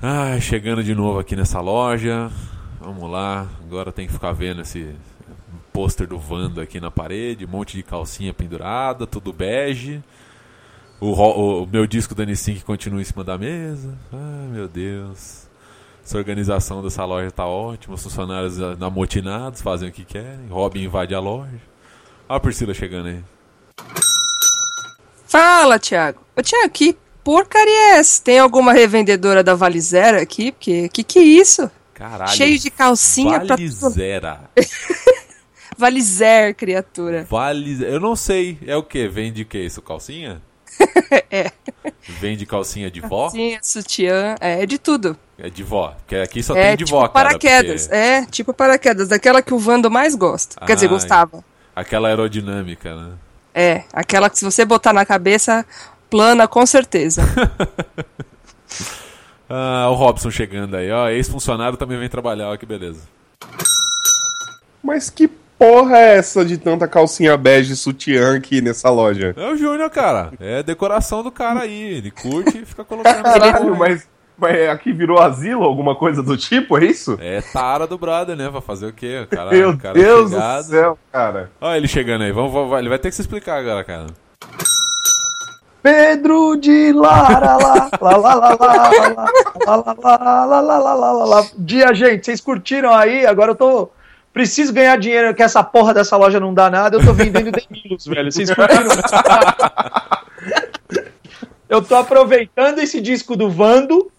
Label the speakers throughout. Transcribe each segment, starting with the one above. Speaker 1: Ai, Ah, chegando de novo aqui nessa loja. Vamos lá. Agora tem que ficar vendo esse pôster do Wanda aqui na parede, um monte de calcinha pendurada, tudo bege. O, ro- o meu disco da N5 continua em cima da mesa. Ai, meu Deus. Essa organização dessa loja tá ótima. Os funcionários ah, namotinados fazem o que querem. Robin invade a loja. Olha a Priscila chegando aí.
Speaker 2: Fala, Thiago. Ô, Thiago, que porcaria é essa? Tem alguma revendedora da Valizera aqui? Porque que que é isso?
Speaker 1: Caralho.
Speaker 2: Cheio de calcinha pra tudo.
Speaker 1: Valizera.
Speaker 2: Valizer, criatura.
Speaker 1: Vale... Eu não sei. É o que? Vende o que isso? Calcinha?
Speaker 2: É.
Speaker 1: Vende calcinha de vó?
Speaker 2: Calcinha, sutiã, é de tudo.
Speaker 1: É de vó. Porque aqui só
Speaker 2: é
Speaker 1: tem de
Speaker 2: tipo
Speaker 1: vó, cara.
Speaker 2: paraquedas.
Speaker 1: porque
Speaker 2: É, tipo paraquedas, daquela que o Vando mais gosta. Quer dizer,
Speaker 1: Ai.
Speaker 2: gostava.
Speaker 1: Aquela aerodinâmica, né?
Speaker 2: É, aquela que se você botar na cabeça, plana com certeza.
Speaker 1: Ah, o Robson chegando aí, ó. Ex-funcionário também vem trabalhar, ó, que beleza.
Speaker 3: Mas que porra é essa de tanta calcinha bege e sutiã aqui nessa loja?
Speaker 1: É o Júnior, cara. É decoração do cara aí. Ele curte e fica colocando.
Speaker 3: Caralho, mas, mas é aqui virou asilo, alguma coisa do tipo, é isso?
Speaker 1: É tara do brother, né? Vai fazer o quê? O cara,
Speaker 3: Meu
Speaker 1: o cara
Speaker 3: Deus
Speaker 1: chegado.
Speaker 3: do céu, cara.
Speaker 1: Ó, ele chegando aí. Vamos, vamos- ele vai ter que se explicar agora, cara.
Speaker 3: Pedro de Lara, lá, lá, lá, lá, lá, lá, lá, lá, lá, lá, lá, lá, lá, lá.
Speaker 4: Dia, gente, vocês curtiram aí? Agora eu tô. Preciso ganhar dinheiro, que essa porra dessa loja não dá nada. Eu tô vendendo Demilos, velho. Vocês curtiram? eu tô aproveitando esse disco do Vando.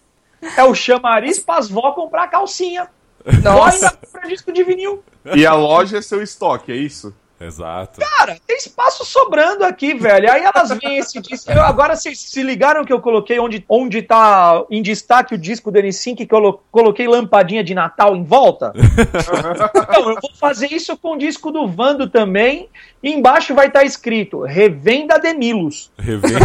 Speaker 4: É o chamariz pras vó comprar calcinha. Vó ainda
Speaker 2: Nossa,
Speaker 4: compra disco de vinil.
Speaker 3: E a loja é seu estoque, é isso?
Speaker 1: Exato.
Speaker 2: Tá.
Speaker 4: Cara, tem espaço sobrando aqui, velho. Aí elas veem esse disco. Eu, agora vocês se ligaram que eu coloquei onde, onde tá em destaque o disco do N5 que eu lo- coloquei lampadinha de Natal em volta? então, eu vou fazer isso com o disco do Vando também. E embaixo vai estar escrito: Revenda Demilos.
Speaker 1: Revenda.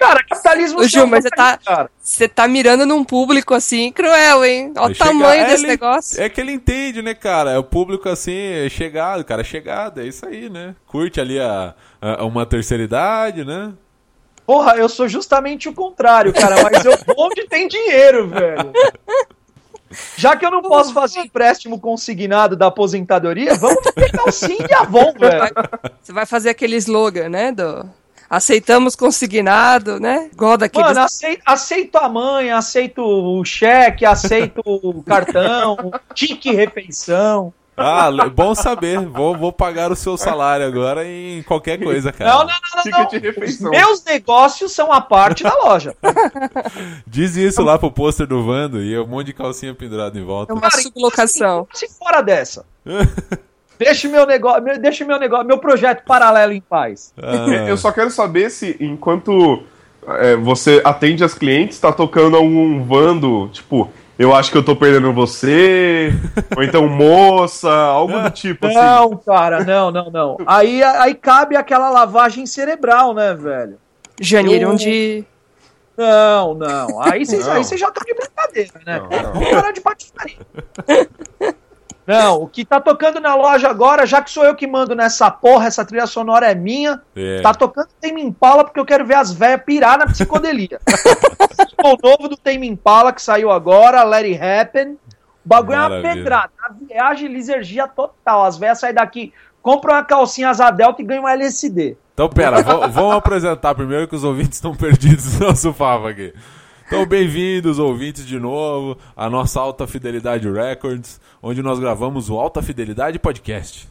Speaker 4: Cara, capitalismo
Speaker 2: Ô, Gil, mas você tá-
Speaker 4: cara.
Speaker 2: você tá mirando num público assim cruel, hein? Olha
Speaker 1: Aí
Speaker 2: o
Speaker 1: chega-
Speaker 2: tamanho
Speaker 1: é,
Speaker 2: desse
Speaker 1: ele-
Speaker 2: negócio.
Speaker 1: É que ele entende, né, cara? É o público assim, é chegado, cara, é chegado, é isso aí, né? Curte ali a, a- uma terceira idade, né?
Speaker 4: Porra, eu sou justamente o contrário, cara, mas eu vou onde tem dinheiro, velho. Já que eu não posso fazer empréstimo consignado da aposentadoria, vamos pegar o sim e Avon, velho.
Speaker 2: Você vai fazer aquele slogan, né? Do aceitamos consignado, né? Igual daqueles.
Speaker 4: Mano, aceito, aceito a mãe, aceito o cheque, aceito o cartão, tique refeição.
Speaker 1: Ah, le- bom saber. Vou, vou pagar o seu salário agora em qualquer coisa, cara.
Speaker 4: Não, não, não, não,
Speaker 3: Ticket
Speaker 4: não.
Speaker 3: de refeição.
Speaker 4: Meus negócios são a parte da loja.
Speaker 1: Diz isso lá pro pôster do Vando e um monte de calcinha pendurada em volta.
Speaker 2: É uma
Speaker 4: Cara, então, assim,
Speaker 2: sublocação.
Speaker 4: Se fora dessa. Deixa o meu negócio, meu- deixa o meu negócio, meu projeto paralelo em paz.
Speaker 1: Ah,
Speaker 3: Eu só quero saber se, enquanto é, você atende as clientes, tá tocando algum vando, tipo, eu acho que eu tô perdendo você, ou então moça, algo do tipo assim.
Speaker 4: Não, cara, não, não, não. Aí, aí cabe aquela lavagem cerebral, né, velho?
Speaker 2: Janeiro,
Speaker 4: Eu-
Speaker 2: onde.
Speaker 4: Não, não. Aí vocês
Speaker 3: Não.
Speaker 4: aí vocês já estão de brincadeira, né?
Speaker 3: Não,
Speaker 4: cara?
Speaker 3: não.
Speaker 4: Não. Hora de patifaria. Não, o que tá tocando na loja agora, já que sou eu que mando nessa porra, essa trilha sonora é minha,
Speaker 1: é.
Speaker 4: tá tocando Tame Impala porque eu quero ver as velhas pirar na psicodelia. o novo do Tame Impala que saiu agora, Let It Happen. O bagulho é
Speaker 1: Maravilha.
Speaker 4: uma pedrada, a viagem, lisergia total. As velhas saem daqui, compram uma calcinha asa delta e ganham um LSD.
Speaker 1: Então, pera, v- vamos apresentar primeiro que os ouvintes estão perdidos no nosso papo aqui. Então, bem-vindos, ouvintes, de novo, à nossa Alta Fidelidade Records, onde nós gravamos o Alta Fidelidade Podcast.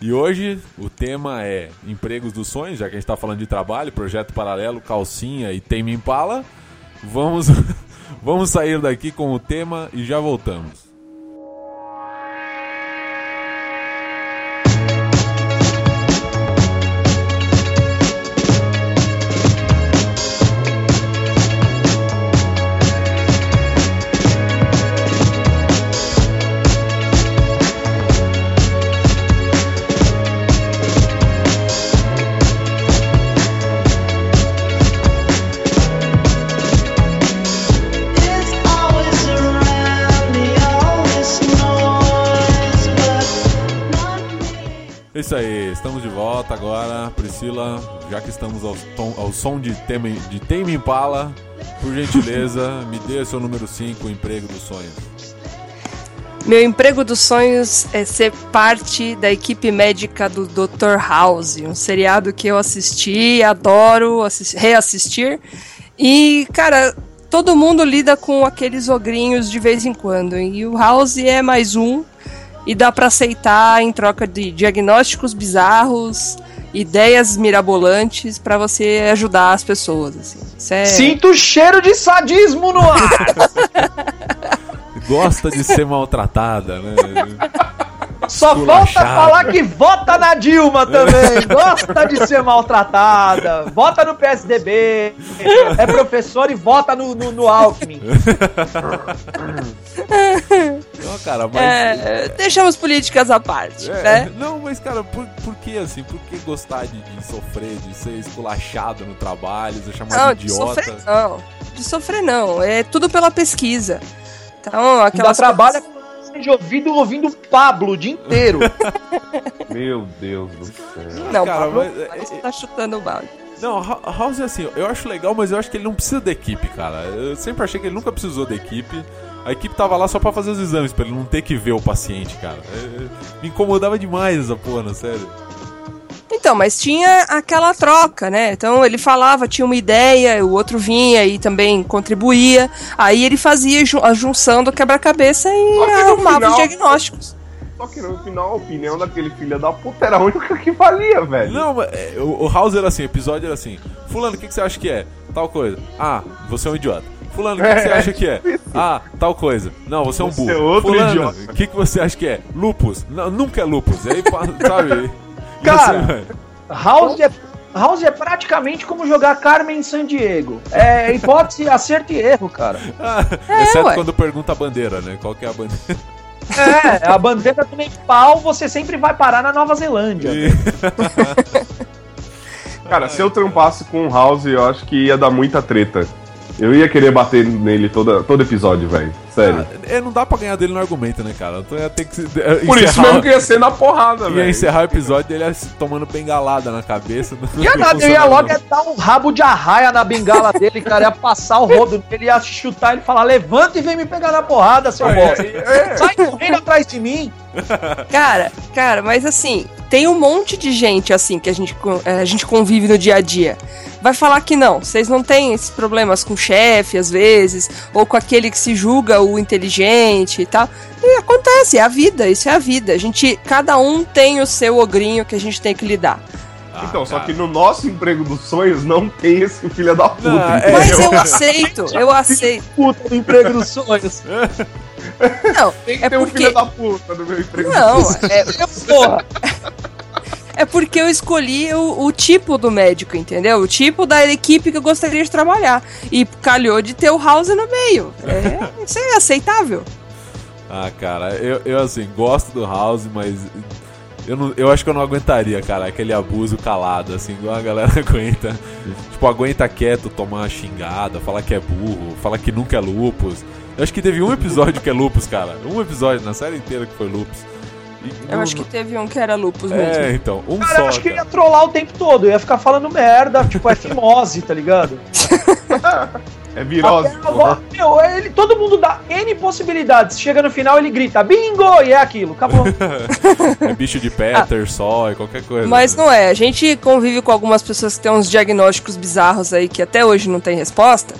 Speaker 1: E hoje o tema é empregos dos sonhos, já que a gente tá falando de trabalho, projeto paralelo, calcinha e Tame Impala. Vamos, vamos sair daqui com o tema e já voltamos.
Speaker 5: It's always around me, always.
Speaker 1: É Isso aí, estamos de volta agora. Priscila, já que estamos ao, tom- ao som de tema, de tema Impala, por gentileza, me dê seu número 5, o emprego dos sonhos.
Speaker 2: Meu emprego dos sonhos é ser parte da equipe médica do Dr. House, um seriado que eu assisti, adoro assis- reassistir. E, cara, todo mundo lida com aqueles ogrinhos de vez em quando. E o House é mais um. E dá pra aceitar em troca de diagnósticos bizarros, ideias mirabolantes pra você ajudar as pessoas. Assim. Isso é-
Speaker 4: Sinto o cheiro de sadismo no ar.
Speaker 1: Gosta de ser maltratada, né?
Speaker 4: Só falta
Speaker 1: Esculachado.
Speaker 4: falar que vota na Dilma também. Gosta de ser maltratada. Vota no PSDB. É professor e vota no, no, no Alckmin.
Speaker 1: Não, cara, mas.
Speaker 2: É, deixamos políticas à parte,
Speaker 1: É,
Speaker 2: né?
Speaker 1: Não, mas cara, por, por que assim? Por que gostar de, de sofrer, de ser esculachado no trabalho, de ser chamado
Speaker 2: Não,
Speaker 1: de
Speaker 2: de
Speaker 1: idiota?
Speaker 2: sofrer não. De sofrer não. É tudo pela pesquisa. Então,
Speaker 4: Ela
Speaker 2: aquela
Speaker 4: trabalha com de ouvido ouvindo Pablo o dia inteiro.
Speaker 3: Meu Deus do céu.
Speaker 2: Não,
Speaker 1: Cara,
Speaker 2: Pablo,
Speaker 1: mas- é,
Speaker 2: mas você tá chutando o balde.
Speaker 1: Não, Ho- House é assim, eu acho legal, mas eu acho que ele não precisa da equipe, cara. Eu sempre achei que ele nunca precisou da equipe. A equipe tava lá só pra fazer os exames, pra ele não ter que ver o paciente, cara. É, é, Me incomodava demais essa porra, né, sério.
Speaker 2: Então, mas tinha aquela troca, né? Então ele falava, tinha uma ideia, o outro vinha e também contribuía. Aí ele fazia ju- a junção do quebra-cabeça e
Speaker 3: Só que no
Speaker 2: arrumava os
Speaker 3: final-
Speaker 2: diagnósticos.
Speaker 3: Só que no final a opinião daquele filho da puta era a única que valia, velho.
Speaker 1: Não, mas, é, o, o House era assim, o episódio era assim. Fulano, o que, que você acha que é? Tal coisa. Ah, você é um idiota. Fulano, o que, que você acha que é? Ah, tal coisa. Não, você é um
Speaker 3: Você
Speaker 1: burro.
Speaker 3: é outro
Speaker 1: Fulano,
Speaker 3: idiota.
Speaker 1: O que, que você acha que é? Lupus. Não, nunca é lupus. E aí, pa- sabe? E
Speaker 4: Cara,
Speaker 1: assim, vai.
Speaker 4: House é, House é praticamente como jogar Carmen em San Diego. É hipótese, acerto e erro, cara.
Speaker 1: Ah,
Speaker 2: É,
Speaker 1: exceto
Speaker 2: ué.
Speaker 1: quando pergunta a bandeira, né? Qual que é a bandeira?
Speaker 4: É, a bandeira do Nepal você sempre vai parar na Nova Zelândia.
Speaker 3: Cara, se eu trampasse com o House, eu acho que ia dar muita treta. Eu ia querer bater nele toda, todo episódio, velho. Sério.
Speaker 1: É, não dá pra ganhar dele no argumento, né, cara? Então ia ter que. se- eh,
Speaker 3: Por isso
Speaker 1: encerrar-
Speaker 3: mesmo que é, ia ser na porrada,
Speaker 1: Ia
Speaker 3: velho.
Speaker 1: encerrar o episódio dele assim, tomando bengalada na cabeça.
Speaker 4: E a nada, eu ia logo é dar um rabo de arraia na bengala dele, cara. Ia passar o rodo nele, ia chutar ele e falar: levanta e vem me pegar na porrada, seu
Speaker 3: É.
Speaker 4: bosta. Sai correndo atrás de mim.
Speaker 2: Cara, cara, mas assim, tem um monte de gente assim que a gente, con- eh, a gente convive no dia a dia. Vai falar que não, vocês não têm esses problemas com o chefe, às vezes, ou com aquele que se julga o inteligente e tal. E acontece, é a vida, isso é a vida. A gente, cada um tem o seu ogrinho que a gente tem que lidar.
Speaker 1: Ah,
Speaker 3: Então, só
Speaker 1: cara.
Speaker 3: que no nosso emprego dos sonhos não tem esse filho da puta.
Speaker 1: Não, é.
Speaker 3: entendeu?
Speaker 2: Mas eu aceito, eu aceito.
Speaker 4: Puta do emprego dos sonhos.
Speaker 2: Não,
Speaker 3: Tem que
Speaker 2: é
Speaker 3: ter um
Speaker 2: porque.
Speaker 3: filho da puta no meu emprego.
Speaker 2: Não, é,
Speaker 4: Eu, porra.
Speaker 2: É porque eu escolhi o, o tipo do médico, entendeu? O tipo da equipe que eu gostaria de trabalhar. E calhou de ter o House no meio. É, isso é aceitável.
Speaker 1: Ah, cara, eu, eu assim, gosto do House, mas. Eu, não, eu acho que eu não aguentaria, cara, aquele abuso calado, assim, igual a galera aguenta. Tipo, aguenta quieto tomar xingada, falar que é burro, falar que nunca é lupus. Eu acho que teve um episódio que é lupus, cara. Um episódio na série inteira que foi lupus. E
Speaker 2: Eu
Speaker 1: não-
Speaker 2: acho que teve um que era lupus mesmo.
Speaker 1: É, então, um
Speaker 4: Cara, eu
Speaker 1: só.
Speaker 4: acho que eu
Speaker 1: cara.
Speaker 4: ia trollar o tempo todo. Eu ia ficar falando merda, tipo, é fimose, tá ligado?
Speaker 3: É virose.
Speaker 4: Até a avó- meu, ele, todo mundo dá N possibilidades. Chega no final, ele grita bingo e é aquilo. Acabou.
Speaker 1: É bicho de Peter, só, é qualquer coisa.
Speaker 2: Mas
Speaker 1: né?
Speaker 2: não é. A gente convive com algumas pessoas que têm uns diagnósticos bizarros aí que até hoje não tem resposta.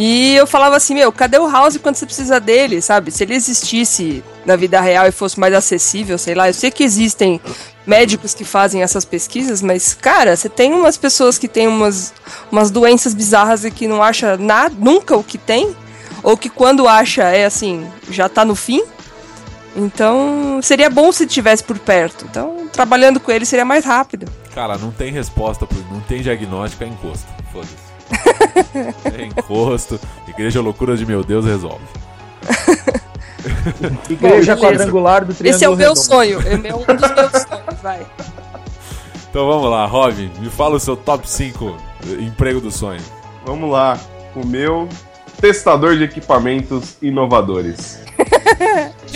Speaker 2: E eu falava assim, meu, cadê o House quando você precisa dele, sabe? Se ele existisse na vida real e fosse mais acessível, sei lá. Eu sei que existem médicos que fazem essas pesquisas, mas, cara, você tem umas pessoas que têm umas, umas doenças bizarras e que não acha nada, nunca o que tem, ou que quando acha é assim, já tá no fim. Então, seria bom se tivesse por perto. Então, trabalhando com ele seria mais rápido.
Speaker 1: Cara, não tem resposta, pro- não tem diagnóstico, é encosto. Foda-se. é encosto. Igreja Loucura de Meu Deus resolve.
Speaker 2: beleza.
Speaker 4: Igreja quadrangular do Triângulo
Speaker 2: Esse é o meu
Speaker 4: Redondo.
Speaker 2: sonho, é meu- um dos meus sonhos, vai.
Speaker 1: Então vamos lá, Robin, me fala o seu top 5 emprego do sonho.
Speaker 3: Vamos lá. O meu testador de equipamentos inovadores.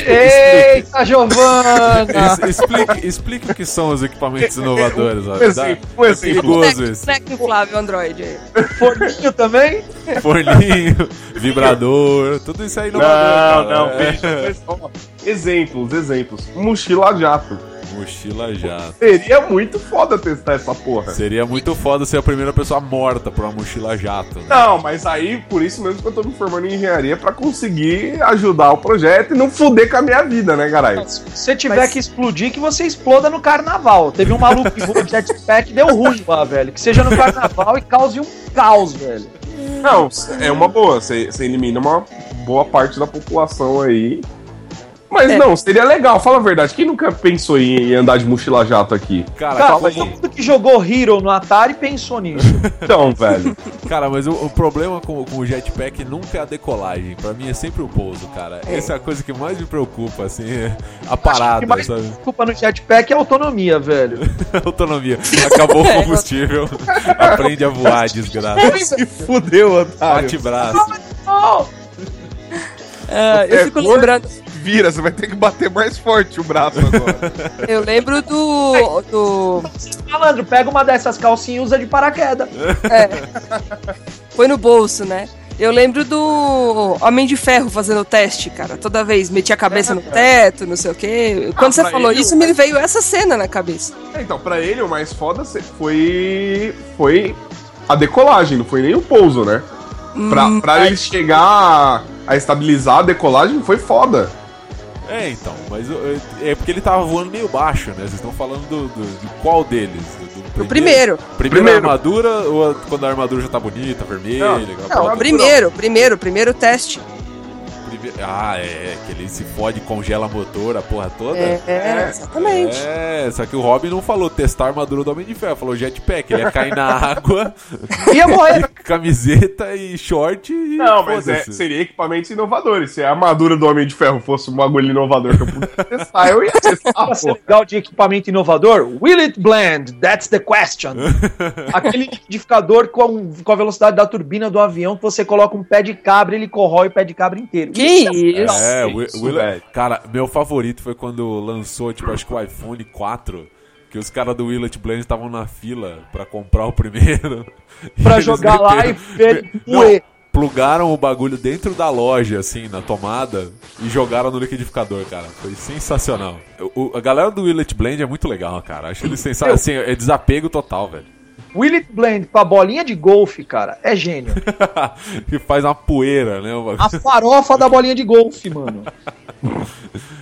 Speaker 4: Eita, Giovana!
Speaker 1: Es- explique, explique o que são os equipamentos inovadores. ó.
Speaker 3: Um exemplo, um
Speaker 1: Dá- é
Speaker 3: exemplo.
Speaker 1: perigoso
Speaker 2: Conecta-
Speaker 1: esse.
Speaker 2: Conecta o Flávio Android aí.
Speaker 4: Forninho também?
Speaker 1: Forninho, vibrador, tudo isso aí
Speaker 3: Não,
Speaker 1: inovador.
Speaker 3: não,
Speaker 1: cara. É.
Speaker 3: veja, mas, ó, Exemplos, exemplos. Mochila jato.
Speaker 1: Mochila jato.
Speaker 3: Seria muito foda testar essa porra.
Speaker 1: Seria muito foda ser a primeira pessoa morta por uma mochila jato. né?
Speaker 3: Não, mas aí, por isso mesmo que eu tô me formando em engenharia, pra conseguir ajudar o projeto e não fuder com a minha vida, né, caralho?
Speaker 4: Se você tiver que explodir, que você exploda no carnaval. Teve um maluco que voou de jetpack e deu ruim lá, velho. Que seja no carnaval e cause um caos, velho.
Speaker 3: Não, é uma boa. Você você elimina uma boa parte da população aí. Mas
Speaker 2: É.
Speaker 3: não, seria legal, fala a verdade. Quem nunca pensou em em andar de mochila jato aqui?
Speaker 1: Cara,
Speaker 4: Cara,
Speaker 1: como-
Speaker 4: todo mundo que jogou Hero no Atari pensou nisso.
Speaker 3: Então, velho.
Speaker 1: cara, mas o, o problema com, com o jetpack nunca é a decolagem. Pra mim é sempre o pouso, cara. Essa é a coisa que mais me preocupa, assim. É a
Speaker 4: O que
Speaker 1: parada,
Speaker 4: mais
Speaker 1: sabe?
Speaker 4: preocupa no jetpack é a autonomia, velho.
Speaker 1: Autonomia. Acabou
Speaker 4: É,
Speaker 1: o combustível. Aprende a voar, desgraça.
Speaker 3: Se fudeu, Otário.
Speaker 1: Bate braço.
Speaker 4: Oh,
Speaker 2: Ah, eu fico
Speaker 3: gordo,
Speaker 2: lembrando.
Speaker 3: Vira, você vai ter que bater mais forte o braço agora.
Speaker 2: Eu lembro do. do
Speaker 4: malandro, pega uma dessas calcinhas e usa de paraquedas.
Speaker 2: foi no bolso, né? Eu lembro do Homem de Ferro fazendo o teste, cara. Toda vez metia a cabeça no teto, não sei o quê. Quando você
Speaker 3: pra
Speaker 2: falou
Speaker 3: ele,
Speaker 2: isso, me veio essa cena na cabeça.
Speaker 3: então, pra ele, o mais foda se- foi. Foi a decolagem, não foi nem o pouso, né? Pra,
Speaker 2: Hum, é.
Speaker 3: pra ele chegar a, a estabilizar a decolagem foi foda.
Speaker 1: É, então, mas eu- eu- é porque ele tava voando meio baixo, né? Vocês estão falando do, do- de qual deles? Do, do
Speaker 2: O primeiro.
Speaker 1: Primeiro,
Speaker 3: Primeiro.
Speaker 1: a armadura ou a- quando a armadura já tá bonita, vermelha?
Speaker 3: Não,
Speaker 1: igual a
Speaker 3: não,
Speaker 1: foto?
Speaker 3: a-
Speaker 2: Primeiro, primeiro, primeiro teste.
Speaker 1: Prime- Ah, é, que ele se fode, congela motor, a porra toda.
Speaker 2: É, é, exatamente.
Speaker 1: É, só que o Robin não falou testar a armadura do Homem de Ferro, falou jetpack, ele ia cair na água,
Speaker 4: Ia morrer.
Speaker 1: camiseta e short e
Speaker 3: Não, mas é,
Speaker 1: foda-se.
Speaker 3: seria equipamentos inovadores. Se é a armadura do Homem de Ferro fosse um bagulho inovador que eu pudesse testar, eu ia testar,
Speaker 4: Pra ser
Speaker 3: Ah, pô.
Speaker 4: legal de equipamento inovador, will it blend? That's the question. Aquele liquidificador com, com a velocidade da turbina do avião que você coloca um pé de cabra e ele corrói o pé de cabra inteiro.
Speaker 2: Que
Speaker 4: Isso é
Speaker 2: isso?
Speaker 1: É,
Speaker 3: Isso,
Speaker 1: Will- Will-
Speaker 3: velho.
Speaker 1: cara, meu favorito foi quando lançou, tipo, acho que o iPhone 4, que os caras do Willet Blend estavam na fila pra comprar o primeiro. E
Speaker 4: pra
Speaker 1: eles
Speaker 4: jogar lá e
Speaker 1: meteram-
Speaker 4: ver
Speaker 1: Não,
Speaker 4: moer.
Speaker 1: plugaram o bagulho dentro da loja, assim, na tomada, e jogaram no liquidificador, cara. Foi sensacional. O- o- a galera do Willet Blend é muito legal, cara. Acho ele sensacional. Assim, é desapego total, velho.
Speaker 4: Will it blend com a bolinha de golfe, cara, é gênio.
Speaker 1: e faz uma poeira, né? o bagulho.
Speaker 4: A farofa da bolinha de golfe, mano.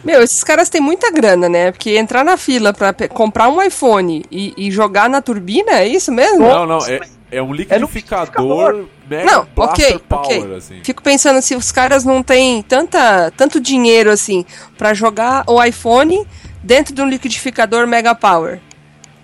Speaker 2: Meu, esses caras têm muita grana, né? Porque entrar na fila pra pe- comprar um iPhone e, e jogar na turbina, é isso mesmo?
Speaker 1: Não, não, é, é um liquidificador mega
Speaker 2: Não,
Speaker 1: blaster
Speaker 2: ok,
Speaker 1: power,
Speaker 2: ok.
Speaker 1: assim.
Speaker 2: Fico pensando se os caras não têm tanta, tanto dinheiro assim pra jogar o iPhone dentro de um liquidificador Mega Power.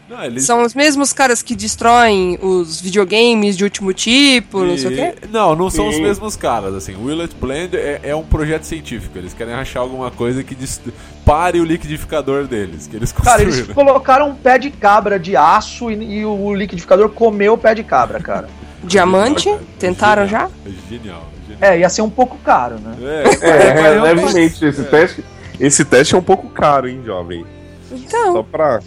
Speaker 1: Não, eles-
Speaker 2: São os mesmos caras que destroem os videogames de último tipo, não sei o quê.
Speaker 1: E- Não, não são os
Speaker 3: Sim.
Speaker 1: mesmos caras, assim. O Willet Blend é, é um projeto científico. Eles querem achar alguma coisa que dest- pare o liquidificador deles, que eles
Speaker 4: Cara, eles
Speaker 1: construíram.
Speaker 4: colocaram um pé de cabra de aço e, e o liquidificador comeu o pé de cabra, cara.
Speaker 2: Diamante?
Speaker 1: Genial, cara.
Speaker 2: Tentaram
Speaker 1: Genial.
Speaker 2: já?
Speaker 1: Genial, genial.
Speaker 4: É, ia ser um pouco caro, né?
Speaker 1: É,
Speaker 3: É,
Speaker 1: mas-
Speaker 3: levemente. Esse teste. Esse teste é um pouco caro, hein, jovem? Só
Speaker 2: Então,
Speaker 3: pra.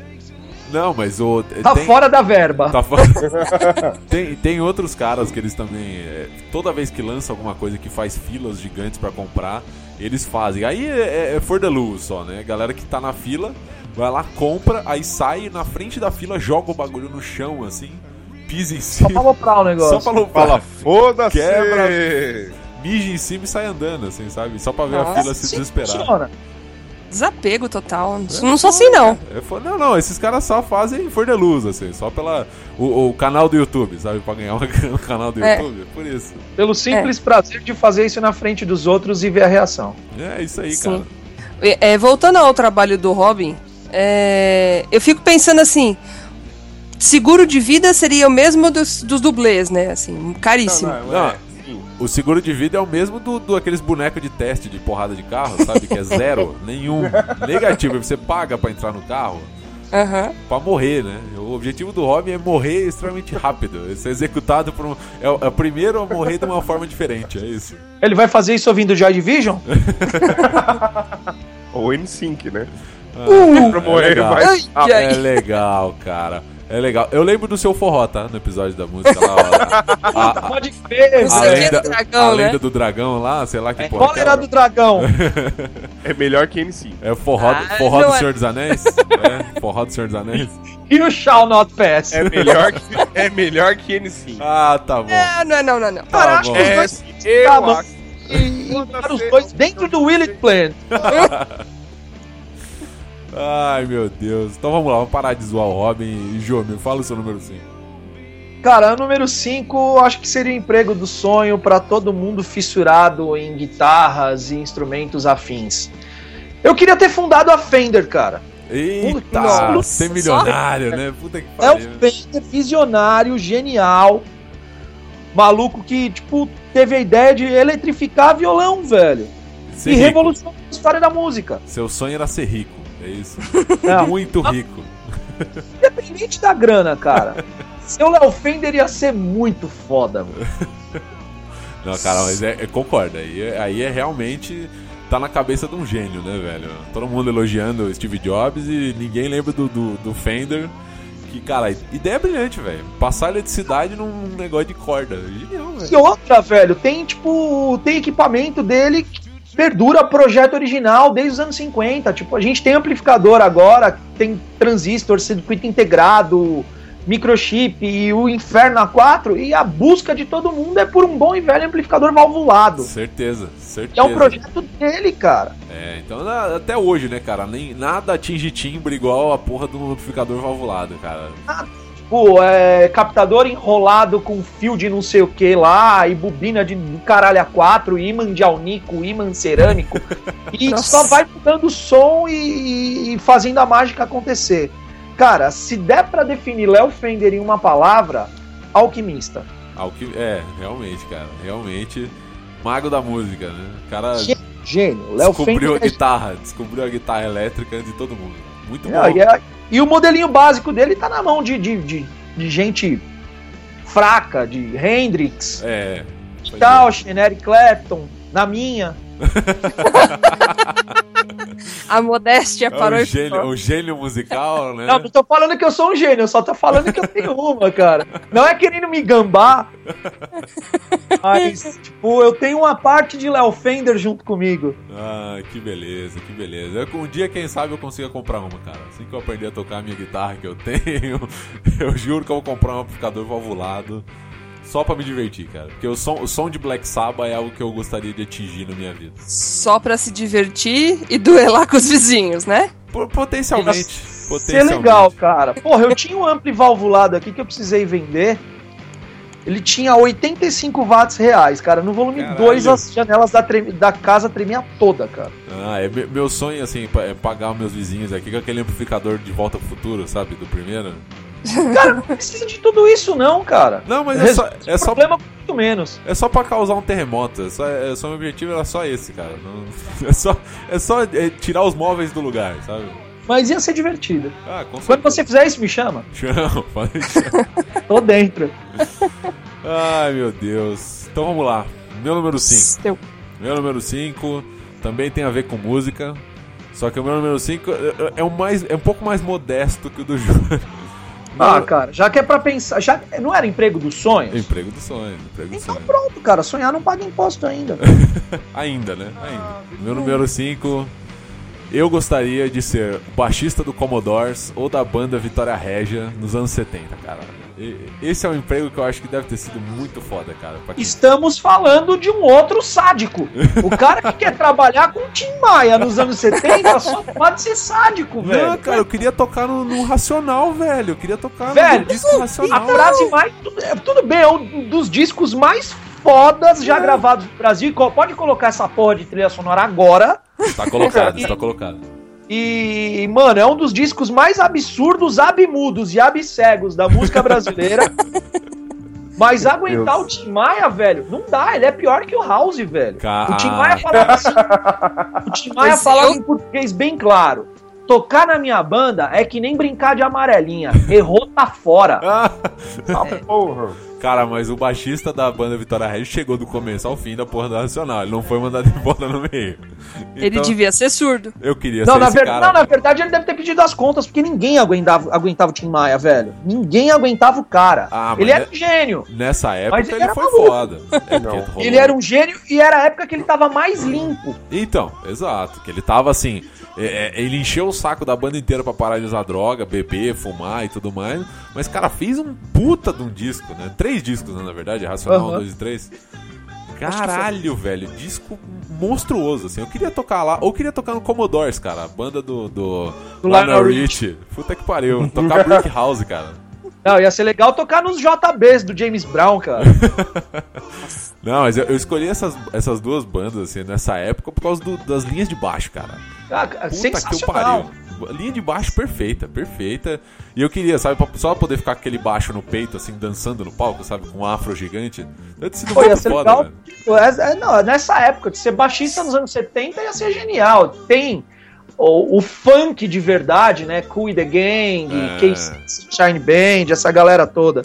Speaker 1: Não, mas o.
Speaker 4: Tá
Speaker 1: tem-
Speaker 4: fora da verba.
Speaker 1: Tá fora. tem, tem outros caras que eles também. é, toda vez que lança alguma coisa que faz filas gigantes pra comprar, eles fazem. Aí é, é, é for the lose só, né? Galera que tá na fila, vai lá, compra, aí sai na frente da fila, joga o bagulho no chão, assim, pisa em
Speaker 2: Tá
Speaker 4: Só pra
Speaker 1: cima.
Speaker 4: aloprar o
Speaker 1: Só
Speaker 4: negócio.
Speaker 1: pra loupar.
Speaker 3: Fala, foda-se!
Speaker 1: Quebra. mija em cima e sai andando, assim, sabe? Só pra ver a
Speaker 2: Nossa,
Speaker 1: fila se
Speaker 4: É, Sim,
Speaker 1: desesperar.
Speaker 4: funciona.
Speaker 2: desapego total. Não sou assim, não.
Speaker 1: É, fo- não, não, esses caras só fazem for the luz, assim, só pela. O, o canal do YouTube, sabe? Pra ganhar um canal do
Speaker 2: É.
Speaker 1: YouTube, por isso.
Speaker 4: Pelo simples prazer de fazer isso na frente dos outros e ver a reação.
Speaker 1: É isso aí, cara.
Speaker 2: Sim. É, é, voltando ao trabalho do Robin, é, eu fico pensando assim: seguro de vida seria o mesmo dos, dos dublês, né? Assim, caríssimo.
Speaker 3: Não,
Speaker 1: Não.
Speaker 3: é, sim.
Speaker 1: O seguro de vida é o mesmo do, do aqueles bonecos de teste de porrada de carro, sabe? Que é zero, nenhum, negativo. Aí Você paga pra entrar no carro.
Speaker 2: Aham.
Speaker 1: Pra morrer, né? O objetivo do Robin é morrer extremamente rápido. É Ser executado por um. É o, é o primeiro a morrer de uma forma diferente, é isso.
Speaker 4: Ele vai fazer isso ouvindo Joy Division?
Speaker 3: Ou M5, né?
Speaker 1: Ah,
Speaker 3: Pra morrer
Speaker 1: é legal.
Speaker 3: mais
Speaker 2: Uh. Ai,
Speaker 3: rápido.
Speaker 2: ai.
Speaker 1: É legal, cara. É legal. Eu lembro do seu forró, tá? No episódio da música lá. ó. A- a-
Speaker 4: Pode ver.
Speaker 2: Não sei
Speaker 1: a
Speaker 2: o que
Speaker 4: velho.
Speaker 2: é
Speaker 1: lenda,
Speaker 2: do
Speaker 1: a
Speaker 2: dragão, né? É
Speaker 1: lenda do dragão lá, sei lá que porra.
Speaker 4: Qual
Speaker 1: que
Speaker 4: era
Speaker 1: era.
Speaker 4: do dragão?
Speaker 3: É melhor que M5.
Speaker 1: É forró,
Speaker 2: Ah,
Speaker 1: forró do
Speaker 2: não é.
Speaker 1: Senhor dos Anéis? É, forró do Senhor dos Anéis?
Speaker 4: E o Shall Not Pass?
Speaker 1: tá
Speaker 3: É melhor que, é melhor que N5.
Speaker 1: Ah, tá bom.
Speaker 2: Ah, não é não, não é não.
Speaker 1: Tá
Speaker 4: Cara,
Speaker 1: bom.
Speaker 4: acho que os
Speaker 3: É,
Speaker 4: dois
Speaker 3: eu
Speaker 4: Tá bom.
Speaker 3: acho.
Speaker 4: colocaram os dois dentro do Willet Plant.
Speaker 1: Ai, meu Deus. Então vamos lá, vamos parar de zoar o Robin. E, Jô, me fala o seu número 5.
Speaker 4: Cara, o número 5 acho que seria o emprego do sonho pra todo mundo fissurado em guitarras e instrumentos afins. Eu queria ter fundado a Fender, cara.
Speaker 1: Eita,
Speaker 2: Nossa,
Speaker 1: ser milionário, né? Puta que
Speaker 4: É um
Speaker 1: pariu.
Speaker 4: Fender visionário, genial, maluco que, tipo, teve a ideia de eletrificar violão, velho.
Speaker 1: Ser
Speaker 4: e
Speaker 1: rico.
Speaker 4: revolucionou a história da música.
Speaker 1: Seu sonho era ser rico, é isso?
Speaker 4: Não.
Speaker 1: Muito rico.
Speaker 4: Independente da grana, cara. Seu Léo Fender ia ser muito foda, mano.
Speaker 1: Não, cara, mas é, é- concorda. Aí, é- aí é realmente. Tá na cabeça de um gênio, né, velho? Todo mundo elogiando o Steve Jobs e ninguém lembra do, do, do Fender. Que, cara, ideia brilhante, velho. Passar eletricidade num negócio de corda. Genial, velho.
Speaker 4: E outra, velho, tem tipo, tem equipamento dele que perdura projeto original desde os anos 50. Tipo, a gente tem amplificador agora, tem transistor, circuito integrado, microchip e o Inferno A4. E a busca de todo mundo é por um bom e velho amplificador valvulado.
Speaker 1: Certeza,
Speaker 4: Que
Speaker 1: certeza.
Speaker 4: é um projeto dele, cara.
Speaker 1: É, então na- até hoje, né, cara? Nem, nada atinge timbre igual a porra do amplificador valvulado, cara.
Speaker 4: Tipo, é, captador enrolado com fio de não sei o que lá, e bobina de caralho a quatro, imã de alnico, imã cerâmico. e
Speaker 2: Nossa.
Speaker 4: só vai mudando o som e, e fazendo a mágica acontecer. Cara, se der pra definir Léo Fender em uma palavra, alquimista.
Speaker 1: Ao que, é, realmente, cara. Realmente, mago da música, né? O cara
Speaker 4: Gê- Gênio. Léo
Speaker 1: descobriu a
Speaker 4: Fender. é
Speaker 1: guitarra, descobriu a guitarra elétrica antes de todo mundo. Muito
Speaker 4: é-
Speaker 1: bom.
Speaker 4: Não, e, é- e o modelinho básico dele tá na mão de, de, de, de gente fraca, de Hendrix.
Speaker 1: É. pois
Speaker 4: Tal, Eric Clapton, na minha.
Speaker 2: A modéstia
Speaker 1: é. É
Speaker 2: parou
Speaker 1: um
Speaker 2: e
Speaker 1: gênio,
Speaker 2: ficou.
Speaker 1: um gênio musical, né?
Speaker 4: Não, não tô falando que eu sou um gênio, eu só tô falando que eu tenho uma, cara. Não é querendo me gambar, mas, tipo, eu tenho uma parte de Léo Fender junto comigo.
Speaker 1: Ah, que beleza, que beleza. Eu- um dia, quem sabe, eu consiga comprar uma, cara. Assim que eu aprender a tocar a minha guitarra que eu tenho, eu juro que eu vou comprar um amplificador valvulado só pra me divertir, cara. Porque o som, o som de Black Sabbath é algo que eu gostaria de atingir na minha vida.
Speaker 2: Só pra se divertir e duelar com os vizinhos, né?
Speaker 1: Po- Potencialmente.
Speaker 4: Isso é
Speaker 1: Então, potencialmente.
Speaker 4: legal, cara. Porra, eu tinha um ampli valvulado aqui que eu precisei vender. Ele tinha 85 watts reais, cara. No volume
Speaker 1: Caralho.
Speaker 4: 2, as janelas da, treme- da casa tremia toda, cara.
Speaker 1: Ah, é me- meu sonho, assim, pa- é pagar meus vizinhos aqui com aquele amplificador de volta pro futuro, sabe? Do primeiro.
Speaker 4: Cara, não precisa de tudo isso, não, cara.
Speaker 1: Não, mas é só, é só,
Speaker 4: Problema muito menos.
Speaker 1: é só pra causar um terremoto. É só, é só- meu objetivo era só esse, cara. Não- é só, é só é, tirar os móveis do lugar, sabe?
Speaker 4: Mas ia ser divertido.
Speaker 1: Ah, com
Speaker 4: Quando
Speaker 1: certeza.
Speaker 4: você fizer isso, me chama.
Speaker 1: Não, pode-
Speaker 4: Tô dentro.
Speaker 1: Ai, meu Deus. Então vamos lá. Meu número 5.
Speaker 2: Seu-
Speaker 1: Meu número 5 também tem a ver com música. Só que o meu número 5 é, é, o mais- é um pouco mais modesto que o do Júnior.
Speaker 4: Ah,
Speaker 1: Meu-
Speaker 4: cara, já que é pra pensar. Já não era emprego dos sonhos?
Speaker 1: Emprego do sonho, emprego do
Speaker 4: Então
Speaker 1: sonho.
Speaker 4: pronto, cara, sonhar não paga imposto ainda.
Speaker 1: Ainda, né? Ainda. Meu número 5. Eu gostaria de ser o baixista do Commodores ou da banda Vitória Régia nos anos 70, cara. E- Esse é um emprego que eu acho que deve ter sido muito foda, cara. pra quem-
Speaker 4: Estamos falando de um outro sádico. O cara que quer trabalhar com o Tim Maia nos anos 70 só pode ser sádico,
Speaker 1: Não,
Speaker 4: velho.
Speaker 1: cara, eu queria tocar no, no Racional, velho. Eu queria tocar
Speaker 4: Velho,
Speaker 1: no disco
Speaker 4: A
Speaker 1: Racional.
Speaker 4: frase mais. é, Tudo bem, é um dos discos mais fodas já gravados no Brasil. Co- Pode colocar essa porra de trilha sonora agora.
Speaker 1: Está Tá colocado, está colocado.
Speaker 4: E, mano, é um dos discos mais absurdos, abimudos e abcegos da música brasileira. Mas aguentar
Speaker 3: Deus.
Speaker 4: o Tim Maia, velho, não dá. Ele é pior que o House, velho.
Speaker 1: Cara.
Speaker 4: O Tim Maia falava assim. O Tim Maia
Speaker 2: Esse
Speaker 4: falava
Speaker 2: eu-
Speaker 4: em português bem claro. Tocar na minha banda é que nem brincar de amarelinha. Errou, tá fora. É.
Speaker 3: Ah, porra.
Speaker 1: Cara, mas o baixista da banda Vitória Reis chegou do começo ao fim da porra da Nacional. Ele não foi mandado embora no meio.
Speaker 2: Ele
Speaker 1: Então,
Speaker 2: devia ser surdo.
Speaker 1: Eu queria
Speaker 4: Não
Speaker 1: ser
Speaker 4: na,
Speaker 1: esse
Speaker 4: ver-
Speaker 1: cara.
Speaker 4: não, na verdade ele deve ter pedido as contas, porque ninguém aguentava, aguentava o Tim Maia, velho. Ninguém aguentava o cara.
Speaker 1: Ah, mas
Speaker 4: ele era
Speaker 1: é-
Speaker 4: um gênio.
Speaker 1: Nessa época
Speaker 4: Mas ele
Speaker 1: ele,
Speaker 4: era
Speaker 1: foi
Speaker 4: maluco.
Speaker 1: foda. É
Speaker 3: Não.
Speaker 1: porque rolou-
Speaker 4: Ele era um gênio e era a época que ele tava mais limpo.
Speaker 1: Então, exato. Que ele tava assim. é, é, ele encheu o saco da banda inteira pra parar de usar droga, beber, fumar e tudo mais. Mas, cara, fez um puta de um disco, né? Três discos, né, na verdade. Racional,
Speaker 4: Aham.
Speaker 1: 1, 2 e 3. Caralho, velho. Disco monstruoso, assim. Eu queria tocar lá. Ou queria tocar no Commodores, cara. A banda do. Do,
Speaker 4: Do
Speaker 1: Lionel
Speaker 4: Lionel
Speaker 1: Rich. Puta que pariu. Tocar Brick House, cara.
Speaker 4: Não, ia ser legal tocar nos JBs do James Brown, cara.
Speaker 1: Não, mas eu, eu escolhi essas, essas duas bandas, assim, nessa época por causa do- das linhas de baixo, cara.
Speaker 4: Ah,
Speaker 1: Puta
Speaker 4: cara,
Speaker 1: que eu pariu.
Speaker 4: sensacional.
Speaker 1: Linha de baixo perfeita, perfeita. E eu queria, sabe, pra- só poder ficar com aquele baixo no peito, assim, dançando no palco, sabe, com um afro gigante. Deve ter sido
Speaker 4: Pô, ia
Speaker 1: muito
Speaker 4: ser
Speaker 1: foda, né?
Speaker 4: legal.
Speaker 1: velho.
Speaker 4: Pô, é- é- Não, nessa época, de ser baixista nos anos 70 ia ser genial. Tem o, o funk de verdade, né? Cool e the Gang,
Speaker 1: É.
Speaker 4: Case Shine Band, essa galera toda.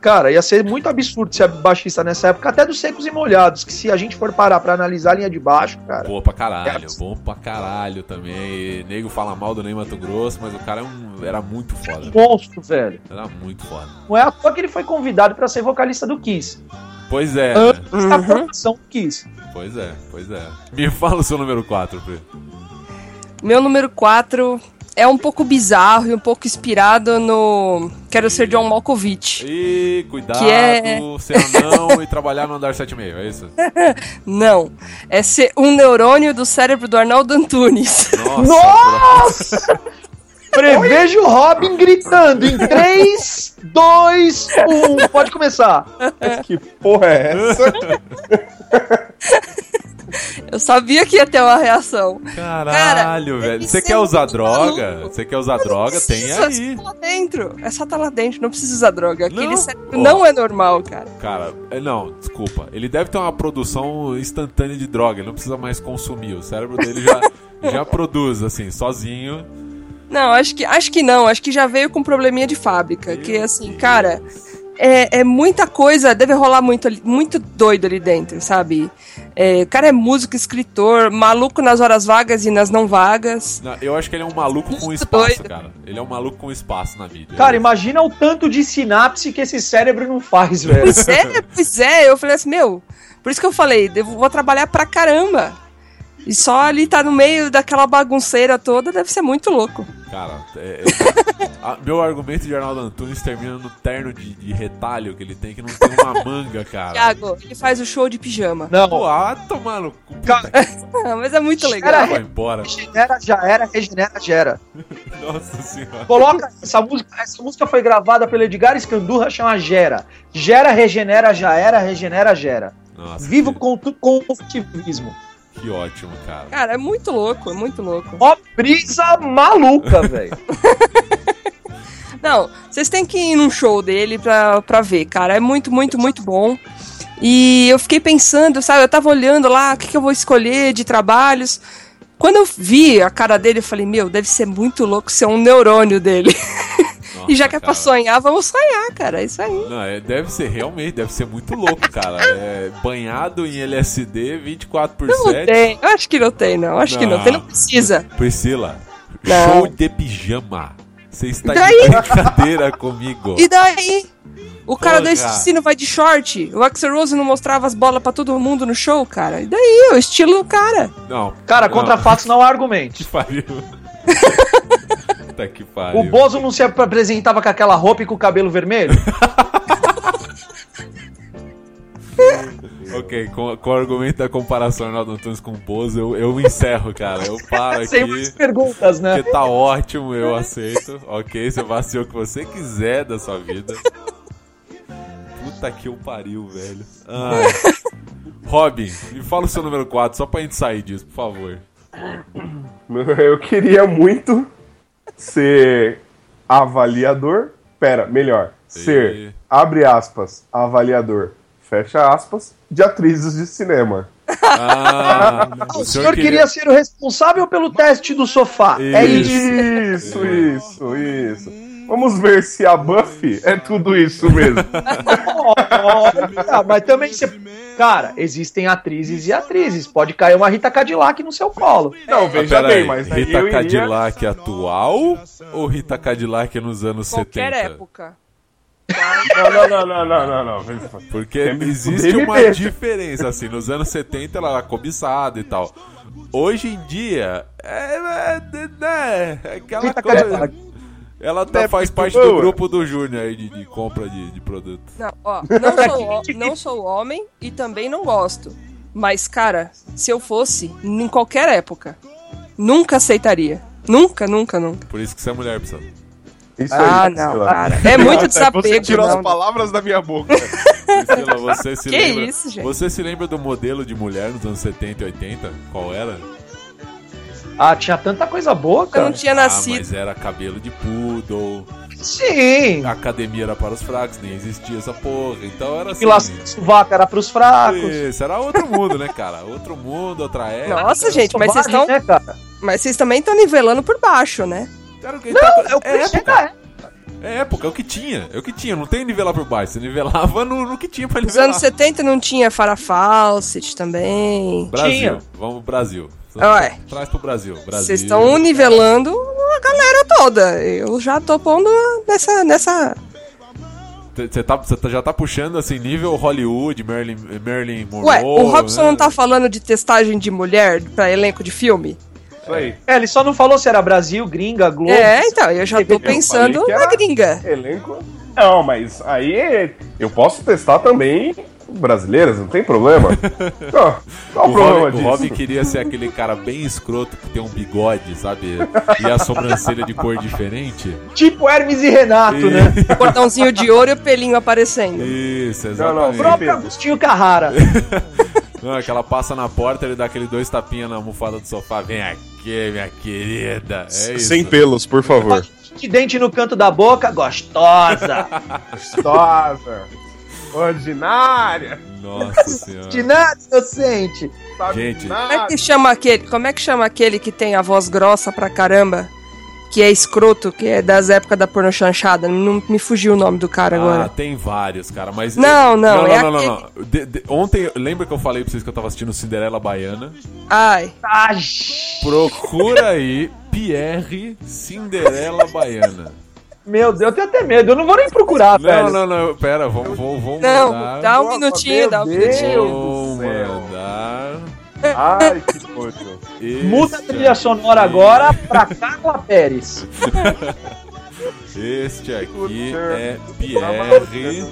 Speaker 4: Cara, ia ser muito absurdo ser baixista nessa época, até dos secos e molhados, que se a gente for parar pra analisar a linha de baixo, cara.
Speaker 1: Boa pra caralho, bom pra caralho também. E nego fala mal do Ney Mato Grosso, mas o cara é um- era muito foda.
Speaker 4: Monstro, velho.
Speaker 1: Era muito foda.
Speaker 4: Não é à toa que ele foi convidado pra ser vocalista do Kiss.
Speaker 1: Pois é,
Speaker 4: Ah.
Speaker 1: né?
Speaker 4: Essa formação do Kiss.
Speaker 1: pois é, pois é. Me fala o seu número 4, Pri.
Speaker 2: Meu número 4 é um pouco bizarro e um pouco inspirado no Quero Ser John Malkovich.
Speaker 1: Ih, cuidado,
Speaker 2: Que é-
Speaker 1: ser anão e trabalhar no andar 7,5, é isso?
Speaker 2: Não, é ser um neurônio do cérebro do Arnaldo Antunes.
Speaker 1: Nossa!
Speaker 4: Prevejo o Robin gritando em 3, 2, 1. Pode começar.
Speaker 3: Que porra é essa?
Speaker 2: Eu sabia que ia ter uma reação.
Speaker 1: Caralho,
Speaker 2: deve
Speaker 1: velho. Você
Speaker 2: ser
Speaker 1: quer usar
Speaker 2: é muito
Speaker 1: droga?
Speaker 2: maluco.
Speaker 1: Você quer usar droga? Tem
Speaker 2: Precisa, É
Speaker 1: aí.
Speaker 2: só tá lá dentro. É só tá lá dentro, não precisa usar droga. Aquele
Speaker 1: Não.
Speaker 2: cérebro não é normal, cara.
Speaker 1: Cara, é, não, desculpa. Ele deve ter uma produção instantânea de droga. Ele não precisa mais consumir. O cérebro dele já, já produz, assim, sozinho.
Speaker 2: Não, acho que, acho que não. Acho que já veio com um probleminha de fábrica. Que
Speaker 1: Meu
Speaker 2: assim,
Speaker 1: Deus.
Speaker 2: cara, é, é muita coisa, deve rolar muito, ali- muito doido ali dentro, sabe? É, o cara é músico, escritor, maluco nas horas vagas e nas não vagas.
Speaker 1: Não, eu acho que ele é um maluco com
Speaker 2: Muito
Speaker 1: espaço,
Speaker 2: doido.
Speaker 1: cara. Ele é um maluco com espaço na mídia.
Speaker 4: Cara, imagina o tanto de sinapse que esse cérebro não faz, velho.
Speaker 2: Pois é, pois é. Eu falei assim, meu, por isso que eu falei, eu vou trabalhar pra caramba. E só ali tá no meio daquela bagunceira toda, deve ser muito louco.
Speaker 1: Cara, é- é- a- meu argumento de Arnaldo Antunes termina no terno de, de retalho que ele tem, que não tem uma manga, cara.
Speaker 2: Thiago, ele faz o show de pijama.
Speaker 1: Pô,
Speaker 4: Não,
Speaker 1: ah, tomar no cu.
Speaker 4: Cara,
Speaker 2: Ah, Mas é muito legal.
Speaker 4: Cara,
Speaker 1: Vai embora.
Speaker 4: regenera, já era, regenera, gera.
Speaker 1: Nossa senhora.
Speaker 4: Coloca essa música, essa música foi gravada pelo Edgar Escandurra, chama Gera. Gera, regenera, já era, regenera, gera.
Speaker 1: Nossa,
Speaker 4: Vivo
Speaker 1: que-
Speaker 4: com tu- com o ativismo.
Speaker 1: Que ótimo, cara.
Speaker 2: Cara, é muito louco, é muito louco.
Speaker 4: Ó, brisa maluca, velho.
Speaker 2: Não, vocês têm que ir num show dele pra, pra ver, cara. É muito, muito, muito bom. E eu fiquei pensando, sabe? Eu tava olhando lá, o que, que eu vou escolher de trabalhos. Quando eu vi a cara dele, eu falei, meu, deve ser muito louco ser um neurônio dele.
Speaker 1: Nossa,
Speaker 2: e já que é pra
Speaker 1: cara.
Speaker 2: sonhar, vamos sonhar, cara. É isso aí.
Speaker 1: Não, é- deve ser realmente, deve ser muito louco, cara. É banhado em LSD 24 por
Speaker 2: Não
Speaker 1: 7.
Speaker 2: tem. Eu acho que não tem, não. Acho que não tem. Não precisa.
Speaker 1: Priscila,
Speaker 2: Não.
Speaker 1: show de pijama. Você está
Speaker 2: E daí?
Speaker 1: de brincadeira comigo.
Speaker 2: E daí? O cara
Speaker 1: Porra.
Speaker 2: do Esticino vai de short. O Axel Rose não mostrava as bolas pra todo mundo no show, cara. E daí? O estilo do cara.
Speaker 1: Não.
Speaker 4: Cara,
Speaker 1: não.
Speaker 4: contra fatos não há argumento.
Speaker 1: Que pariu. Puta que pariu.
Speaker 4: O Bozo não se apresentava com aquela roupa e com o cabelo vermelho?
Speaker 1: Ok, com, com o argumento da comparação Arnaldo Antunes com o Bozo, eu, eu encerro, cara. Eu paro aqui.
Speaker 4: Sem mais perguntas, né?
Speaker 1: Porque tá ótimo, eu aceito. Ok, você vaciou o que você quiser da sua vida. Puta que o pariu, velho. Ai. Robin, me fala o seu número 4, só pra gente sair disso, por favor.
Speaker 3: Eu queria muito ser avaliador. Pera, melhor. Ser,
Speaker 1: E-
Speaker 3: abre aspas, avaliador, fecha aspas, de atrizes de cinema.
Speaker 1: Ah,
Speaker 4: Ah, o senhor queria ser o responsável pelo teste do sofá. É
Speaker 1: Isso.
Speaker 3: Isso,
Speaker 4: isso.
Speaker 3: isso, isso. Vamos ver se a Buffy é tudo isso mesmo.
Speaker 4: Olha, mas também você. Cara, existem atrizes e atrizes. Pode cair uma Rita Cadillac no seu colo.
Speaker 3: Não,
Speaker 1: Mas
Speaker 3: veja
Speaker 1: peraí,
Speaker 3: bem, mas daí
Speaker 1: Ah, Rita
Speaker 3: eu
Speaker 4: tá
Speaker 3: iria...
Speaker 1: Cadillac atual ou Rita Cadillac nos anos
Speaker 2: Qualquer
Speaker 1: 70?
Speaker 2: época.
Speaker 3: Não, não, não, não, não, não, não.
Speaker 1: Porque
Speaker 3: Tem-
Speaker 1: existe
Speaker 3: tem
Speaker 1: uma
Speaker 3: beleza.
Speaker 1: diferença, assim, nos anos 70 ela era cobiçada e tal. Hoje em dia, é, é, de- né, é aquela
Speaker 4: Rita
Speaker 1: coisa...
Speaker 4: Cadillac.
Speaker 1: Ela até
Speaker 3: É,
Speaker 1: faz
Speaker 3: muito
Speaker 1: parte do
Speaker 3: boa.
Speaker 1: grupo do Júnior aí de, de compra de, de produto.
Speaker 2: Não, ó, não sou, ho- não sou homem e também não gosto. Mas, cara, se eu fosse, em qualquer época, nunca aceitaria. Nunca, nunca, nunca.
Speaker 1: Por isso que você é mulher, pessoal.
Speaker 3: Isso
Speaker 2: Ah,
Speaker 3: Priscila.
Speaker 2: não, cara. É muito
Speaker 3: Você
Speaker 2: desapego,
Speaker 3: tirou as
Speaker 2: não.
Speaker 3: palavras da minha boca.
Speaker 1: Priscila, você se
Speaker 2: Que
Speaker 1: lembra.
Speaker 2: isso, gente?
Speaker 1: Você se lembra do modelo de mulher nos anos 70 e 80? Qual era?
Speaker 4: Ah, tinha tanta coisa boa,
Speaker 2: Eu não
Speaker 4: cara.
Speaker 2: tinha
Speaker 1: Ah,
Speaker 2: nascido.
Speaker 1: mas era cabelo de poodle,
Speaker 4: Sim.
Speaker 1: a academia era para os fracos, nem existia essa porra. Então era assim.
Speaker 4: E lá Suvaca era pros fracos.
Speaker 1: Isso, era outro mundo, né, cara? Outro mundo, outra época.
Speaker 2: Nossa, gente, mas vocês
Speaker 4: Selvagem,
Speaker 2: estão.
Speaker 4: né, cara?
Speaker 2: Mas vocês também estão nivelando por baixo, né?
Speaker 1: Era o que-
Speaker 4: Não, é o que
Speaker 1: é,
Speaker 4: você
Speaker 1: época,
Speaker 4: é.
Speaker 1: é época, é o que tinha. É o que tinha, não tem nivelar por baixo. Você nivelava no, no que tinha pra
Speaker 2: Nos
Speaker 1: nivelar.
Speaker 2: anos 70 não tinha Farah Fawcett também.
Speaker 1: Brasil,
Speaker 4: Tinha.
Speaker 1: vamos pro Brasil.
Speaker 2: Ué.
Speaker 1: Traz pro Brasil. Brasil.
Speaker 2: Ah.
Speaker 1: né?
Speaker 2: Vocês estão nivelando a galera toda. Eu já tô pondo nessa. nessa...
Speaker 1: Você tá, cê tá- já tá puxando assim, nível Hollywood, Marilyn, Marilyn Monroe.
Speaker 2: Ué, o Robson
Speaker 1: né?
Speaker 2: não tá falando de testagem de mulher pra elenco de filme?
Speaker 3: Isso aí.
Speaker 4: É, ele só não falou se era Brasil, gringa, Globo.
Speaker 2: É, então, eu já tô
Speaker 4: Eu
Speaker 3: falei
Speaker 2: pensando
Speaker 3: que
Speaker 2: na
Speaker 3: era-
Speaker 2: gringa.
Speaker 3: É. Elenco? Não, mas aí é- eu posso testar também brasileiras, não tem problema. Não, qual o,
Speaker 1: O
Speaker 3: problema
Speaker 1: Robin, o
Speaker 3: disso?
Speaker 1: Robin queria ser aquele cara bem escroto que tem um bigode, sabe? E a sobrancelha de cor diferente.
Speaker 4: Tipo Hermes e Renato, né?
Speaker 1: E-
Speaker 2: Cordãozinho de ouro e o pelinho aparecendo.
Speaker 1: Isso,
Speaker 3: Não, não,
Speaker 1: exatamente.
Speaker 4: O próprio
Speaker 3: Pedro.
Speaker 4: Agostinho Carrara.
Speaker 1: Não, é que ela passa na porta, ele dá aquele dois tapinhas na almofada do sofá. Vem aqui, minha querida. É isso.
Speaker 3: Sem pelos, por favor.
Speaker 4: De dente no canto da boca, gostosa.
Speaker 3: Gostosa, ordinária,
Speaker 1: Nossa senhora.
Speaker 4: De nada, inocente.
Speaker 3: sabe
Speaker 1: Gente.
Speaker 3: de
Speaker 2: Como é
Speaker 3: nada.
Speaker 2: que chama aquele? Como é que chama aquele que tem a voz grossa pra caramba? Que é escroto, que é das épocas da porno chanchada. Não me fugiu o nome do cara
Speaker 1: Ah,
Speaker 2: agora.
Speaker 1: tem vários, cara, mas.
Speaker 2: Não, não,
Speaker 1: não,
Speaker 2: é
Speaker 1: não, não, não. De- de- Ontem, lembra que eu falei pra vocês que eu tava assistindo Cinderela Baiana?
Speaker 2: Ai.
Speaker 4: Ai,
Speaker 1: Procura aí Pierre Cinderela Baiana.
Speaker 4: meu Deus, eu tenho até medo. Eu não vou nem procurar,
Speaker 1: Não,
Speaker 4: velho.
Speaker 1: não, não, pera, vamos, vamos, vamos
Speaker 2: Não,
Speaker 1: mandar.
Speaker 2: dá um
Speaker 3: Nossa,
Speaker 2: minutinho,
Speaker 3: meu
Speaker 2: dá um
Speaker 3: Deus.
Speaker 2: minutinho. Oh,
Speaker 1: Vamos
Speaker 3: Deus do céu.
Speaker 1: mandar.
Speaker 3: Ai, que coisa.
Speaker 1: Esse
Speaker 4: Muda a trilha sonora
Speaker 1: aqui-
Speaker 4: agora pra Carla Pérez.
Speaker 1: Este aqui
Speaker 3: Puta.
Speaker 1: é Pierre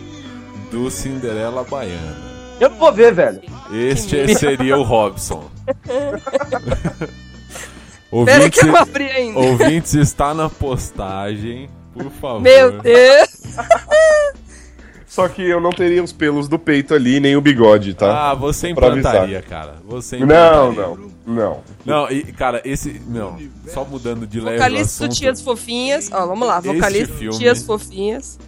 Speaker 1: do Cinderela Baiana.
Speaker 4: Eu não vou ver, velho.
Speaker 1: Este seria o Robson.
Speaker 2: Pera que
Speaker 1: ouvintes,
Speaker 2: é eu não abri ainda.
Speaker 1: ouvintes, está na postagem, por favor.
Speaker 2: Meu Deus.
Speaker 3: Só que eu não teria os pelos do peito ali, nem o bigode, tá?
Speaker 1: Ah, você
Speaker 3: Pra avisar.
Speaker 1: implantaria, cara. Você
Speaker 3: não,
Speaker 1: implantaria.
Speaker 3: não, não.
Speaker 1: Não, e, cara, esse. Não, só mudando de leve. o
Speaker 2: Vocalista
Speaker 1: assunto.
Speaker 2: do Tias Fofinhas. Ó, vamos lá.
Speaker 1: Esse
Speaker 2: Vocalista do
Speaker 1: filme-
Speaker 2: Tias Fofinhas.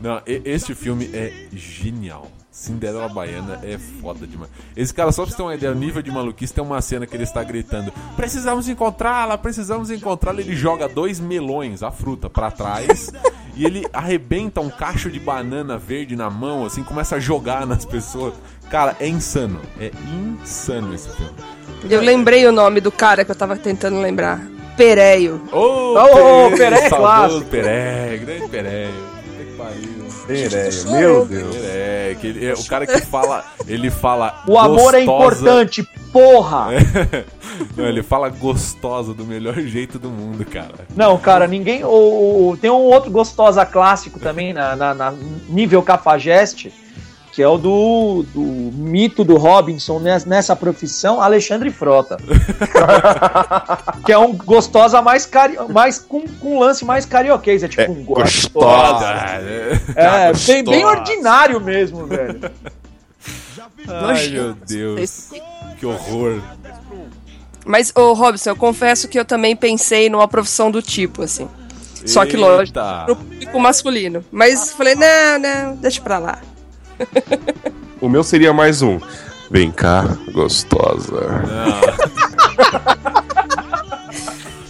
Speaker 1: Não, e- este filme é genial. Cinderela Baiana é foda demais. Esse cara, só pra você ter uma ideia, o nível de maluquice, tem uma cena que ele está gritando: Precisamos encontrá-la, precisamos encontrá-la. Ele joga dois melões, a fruta, pra trás. e ele arrebenta um cacho de banana verde na mão, assim, começa a jogar nas pessoas. Cara, é insano. É insano esse filme.
Speaker 2: Eu lembrei o nome do cara que eu tava tentando lembrar. Pereio.
Speaker 1: Ô,
Speaker 4: Ô, Peré é
Speaker 1: saudoso
Speaker 4: clássico.
Speaker 1: Peré, grande Peré. Puta que pariu.
Speaker 3: Pereira, meu Deus.
Speaker 1: É, que ele- é, o cara que fala, ele fala
Speaker 4: O amor é
Speaker 1: gostosa-
Speaker 4: importante, porra.
Speaker 1: Não, ele fala gostosa do melhor jeito do mundo, cara.
Speaker 4: Não, cara, ninguém. O, o- tem um outro gostosa clássico também na, na- na nível Cafajeste, que é o do, do mito do Robinson nes- nessa profissão, Alexandre Frota. que é um gostosa mais, cari mais com, com um lance mais carioquês. É tipo um
Speaker 3: gostosa.
Speaker 4: gostosa.
Speaker 1: Foda.
Speaker 4: É, bem, bem ordinário mesmo, velho.
Speaker 1: Ai, meu Deus. Que horror.
Speaker 2: Mas, ô, Robson, eu confesso que eu também pensei numa profissão do tipo, assim. Só que, lógico,
Speaker 1: Eita.
Speaker 2: pro público masculino. Mas falei, não, não, deixa pra lá.
Speaker 3: O meu seria mais um. Vem cá, gostosa.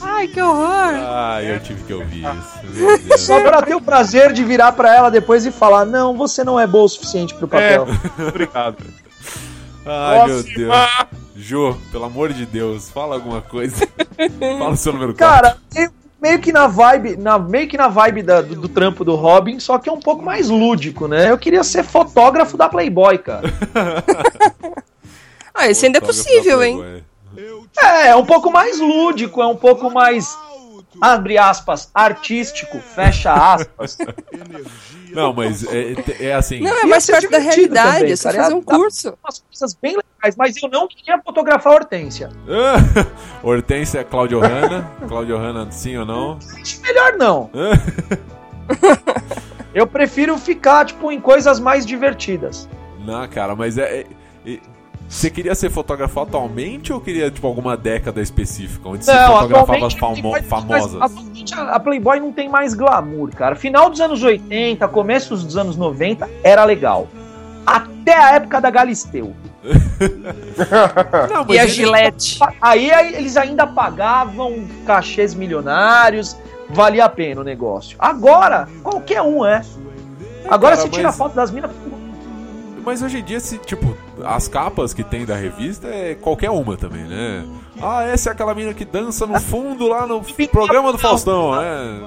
Speaker 2: Ai, que horror.
Speaker 1: Ai, eu tive que ouvir isso. Meu Deus.
Speaker 4: Só pra ter o prazer de virar pra ela depois e falar: Não, você não é boa o suficiente pro papel.
Speaker 3: Obrigado.
Speaker 1: Ai, meu Deus. Jô, pelo amor de Deus, fala alguma coisa. Fala o seu número 4.
Speaker 4: Cara, meio, meio que na vibe, na, meio que na vibe da- do, do trampo do Robin, só que é um pouco mais lúdico, né? Eu queria ser fotógrafo da Playboy, cara.
Speaker 2: Ah, esse ainda é possível, hein?
Speaker 4: É, é um pouco mais lúdico, é um pouco mais, abre aspas, artístico, fecha aspas.
Speaker 1: Não, mas é, é assim.
Speaker 2: Não, é
Speaker 4: Ia
Speaker 2: mais
Speaker 4: ser
Speaker 2: perto da
Speaker 4: divertido
Speaker 2: realidade,
Speaker 4: também,
Speaker 2: é só
Speaker 4: cara.
Speaker 2: fazer um
Speaker 4: Dá-
Speaker 2: curso.
Speaker 4: Umas coisas bem legais, mas eu não queria fotografar a Hortência.
Speaker 1: Ah, Hortência, Claudio Hanna. Claudio Hanna, sim ou não?
Speaker 4: Acho melhor não. Eu prefiro ficar, tipo, em coisas mais divertidas.
Speaker 1: Não, cara, mas é. é- é- você queria ser fotógrafo atualmente ou queria, tipo, alguma década específica? Onde você fotografava as
Speaker 4: não tem
Speaker 1: famo-
Speaker 4: mais-
Speaker 1: famosas?
Speaker 4: mas atualmente a- a Playboy não tem mais glamour, cara. Final dos anos 80, começo dos anos 90, era legal. Até a época da Galisteu.
Speaker 1: Não, mas
Speaker 2: E a
Speaker 1: ele-
Speaker 2: Gillette.
Speaker 4: Aí, aí eles ainda pagavam cachês milionários, valia a pena o negócio. Agora, qualquer um é. Agora
Speaker 1: cara,
Speaker 4: se tira
Speaker 1: mas-
Speaker 4: foto das minas.
Speaker 1: Mas hoje em dia, se, tipo, as capas que tem da revista é qualquer uma também, né? Ah, essa é aquela mina que dança no fundo lá no programa do Faustão, é.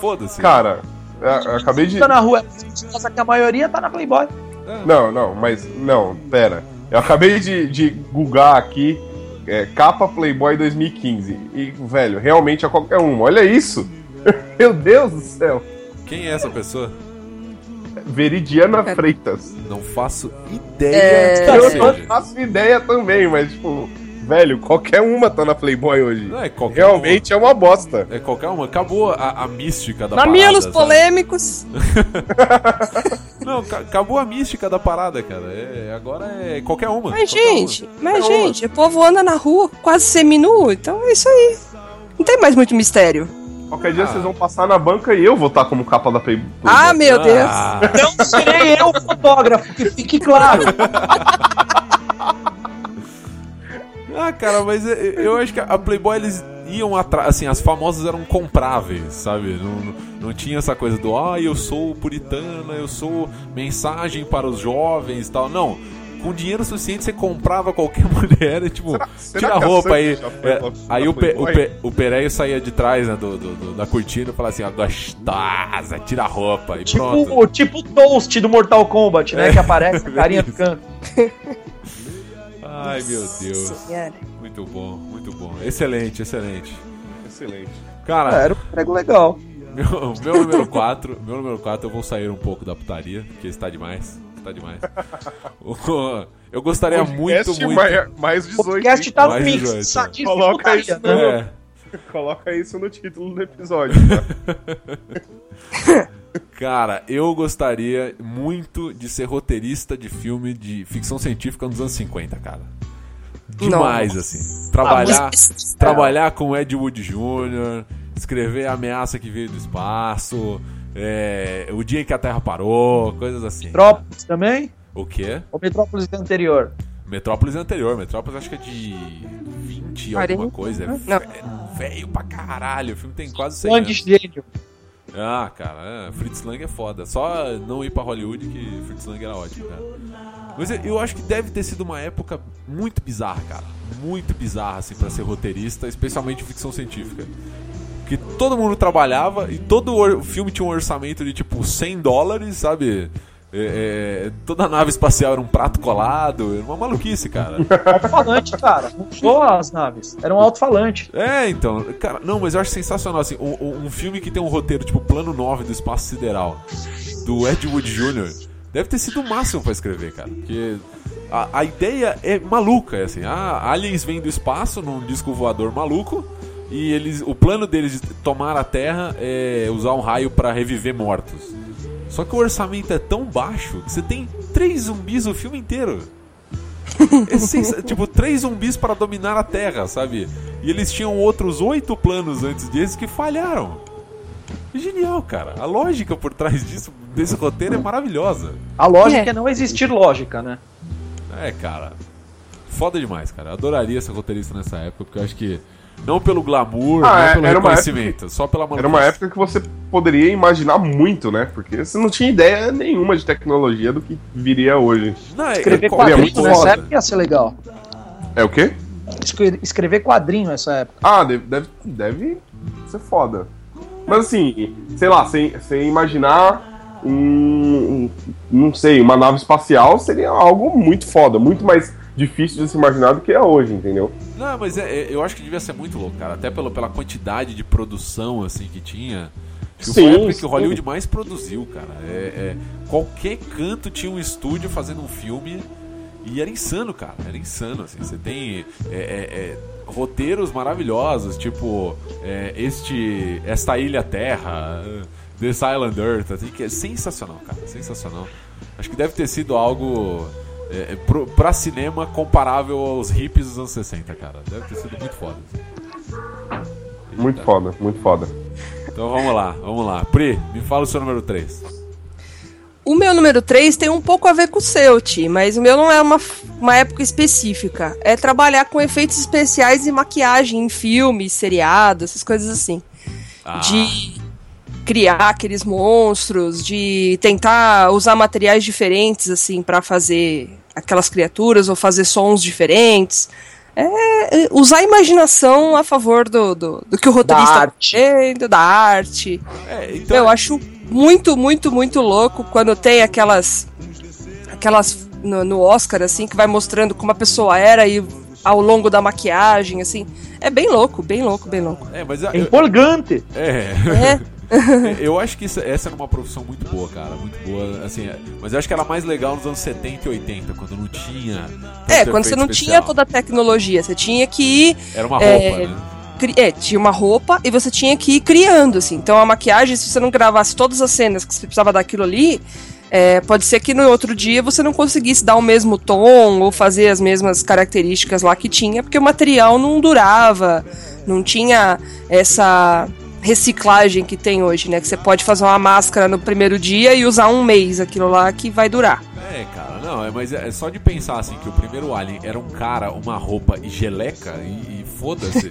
Speaker 1: Foda-se.
Speaker 3: Cara, a- a- acabei de.
Speaker 4: Tá na rua, só que a maioria tá na Playboy.
Speaker 3: Não, não, mas. Não, pera. Eu acabei de, de googar aqui. é, capa Playboy 2015. E, velho, realmente é qualquer uma. Olha isso! Meu Deus do céu!
Speaker 1: Quem é essa pessoa?
Speaker 3: Veridiana Freitas.
Speaker 1: Não faço ideia de quem
Speaker 3: Eu
Speaker 1: seja.
Speaker 3: não faço ideia também, mas, tipo, velho, qualquer uma tá na Playboy hoje.
Speaker 1: Não é qualquer
Speaker 3: Realmente é uma bosta.
Speaker 1: uma. É qualquer uma. Acabou a, a mística da parada.
Speaker 2: Mamilos
Speaker 1: sabe?
Speaker 2: polêmicos.
Speaker 1: Não, ca- acabou a mística da parada, cara. É, agora é qualquer uma.
Speaker 2: Mas,
Speaker 1: qualquer uma.
Speaker 2: gente, mas, gente, o povo anda na rua quase seminu, então é isso aí. Não tem mais muito mistério.
Speaker 3: Qualquer dia vocês vão passar na banca e eu vou estar como capa da Play- Playboy.
Speaker 2: Ah, meu Deus.
Speaker 1: Ah,
Speaker 4: Não serei eu o fotógrafo, que fique claro.
Speaker 1: Ah, cara, mas é- é- eu acho que a Playboy eles iam atrás, assim, as famosas eram compráveis, sabe? Não, não tinha essa coisa do, ah, eu sou puritana, eu sou mensagem para os jovens e tal. Não, com dinheiro suficiente você comprava qualquer mulher e, tipo,
Speaker 3: será
Speaker 1: tira a
Speaker 3: que a
Speaker 1: roupa
Speaker 3: Sandy
Speaker 1: aí.
Speaker 3: já foi
Speaker 1: É,
Speaker 3: pra-
Speaker 1: aí
Speaker 3: pra
Speaker 1: o, pe, o,
Speaker 3: Playboy?
Speaker 1: pe, o Pereio saía de trás, né, do, do- do- da cortina e falava assim, ó, gostosa, tira a roupa e pronto. É
Speaker 4: tipo o tipo Toast do Mortal Kombat, né? Que aparece a carinha do canto.
Speaker 1: Ai, meu Deus.
Speaker 2: Senhora.
Speaker 1: Muito bom, muito bom. Excelente, excelente.
Speaker 3: Excelente.
Speaker 1: Cara,
Speaker 4: Era um prego legal.
Speaker 1: Meu, meu número 4, meu número 4, eu vou sair um pouco da putaria, porque está demais, está demais. O- Eu gostaria muito,
Speaker 3: Podcast
Speaker 1: muito...
Speaker 3: mai- mais
Speaker 4: O
Speaker 3: 18.
Speaker 4: podcast tá no
Speaker 1: mais é.
Speaker 4: mix.
Speaker 1: 18.
Speaker 4: sadismo e
Speaker 3: Coloca
Speaker 4: putaria,
Speaker 3: isso.
Speaker 4: né?
Speaker 1: É,
Speaker 3: Coloca isso no título do episódio. tá?
Speaker 1: cara, eu gostaria muito de ser roteirista de filme de ficção científica nos anos 50, cara. Demais, assim. Trabalhar,
Speaker 2: Mas-
Speaker 1: trabalhar com Ed Wood Jr., escrever A Ameaça que Veio do Espaço, é, O Dia em que a Terra Parou, coisas assim.
Speaker 4: Metrópolis também?
Speaker 1: O quê?
Speaker 4: Ou Metrópolis do anterior?
Speaker 1: Metrópolis é anterior, Metrópolis acho que é de 20 e alguma
Speaker 2: 40,
Speaker 1: coisa. É
Speaker 2: né?
Speaker 1: ve- velho pra caralho, o filme tem quase 100
Speaker 4: Land
Speaker 1: anos.
Speaker 4: Gênio.
Speaker 1: Ah, cara, é, Fritz Lang é foda. Só não ir pra Hollywood que Fritz Lang era ótimo, cara. Mas eu, eu acho que deve ter sido uma época muito bizarra, cara. Muito bizarra, assim, pra ser roteirista, especialmente ficção científica. Porque todo mundo trabalhava e todo or- o filme tinha um orçamento de tipo 100 dólares, sabe? É, é, toda nave espacial era um prato colado, era uma maluquice, cara.
Speaker 4: Alto-falante, cara. Não sou as naves. Era um alto-falante.
Speaker 1: É, então, cara, não, mas eu acho sensacional, assim, um, um- um filme que tem um roteiro, tipo, Plano 9 do Espaço Sideral, do Ed Wood Jr., deve ter sido o máximo pra escrever, cara, porque a, a ideia é maluca, é assim, ah, aliens vêm do espaço num disco voador maluco, e eles, o plano deles de tomar a Terra é usar um raio pra reviver mortos. Só que o orçamento é tão baixo que você tem três zumbis o filme inteiro. É sensa- tipo, três zumbis para dominar a Terra, sabe? E eles tinham outros oito planos antes desses que falharam. Genial, cara. A lógica por trás disso, desse roteiro é maravilhosa.
Speaker 4: A lógica
Speaker 2: É.
Speaker 4: é não existir lógica, né?
Speaker 1: É, cara. Foda demais, cara. Eu adoraria ser roteirista nessa época, porque eu acho que. Não pelo glamour,
Speaker 3: Ah,
Speaker 1: não
Speaker 3: é,
Speaker 1: pelo
Speaker 3: era uma
Speaker 1: reconhecimento, só pela
Speaker 3: Era uma
Speaker 1: manutenção.
Speaker 3: época que você poderia imaginar muito, né? Porque você não tinha ideia nenhuma de tecnologia do que viria hoje.
Speaker 1: Não, é,
Speaker 4: Escrever
Speaker 1: é qualquer
Speaker 3: quadrinhos, muito
Speaker 4: quadrinho
Speaker 1: coisa.
Speaker 4: nessa
Speaker 3: foda.
Speaker 4: época ia ser legal.
Speaker 3: É o quê?
Speaker 4: Escre- Escrever quadrinho nessa época.
Speaker 3: Ah, deve, deve, deve ser foda. Mas assim, sei lá, sem, sem imaginar um, um- Não sei, uma nave espacial seria algo muito foda, muito mais difícil de se imaginar do que é hoje, entendeu?
Speaker 1: Não, mas é- é- eu acho que devia ser muito louco, cara. Até pelo, pela quantidade de produção, assim, que tinha. Acho que foi a
Speaker 3: Sim,
Speaker 1: época que o
Speaker 3: sim.
Speaker 1: Hollywood mais produziu, cara. É- é, qualquer canto tinha um estúdio fazendo um filme. E era insano, cara. Era insano, assim. Você tem é, é, é, roteiros maravilhosos, tipo é, este, esta Ilha Terra, é, This Island Earth, assim, que é sensacional, cara. Sensacional. Acho que deve ter sido algo é, é, pro- pra cinema comparável aos hippies dos anos 60, cara. Deve ter sido muito foda. assim.
Speaker 3: Muito
Speaker 1: Eita.
Speaker 3: foda, muito foda.
Speaker 1: Então vamos lá, vamos lá. Pri, me fala o seu número 3.
Speaker 2: O meu número 3 tem um pouco a ver com o seu, Ti, mas o meu não é uma, f- uma época específica. É trabalhar com efeitos especiais e maquiagem em filme, seriado, essas coisas assim.
Speaker 1: Ah.
Speaker 2: De criar aqueles monstros, de tentar usar materiais diferentes, assim, para fazer aquelas criaturas ou fazer sons diferentes. É, é, usar a imaginação a favor do, do, do que o roteirista tá
Speaker 4: arte.
Speaker 2: fazendo, da arte.
Speaker 1: É, então,
Speaker 2: Eu acho muito, muito, muito louco quando tem aquelas. Aquelas. No, no Oscar, assim, que vai mostrando como a pessoa era e ao longo da maquiagem, assim. É bem louco, bem louco, bem louco.
Speaker 1: é, mas eu-
Speaker 4: É empolgante.
Speaker 1: é.
Speaker 2: É,
Speaker 1: É, Eu acho que isso- essa era uma profissão muito boa, cara. Muito boa, assim. é, Mas eu acho que era mais legal nos anos 70 e 80, quando não tinha. tanto
Speaker 2: é quando
Speaker 1: efeito
Speaker 2: você não
Speaker 1: especial.
Speaker 2: tinha toda a tecnologia, você tinha que ir.
Speaker 1: Era uma roupa,
Speaker 2: é,
Speaker 1: né?
Speaker 2: cri- É, tinha uma roupa e você tinha que ir criando, assim. Então a maquiagem, se você não gravasse todas as cenas que você precisava daquilo ali, é, pode ser que no outro dia você não conseguisse dar o mesmo tom ou fazer as mesmas características lá que tinha, porque o material não durava, não tinha essa reciclagem que tem hoje, né? Que você pode fazer uma máscara no primeiro dia e usar um mês aquilo lá que vai durar.
Speaker 1: É, cara, não, é, mas é é só de pensar assim que o primeiro Alien era um cara, uma roupa e geleca e, e foda-se.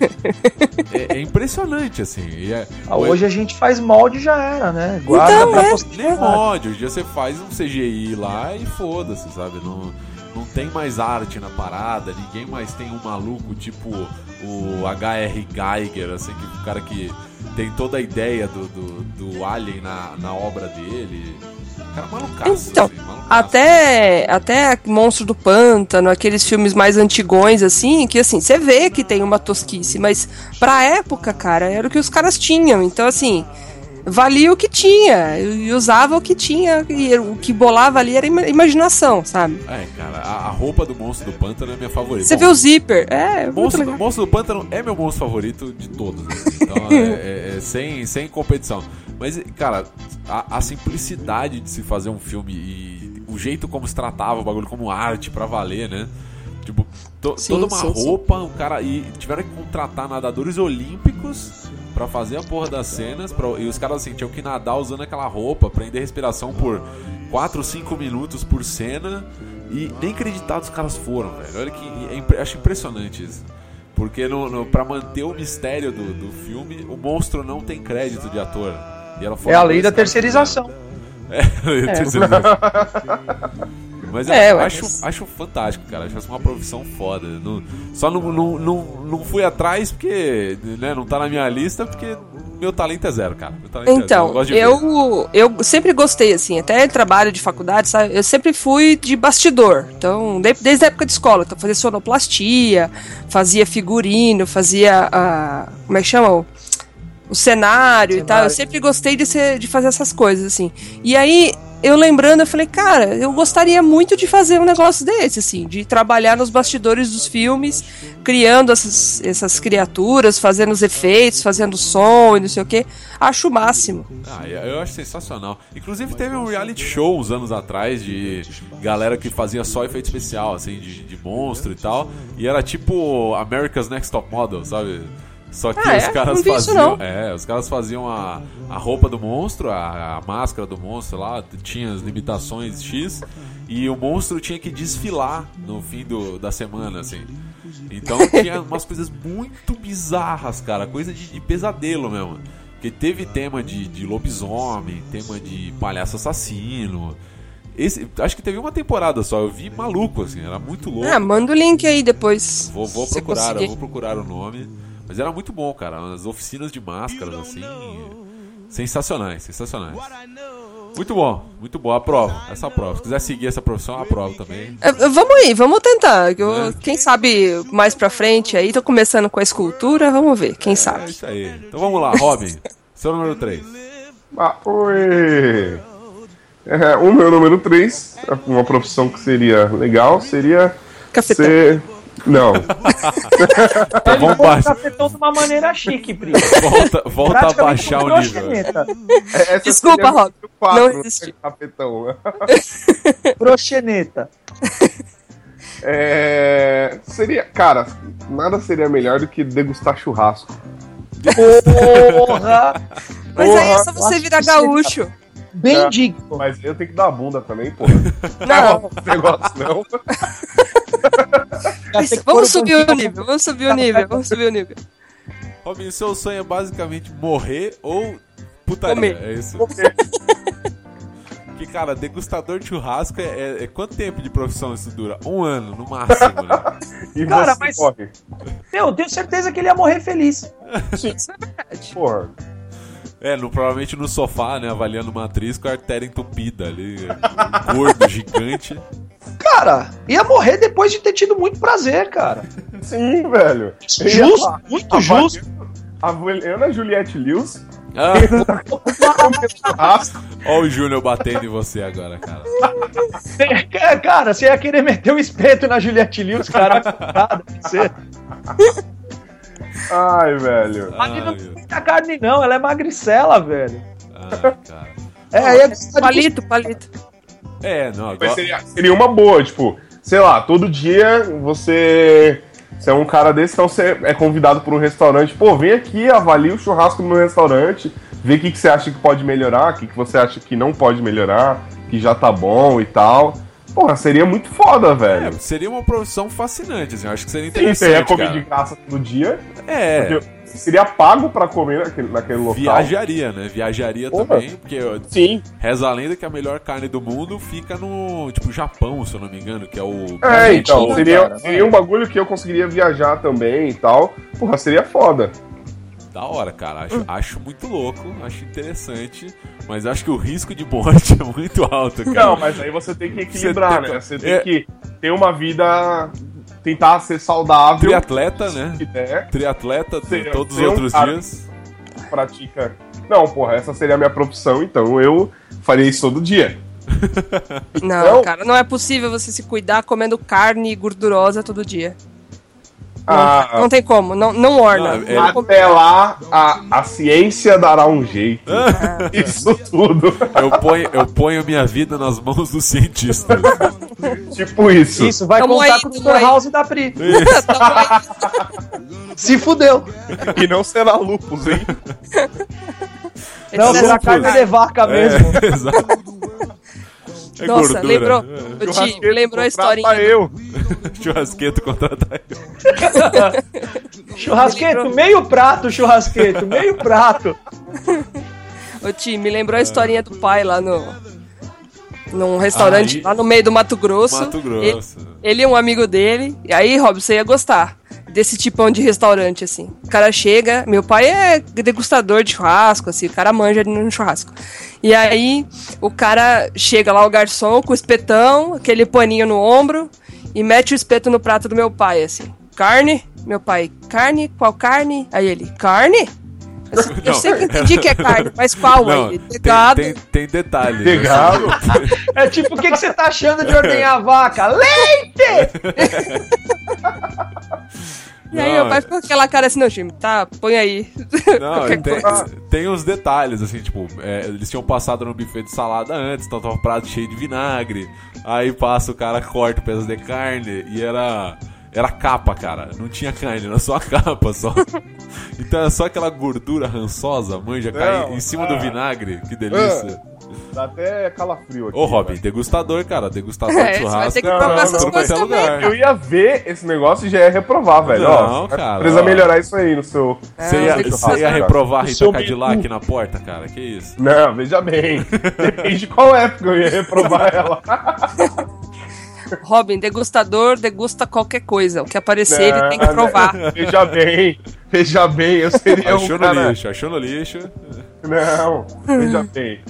Speaker 1: é, é impressionante, assim. e é-
Speaker 4: Ah, hoje a gente faz molde e já era, né?
Speaker 2: Então,
Speaker 4: pra
Speaker 2: é.
Speaker 1: Nem
Speaker 4: posteridade.
Speaker 1: mod, hoje em dia você faz um CGI lá e foda-se, sabe? Não, não tem mais arte na parada, ninguém mais tem um maluco tipo o HR Geiger, assim, que o cara que tem toda a ideia do, do, do Alien na, na obra dele. O cara é malucaço,
Speaker 2: Então,
Speaker 1: assim, malucaço.
Speaker 2: Até, até Monstro do Pântano, aqueles filmes mais antigões, assim, que assim, você vê que tem uma tosquice, mas pra época, cara, era o que os caras tinham. Então, assim, valia o que tinha, e usava o que tinha, e o que bolava ali era ima- imaginação, sabe?
Speaker 1: É, cara, a, a roupa do Monstro do Pântano é minha favorita.
Speaker 2: Você
Speaker 1: Bom,
Speaker 2: vê o zíper, é, muito
Speaker 1: Monstro,
Speaker 2: legal.
Speaker 1: Monstro do Pântano é meu monstro favorito de todos. assim. Então, é, é- é sem, sem competição. Mas, cara, a, a simplicidade de se fazer um filme e o jeito como se tratava o bagulho como arte pra valer, né? Tipo, to-
Speaker 2: Sim,
Speaker 1: toda uma
Speaker 2: sim, sim.
Speaker 1: roupa, o cara. E tiveram que contratar nadadores olímpicos pra fazer a porra das cenas. pra- e os caras, assim, tinham que nadar usando aquela roupa, prender respiração por 4, 5 minutos por cena. E nem acreditados os caras foram, velho. Olha que. É, impre- acho impressionante isso. Porque no, no, pra manter o mistério do, do filme, o monstro não tem crédito de ator. E ela
Speaker 4: É a lei da terceirização.
Speaker 1: É, terceirização. Mas eu
Speaker 2: É, mas-
Speaker 1: acho, acho fantástico, cara. Acho essa uma profissão foda. Não- só não, não, não, não fui atrás porque né, não tá na minha lista, porque meu talento é zero, cara. Meu talento é zero.
Speaker 2: Então,
Speaker 1: gosto de ver.
Speaker 2: eu, eu sempre gostei, assim, até trabalho de faculdade, sabe? Eu sempre fui de bastidor. Então, de- desde a época de escola. Então, fazia sonoplastia, fazia figurino, fazia. ah, como é que chama? O, o cenário e tal. Eu
Speaker 4: Cenário.
Speaker 2: sempre gostei de, ser, de fazer essas coisas, assim. E aí. Eu lembrando, eu falei, cara, eu gostaria muito de fazer um negócio desse, assim, de trabalhar nos bastidores dos filmes, criando essas, essas criaturas, fazendo os efeitos, fazendo som e não sei o quê. Acho o máximo.
Speaker 1: Ah, eu- eu acho sensacional. Inclusive teve um reality show uns anos atrás de galera que fazia só efeito especial, assim, de, de monstro e tal. E era tipo America's Next Top Model, sabe? Só que
Speaker 2: Ah,
Speaker 1: os
Speaker 2: é?
Speaker 1: caras
Speaker 2: Não vi isso,
Speaker 1: faziam.
Speaker 2: não.
Speaker 1: É, os caras faziam a, a roupa do monstro, a, a máscara do monstro lá, tinha as limitações X, e o monstro tinha que desfilar no fim do, da semana, assim. Então tinha umas coisas muito bizarras, cara, coisa de, de pesadelo mesmo. Porque teve tema de, de lobisomem, tema de palhaço assassino. Esse, acho que teve uma temporada só, eu vi maluco, assim, era muito louco.
Speaker 2: Ah, manda o link aí depois.
Speaker 1: Vou, vou
Speaker 2: se
Speaker 1: procurar, eu
Speaker 2: conseguir.
Speaker 1: vou procurar o nome. Mas era muito bom, cara. As oficinas de máscaras, assim. Sensacionais, sensacionais. Muito bom, muito bom. Aprovo, essa prova. Se quiser seguir essa profissão, aprovo também.
Speaker 2: É, Vamos aí, vamos tentar. Eu-
Speaker 1: É.
Speaker 2: Quem sabe mais pra frente aí, tô começando com a escultura, vamos ver, quem
Speaker 1: É
Speaker 2: sabe.
Speaker 1: isso aí. Então vamos lá, Robin. Seu número 3.
Speaker 3: Ah, oi! É, o meu número 3, uma profissão que seria legal, seria
Speaker 2: Cafetão.
Speaker 3: ser. Não,
Speaker 1: Então
Speaker 4: Ele
Speaker 1: vamos
Speaker 4: foi um
Speaker 1: baixar.
Speaker 4: cafetão de uma maneira chique, Pri.
Speaker 1: Volta, volta a
Speaker 4: Praticamente um
Speaker 1: baixar
Speaker 4: comprou
Speaker 1: o
Speaker 4: a
Speaker 1: nível.
Speaker 4: Xeneta.
Speaker 3: É, essa
Speaker 2: Desculpa,
Speaker 3: seria a
Speaker 2: Rob,
Speaker 3: número quatro,
Speaker 2: não
Speaker 3: né,
Speaker 2: existe.
Speaker 3: Capetão.
Speaker 4: Proxeneta.
Speaker 3: É, seria, cara, nada seria melhor do que degustar churrasco.
Speaker 4: Porra!
Speaker 2: Mas aí é só
Speaker 4: Porra,
Speaker 2: você
Speaker 4: acho
Speaker 2: virar
Speaker 4: que seria-
Speaker 2: gaúcho.
Speaker 4: Bem
Speaker 3: É.
Speaker 4: digno.
Speaker 3: Mas eu tenho que dar a bunda também, pô. Não é
Speaker 2: Não,
Speaker 3: um negócio, não.
Speaker 4: Já sei que foram
Speaker 2: vamos subir o
Speaker 4: bandidos.
Speaker 2: nível, vamos subir o nível, vamos subir o nível.
Speaker 1: Robin, seu sonho é basicamente morrer ou putaria.
Speaker 2: Comer.
Speaker 1: É isso. Que, cara, degustador de churrasco é, é- é quanto tempo de profissão isso dura? Um ano, no máximo, né?
Speaker 3: E
Speaker 4: Cara,
Speaker 3: você
Speaker 4: mas-
Speaker 3: morre.
Speaker 4: Meu, eu tenho certeza que ele ia morrer feliz.
Speaker 2: Isso é verdade.
Speaker 3: Porra.
Speaker 1: É, no- provavelmente no sofá, né? Avaliando uma atriz com a artéria entupida ali. um gordo, gigante.
Speaker 4: Cara, ia morrer depois de ter tido muito prazer, cara.
Speaker 3: Sim, velho.
Speaker 4: Justo, muito justo.
Speaker 3: Avaliando a é Juliette Lewis,
Speaker 1: Ah,
Speaker 3: comendo churrasco.
Speaker 1: ó o Júnior batendo em você agora, cara.
Speaker 4: É, cara, você ia querer meter o espeto na Juliette Lewis, cara. Coitada de você.
Speaker 3: Ai, velho.
Speaker 1: Ah,
Speaker 4: Ali não tem
Speaker 1: meu.
Speaker 4: muita carne, não. Ela é magricela, velho.
Speaker 1: Ah, cara.
Speaker 4: É, aí é gostar de
Speaker 2: Palito, palito.
Speaker 1: É, não,
Speaker 3: Mas
Speaker 1: agora.
Speaker 3: seria, seria uma boa, tipo, sei lá, todo dia você. Você é um cara desse, então você é convidado para um restaurante. Pô, vem aqui, avalia o churrasco no meu restaurante, vê o que, que você acha que pode melhorar, o que, que você acha que não pode melhorar, que já tá bom e tal. Porra, seria muito foda,
Speaker 1: É,
Speaker 3: velho.
Speaker 1: seria uma profissão fascinante, assim. eu Acho que seria
Speaker 3: Sim, você ia
Speaker 1: interessante,
Speaker 3: comer de
Speaker 1: cara.
Speaker 3: graça todo dia,
Speaker 1: É,
Speaker 3: porque você seria pago para comer naquele, naquele local.
Speaker 1: viajaria, né? Viajaria
Speaker 3: Porra.
Speaker 1: também, porque ó,
Speaker 3: Sim.
Speaker 1: reza a lenda que a melhor carne do mundo fica no, tipo, Japão, se eu não me engano, que é o...
Speaker 3: É, então,
Speaker 1: Ou-
Speaker 3: seria,
Speaker 4: cara,
Speaker 1: é.
Speaker 3: seria um bagulho que eu conseguiria viajar também e tal. Porra, seria foda.
Speaker 1: Da hora, cara. Acho, acho muito louco, acho interessante, mas acho que o risco de morte é muito alto, cara.
Speaker 3: Não, mas aí você tem que
Speaker 1: Você
Speaker 3: equilibrar,
Speaker 1: tem-
Speaker 3: né? Você tem
Speaker 1: é.
Speaker 3: que ter uma vida. tentar ser saudável.
Speaker 1: Triatleta, né?
Speaker 3: Que der,
Speaker 1: Triatleta de
Speaker 3: Seria-
Speaker 1: todos os
Speaker 3: seria um
Speaker 1: outros
Speaker 3: cara.
Speaker 1: dias.
Speaker 3: pratica. Não, porra, essa seria a minha profissão, então eu faria isso todo dia.
Speaker 2: Não,
Speaker 3: Não?
Speaker 2: cara, não é possível você se cuidar comendo carne gordurosa todo dia. Não,
Speaker 3: Ah,
Speaker 2: não tem como, não, não orna.
Speaker 1: Não, é-
Speaker 2: Não come-
Speaker 3: até lá, a, a ciência dará um jeito. Isso tudo.
Speaker 1: Eu ponho, eu ponho minha vida nas mãos dos cientistas.
Speaker 3: tipo isso.
Speaker 4: Isso, vai
Speaker 2: Tamo
Speaker 4: contar
Speaker 2: aí,
Speaker 4: com o
Speaker 2: tamo
Speaker 4: Dr.
Speaker 2: aí.
Speaker 4: House da Pri. Se fudeu.
Speaker 3: E não será lupus, hein?
Speaker 4: Não,
Speaker 2: Excesso
Speaker 4: será
Speaker 2: de
Speaker 4: carne
Speaker 2: carne.
Speaker 4: de vaca mesmo.
Speaker 1: É, exato. É
Speaker 2: Nossa,
Speaker 1: gordura.
Speaker 2: lembrou,
Speaker 1: É.
Speaker 2: eu te, lembrou a historinha.
Speaker 3: Contrata eu.
Speaker 1: Churrasqueto contratar eu.
Speaker 4: Churrasqueto, meio prato, churrasqueto, meio prato.
Speaker 2: Ô, Ti, me lembrou a historinha do pai lá no. Num restaurante
Speaker 1: Aí-
Speaker 2: lá no meio do Mato Grosso.
Speaker 1: Mato
Speaker 2: Ele,
Speaker 1: Grosso.
Speaker 2: ele e um amigo dele. E aí, Rob, você ia gostar desse tipão de restaurante, assim. O cara chega. Meu pai é degustador de churrasco, assim. O cara manja no churrasco. E aí, o cara chega lá, o garçom, com o espetão, aquele paninho no ombro. E mete o espeto no prato do meu pai, assim. Carne? Meu pai, carne? Qual carne? Aí ele, carne? Eu, assim, eu
Speaker 1: Não,
Speaker 2: sei que eu entendi que é carne, mas qual
Speaker 1: Não,
Speaker 2: aí?
Speaker 1: tem,
Speaker 2: Pegado.
Speaker 1: tem, tem né? detalhes.
Speaker 3: Pegado.
Speaker 4: É tipo, o que, que você tá achando de ordenhar a vaca? Leite!
Speaker 2: E aí,
Speaker 1: Não,
Speaker 2: meu pai
Speaker 1: é-
Speaker 2: ficou com aquela cara assim, não, time, tá, põe aí.
Speaker 1: Não,
Speaker 2: Qualquer
Speaker 1: tem,
Speaker 2: coisa.
Speaker 1: tem uns detalhes, assim, tipo, é, eles tinham passado no buffet de salada antes, então tava um prato cheio de vinagre. Aí passa o cara, corta o pedaço de carne e era. Era capa, cara. Não tinha carne, era só a capa só. Então era só aquela gordura rançosa, manja, cair
Speaker 3: Não,
Speaker 1: em cima
Speaker 3: ah.
Speaker 2: é.
Speaker 1: do vinagre. Que delícia.
Speaker 2: Ah.
Speaker 3: Dá até calafrio aqui.
Speaker 1: Ô, Robin,
Speaker 3: velho.
Speaker 1: degustador, cara. Degustador de
Speaker 2: É, você vai
Speaker 1: churrasco.
Speaker 2: ter que
Speaker 1: é
Speaker 3: provar
Speaker 1: pra
Speaker 3: essas
Speaker 1: qualquer
Speaker 2: coisas também,
Speaker 3: Eu ia ver esse negócio e já ia reprovar, velho.
Speaker 1: Não,
Speaker 3: Ó,
Speaker 1: cara,
Speaker 3: Precisa
Speaker 1: ó.
Speaker 3: melhorar isso aí no seu.
Speaker 1: Você
Speaker 2: É,
Speaker 1: ia,
Speaker 2: tem que
Speaker 1: você ia
Speaker 3: ser-
Speaker 1: reprovar a
Speaker 4: O seu
Speaker 1: Rita
Speaker 2: um
Speaker 1: Cadillac na porta, cara. Que isso?
Speaker 3: Não, veja bem. Depende de qual época eu ia reprovar ela.
Speaker 2: Robin, degustador, degusta qualquer coisa. O que aparecer, ele tem que
Speaker 3: Não,
Speaker 2: provar.
Speaker 3: né? Veja bem. Veja bem, eu seria
Speaker 1: Achou
Speaker 3: um
Speaker 1: no
Speaker 3: cara...
Speaker 1: lixo, achou no lixo.
Speaker 3: Não, veja bem.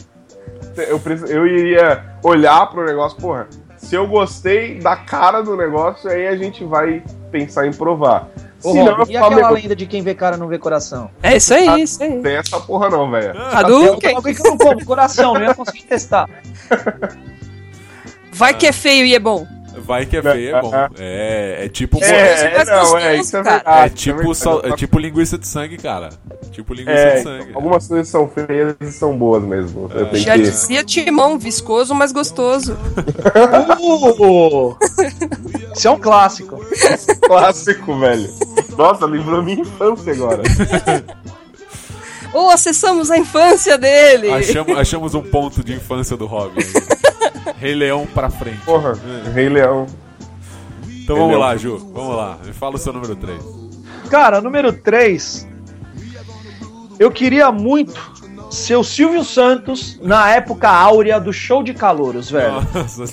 Speaker 3: Eu, preci- eu iria olhar pro negócio, porra. Se eu gostei da cara do negócio, aí a gente vai pensar em provar.
Speaker 4: Ô,
Speaker 3: Se não,
Speaker 4: Rob,
Speaker 3: eu
Speaker 4: e aquela
Speaker 3: falo,
Speaker 4: lenda de quem vê cara não vê coração?
Speaker 2: É isso aí, isso aí.
Speaker 3: não tem essa porra não, velho.
Speaker 4: Eu,
Speaker 2: Hadouken.
Speaker 4: por que que eu não como coração? Não ia conseguir testar.
Speaker 2: Vai que é feio e é bom.
Speaker 1: Vai que é feio, é bom. É, é tipo.
Speaker 2: É,
Speaker 1: É,
Speaker 2: mais gostoso, cara.
Speaker 3: ah,
Speaker 1: tipo, sal- é tipo linguiça de sangue, cara. Tipo linguiça
Speaker 3: É,
Speaker 1: de sangue. É.
Speaker 3: algumas coisas são feias e são boas mesmo. Eu tenho
Speaker 2: Já
Speaker 3: que-
Speaker 2: dizia timão, viscoso, mas gostoso.
Speaker 4: Uh, isso é um clássico.
Speaker 3: Clássico, velho. Nossa, lembrou minha infância agora.
Speaker 2: Ou acessamos a infância dele.
Speaker 1: Achamos, achamos um ponto de infância do Robin. Rei Leão pra frente.
Speaker 3: Porra,
Speaker 1: É.
Speaker 3: Rei Leão.
Speaker 1: Então vamos
Speaker 3: Rei
Speaker 1: lá, Ju. Vamos lá. Me fala o seu número 3.
Speaker 4: Cara, número 3. Eu queria muito ser o Silvio Santos na época áurea do show de calouros, velho.
Speaker 1: Nossa,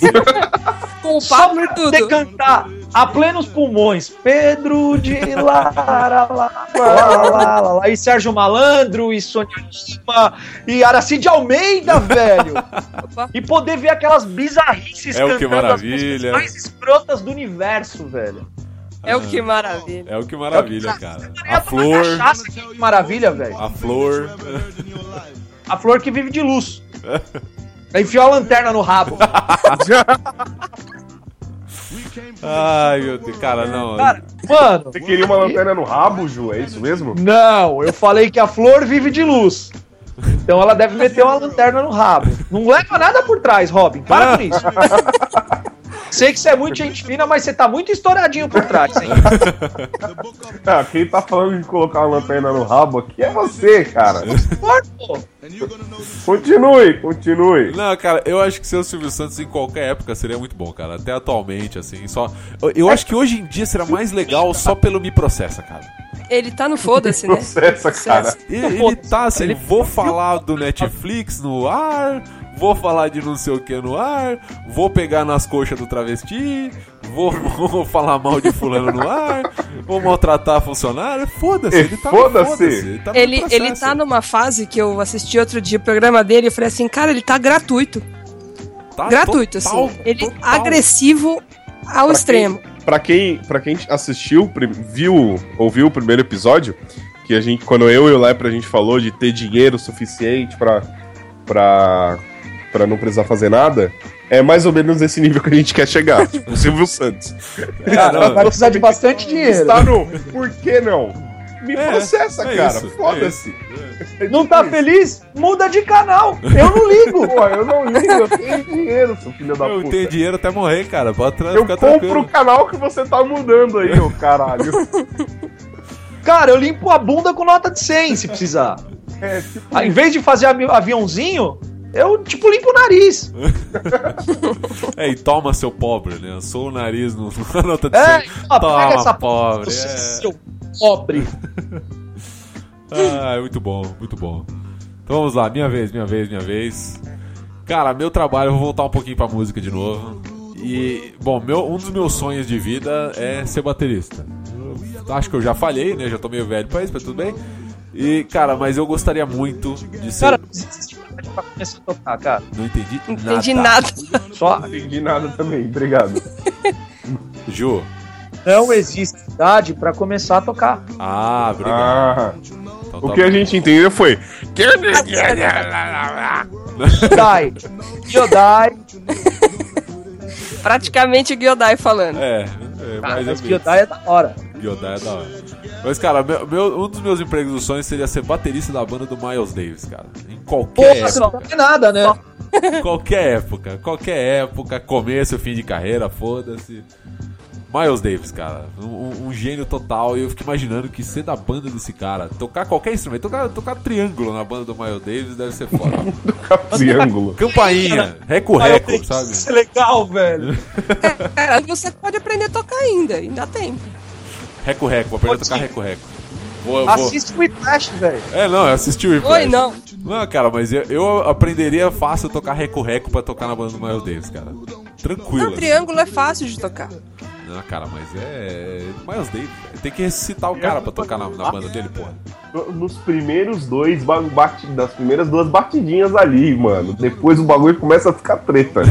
Speaker 2: Com o
Speaker 4: Só
Speaker 2: papo e
Speaker 4: pra
Speaker 2: tudo.
Speaker 4: poder cantar a plenos pulmões. Pedro de Lara, lá, lá, lá, lá, lá. E Sérgio Malandro, e Sônia Lima, e Aracide Almeida, velho.
Speaker 2: Opa.
Speaker 4: E poder ver aquelas bizarrices
Speaker 1: É o que
Speaker 4: as
Speaker 1: maravilha.
Speaker 4: músicas mais escrotas do universo, velho.
Speaker 2: É o que maravilha.
Speaker 1: é o que maravilha, cara. A flor.
Speaker 4: É Cachaça, que maravilha, velho.
Speaker 1: A flor.
Speaker 4: A flor que vive de luz. Aí Enfiou a lanterna no rabo.
Speaker 1: Ai, meu Deus. Cara, não.
Speaker 4: Cara, mano.
Speaker 3: Você queria uma lanterna no rabo, Ju? É isso mesmo?
Speaker 4: Não, eu falei que a flor vive de luz. Então ela deve meter uma lanterna no rabo. Não leva nada por trás, Robin. Para com isso. Sei que você é muito gente fina, mas você tá muito estouradinho por trás, hein?
Speaker 3: Ah, quem tá falando de colocar uma lanterna no rabo aqui é você, cara.
Speaker 4: Flor, pô.
Speaker 3: Continue, continue.
Speaker 1: Não, cara, eu acho que ser o Silvio Santos em qualquer época seria muito bom, cara. Até atualmente, assim, só. Eu, eu acho que hoje em dia será mais legal só pelo Me Processa, cara.
Speaker 2: Ele tá no foda-se, né?
Speaker 3: Processa, cara.
Speaker 1: E- Ele, tá assim, vou falar do Netflix no ar, vou falar de não sei o que no ar, vou pegar nas coxas do travesti, vou, vou falar mal de fulano no ar, vou maltratar funcionário. Foda-se, ele tá no
Speaker 3: Foda-se.
Speaker 1: foda-se, tá no
Speaker 2: Ele,
Speaker 1: processo.
Speaker 2: ele tá numa fase que eu assisti outro dia o programa dele e falei assim, cara, ele tá gratuito.
Speaker 1: Tá
Speaker 2: gratuito,
Speaker 1: total,
Speaker 2: assim. Ele
Speaker 1: total.
Speaker 2: agressivo ao
Speaker 3: quem- Ah,
Speaker 2: extremo.
Speaker 3: Pra quem, pra quem assistiu, prim- viu, ouviu o primeiro episódio, que a gente, quando eu e o Lepra a gente falou de ter dinheiro suficiente pra, pra, pra não precisar fazer nada, é mais ou menos esse nível que a gente quer chegar. tipo, o Silvio Santos.
Speaker 1: Caramba.
Speaker 4: Vai precisar de bastante dinheiro.
Speaker 3: Está no. Por que não? Me
Speaker 1: É,
Speaker 3: processa,
Speaker 1: é
Speaker 3: cara.
Speaker 1: isso, é
Speaker 3: Foda-se.
Speaker 4: Não tá feliz? Muda de canal. Eu não ligo.
Speaker 3: Pô, eu não ligo, eu tenho dinheiro, seu filho da
Speaker 1: Eu
Speaker 3: puta.
Speaker 1: tenho dinheiro até morrer, cara. Pode tra-
Speaker 3: Eu
Speaker 1: ficar
Speaker 3: compro o canal que você tá mudando aí, ô caralho.
Speaker 4: Cara, eu limpo a bunda com nota de 100, se precisar. Ah,
Speaker 3: É, tipo,
Speaker 4: Em vez de fazer avi- aviãozinho, eu, tipo, limpo o nariz.
Speaker 1: É, e toma seu pobre, né? Eu sou o nariz no na nota de
Speaker 4: É,
Speaker 1: sangue.
Speaker 4: ó,
Speaker 1: Toma,
Speaker 4: pega essa
Speaker 1: pobre,
Speaker 4: Você,
Speaker 1: é.
Speaker 4: seu pobre.
Speaker 1: Ah, é muito bom, muito bom. Então vamos lá, minha vez, minha vez, minha vez. Cara, meu trabalho, eu vou voltar um pouquinho pra música de novo. E, bom, meu, um dos meus sonhos de vida é ser baterista. Eu acho que eu já falhei, né? Já tô meio velho pra isso, mas tudo bem. E, cara, mas eu gostaria muito de ser.
Speaker 4: Cara, não existe idade pra começar a tocar, cara.
Speaker 1: não entendi,
Speaker 2: Não entendi
Speaker 3: tá.
Speaker 2: nada.
Speaker 4: Só
Speaker 3: não entendi nada também, obrigado.
Speaker 1: Ju.
Speaker 4: não existe idade pra começar a tocar.
Speaker 1: Ah, obrigado.
Speaker 3: Ah,
Speaker 1: Então
Speaker 3: o
Speaker 1: tá
Speaker 3: que a
Speaker 1: bom.
Speaker 3: gente entendeu foi.
Speaker 4: Dai. Giodai.
Speaker 2: Praticamente o Giodai falando.
Speaker 1: É, é mais
Speaker 4: Mas
Speaker 1: ou menos.
Speaker 4: Giodai é da hora.
Speaker 1: Giodai é da hora. Mas, cara, meu- meu- um dos meus empregos dos sonhos seria ser baterista da banda do Miles Davis, cara. Em qualquer
Speaker 4: Porra, você não
Speaker 1: época.
Speaker 4: tem nada, né?
Speaker 1: Qualquer época. Qualquer época. Começo, fim de carreira, foda-se. Miles Davis, cara, um, um gênio total. E eu fico imaginando que ser da banda desse cara, tocar qualquer instrumento, tocar, tocar triângulo na banda do Miles Davis deve ser foda.
Speaker 3: Triângulo.
Speaker 1: Campainha, reco-reco, sabe?
Speaker 4: Isso é legal, velho.
Speaker 2: Cara, É, você pode aprender a tocar ainda, ainda dá tempo.
Speaker 1: Reco-reco, vou aprender a tocar reco-reco. Vou, vou...
Speaker 4: Assiste o Whiplash, velho.
Speaker 1: É, não, eu assisti o
Speaker 2: Oi,
Speaker 1: replay.
Speaker 2: não.
Speaker 1: Não, cara, mas eu, eu aprenderia fácil a tocar reco-reco pra tocar na banda do Miles Davis, cara. Tranquilo. assim.
Speaker 2: Não, triângulo é fácil de tocar.
Speaker 1: Não, cara, mas é. Miles Davis. velho. Tem que ressuscitar o cara pra tocar na, na banda dele, porra.
Speaker 3: Nos primeiros dois, ba- bate- das primeiras duas batidinhas ali, mano. Depois o bagulho começa a ficar treta.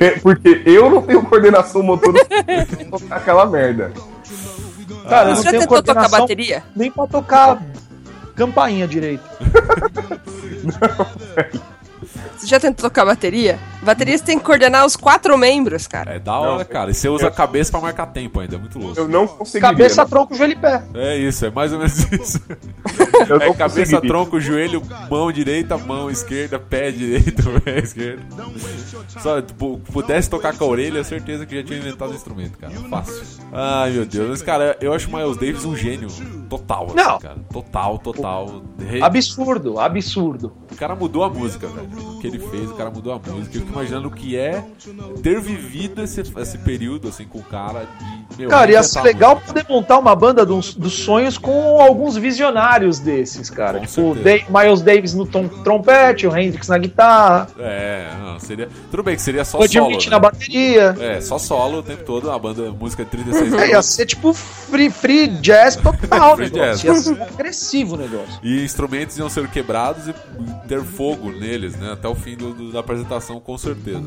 Speaker 3: É, porque eu não tenho coordenação motora pra tocar aquela merda.
Speaker 4: Cara, Ah,
Speaker 2: Você
Speaker 4: eu não
Speaker 2: já
Speaker 4: tenho
Speaker 2: tentou tocar
Speaker 4: coordenação
Speaker 2: bateria?
Speaker 4: nem pra tocar campainha direito.
Speaker 2: Você já tentou tocar bateria? Bateria você tem que coordenar os quatro membros, cara.
Speaker 1: É da hora,
Speaker 3: Não,
Speaker 1: cara. E você usa a cabeça pra marcar tempo ainda, é muito louco.
Speaker 3: Eu não conseguiria.
Speaker 4: Cabeça,
Speaker 3: mano.
Speaker 4: tronco, joelho e pé.
Speaker 1: É isso, é mais ou menos isso.
Speaker 3: Eu
Speaker 1: É
Speaker 3: não
Speaker 1: cabeça,
Speaker 3: conseguiria.
Speaker 1: tronco, joelho, mão direita, mão esquerda, pé direito, pé esquerdo. Só pu- pudesse tocar com a orelha, eu certeza que já tinha inventado o instrumento, cara. Fácil. Ai, meu Deus. Mas, cara, eu acho o Miles Davis um gênio. Total, assim,
Speaker 4: Não.
Speaker 1: cara. Total, total. Re-
Speaker 4: Absurdo, absurdo.
Speaker 1: O cara mudou a música, velho. O que ele fez, o cara mudou a música. Eu fico imaginando o que é ter vivido esse, esse período, assim, com o cara. De, meu,
Speaker 4: Cara, ia
Speaker 1: reinventar
Speaker 4: ser
Speaker 1: a
Speaker 4: legal
Speaker 1: música.
Speaker 4: poder montar uma banda dos, dos sonhos com alguns visionários desses, cara.
Speaker 1: Com
Speaker 4: tipo,
Speaker 1: certeza.
Speaker 4: Da- Miles Davis no tom- trompete, o Hendrix na guitarra,
Speaker 1: É, não, seria. Tudo bem que seria só
Speaker 4: o Jim
Speaker 1: solo.
Speaker 4: Rich
Speaker 1: né?
Speaker 4: na bateria.
Speaker 1: É, só solo o tempo todo, a banda música de 36
Speaker 4: É, ia
Speaker 1: minutos.
Speaker 4: ser tipo free, free jazz total o
Speaker 1: Free
Speaker 4: negócio. Ia ser agressivo o negócio.
Speaker 1: E instrumentos iam ser quebrados e ter fogo neles, né? Até o fim do- do- da apresentação, com certeza.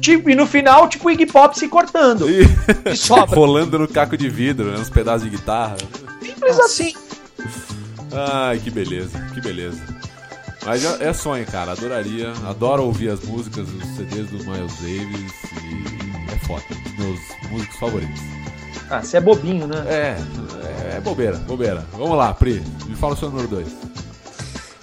Speaker 4: Tipo, e no final, tipo, o Iggy Pop se cortando. Tipo,
Speaker 1: E
Speaker 4: E sobra.
Speaker 1: rolando no caco de vidro, né? Uns pedaços de guitarra.
Speaker 4: Simples assim.
Speaker 1: Ai, que beleza, que beleza. Mas é, é sonho, cara. Adoraria. Adoro ouvir as músicas, os CDs do Miles Davis e é foda. Meus músicos favoritos.
Speaker 4: Ah, você é bobinho, né?
Speaker 1: É, é, é bobeira, bobeira. Vamos lá, Pri. Me fala o seu número 2.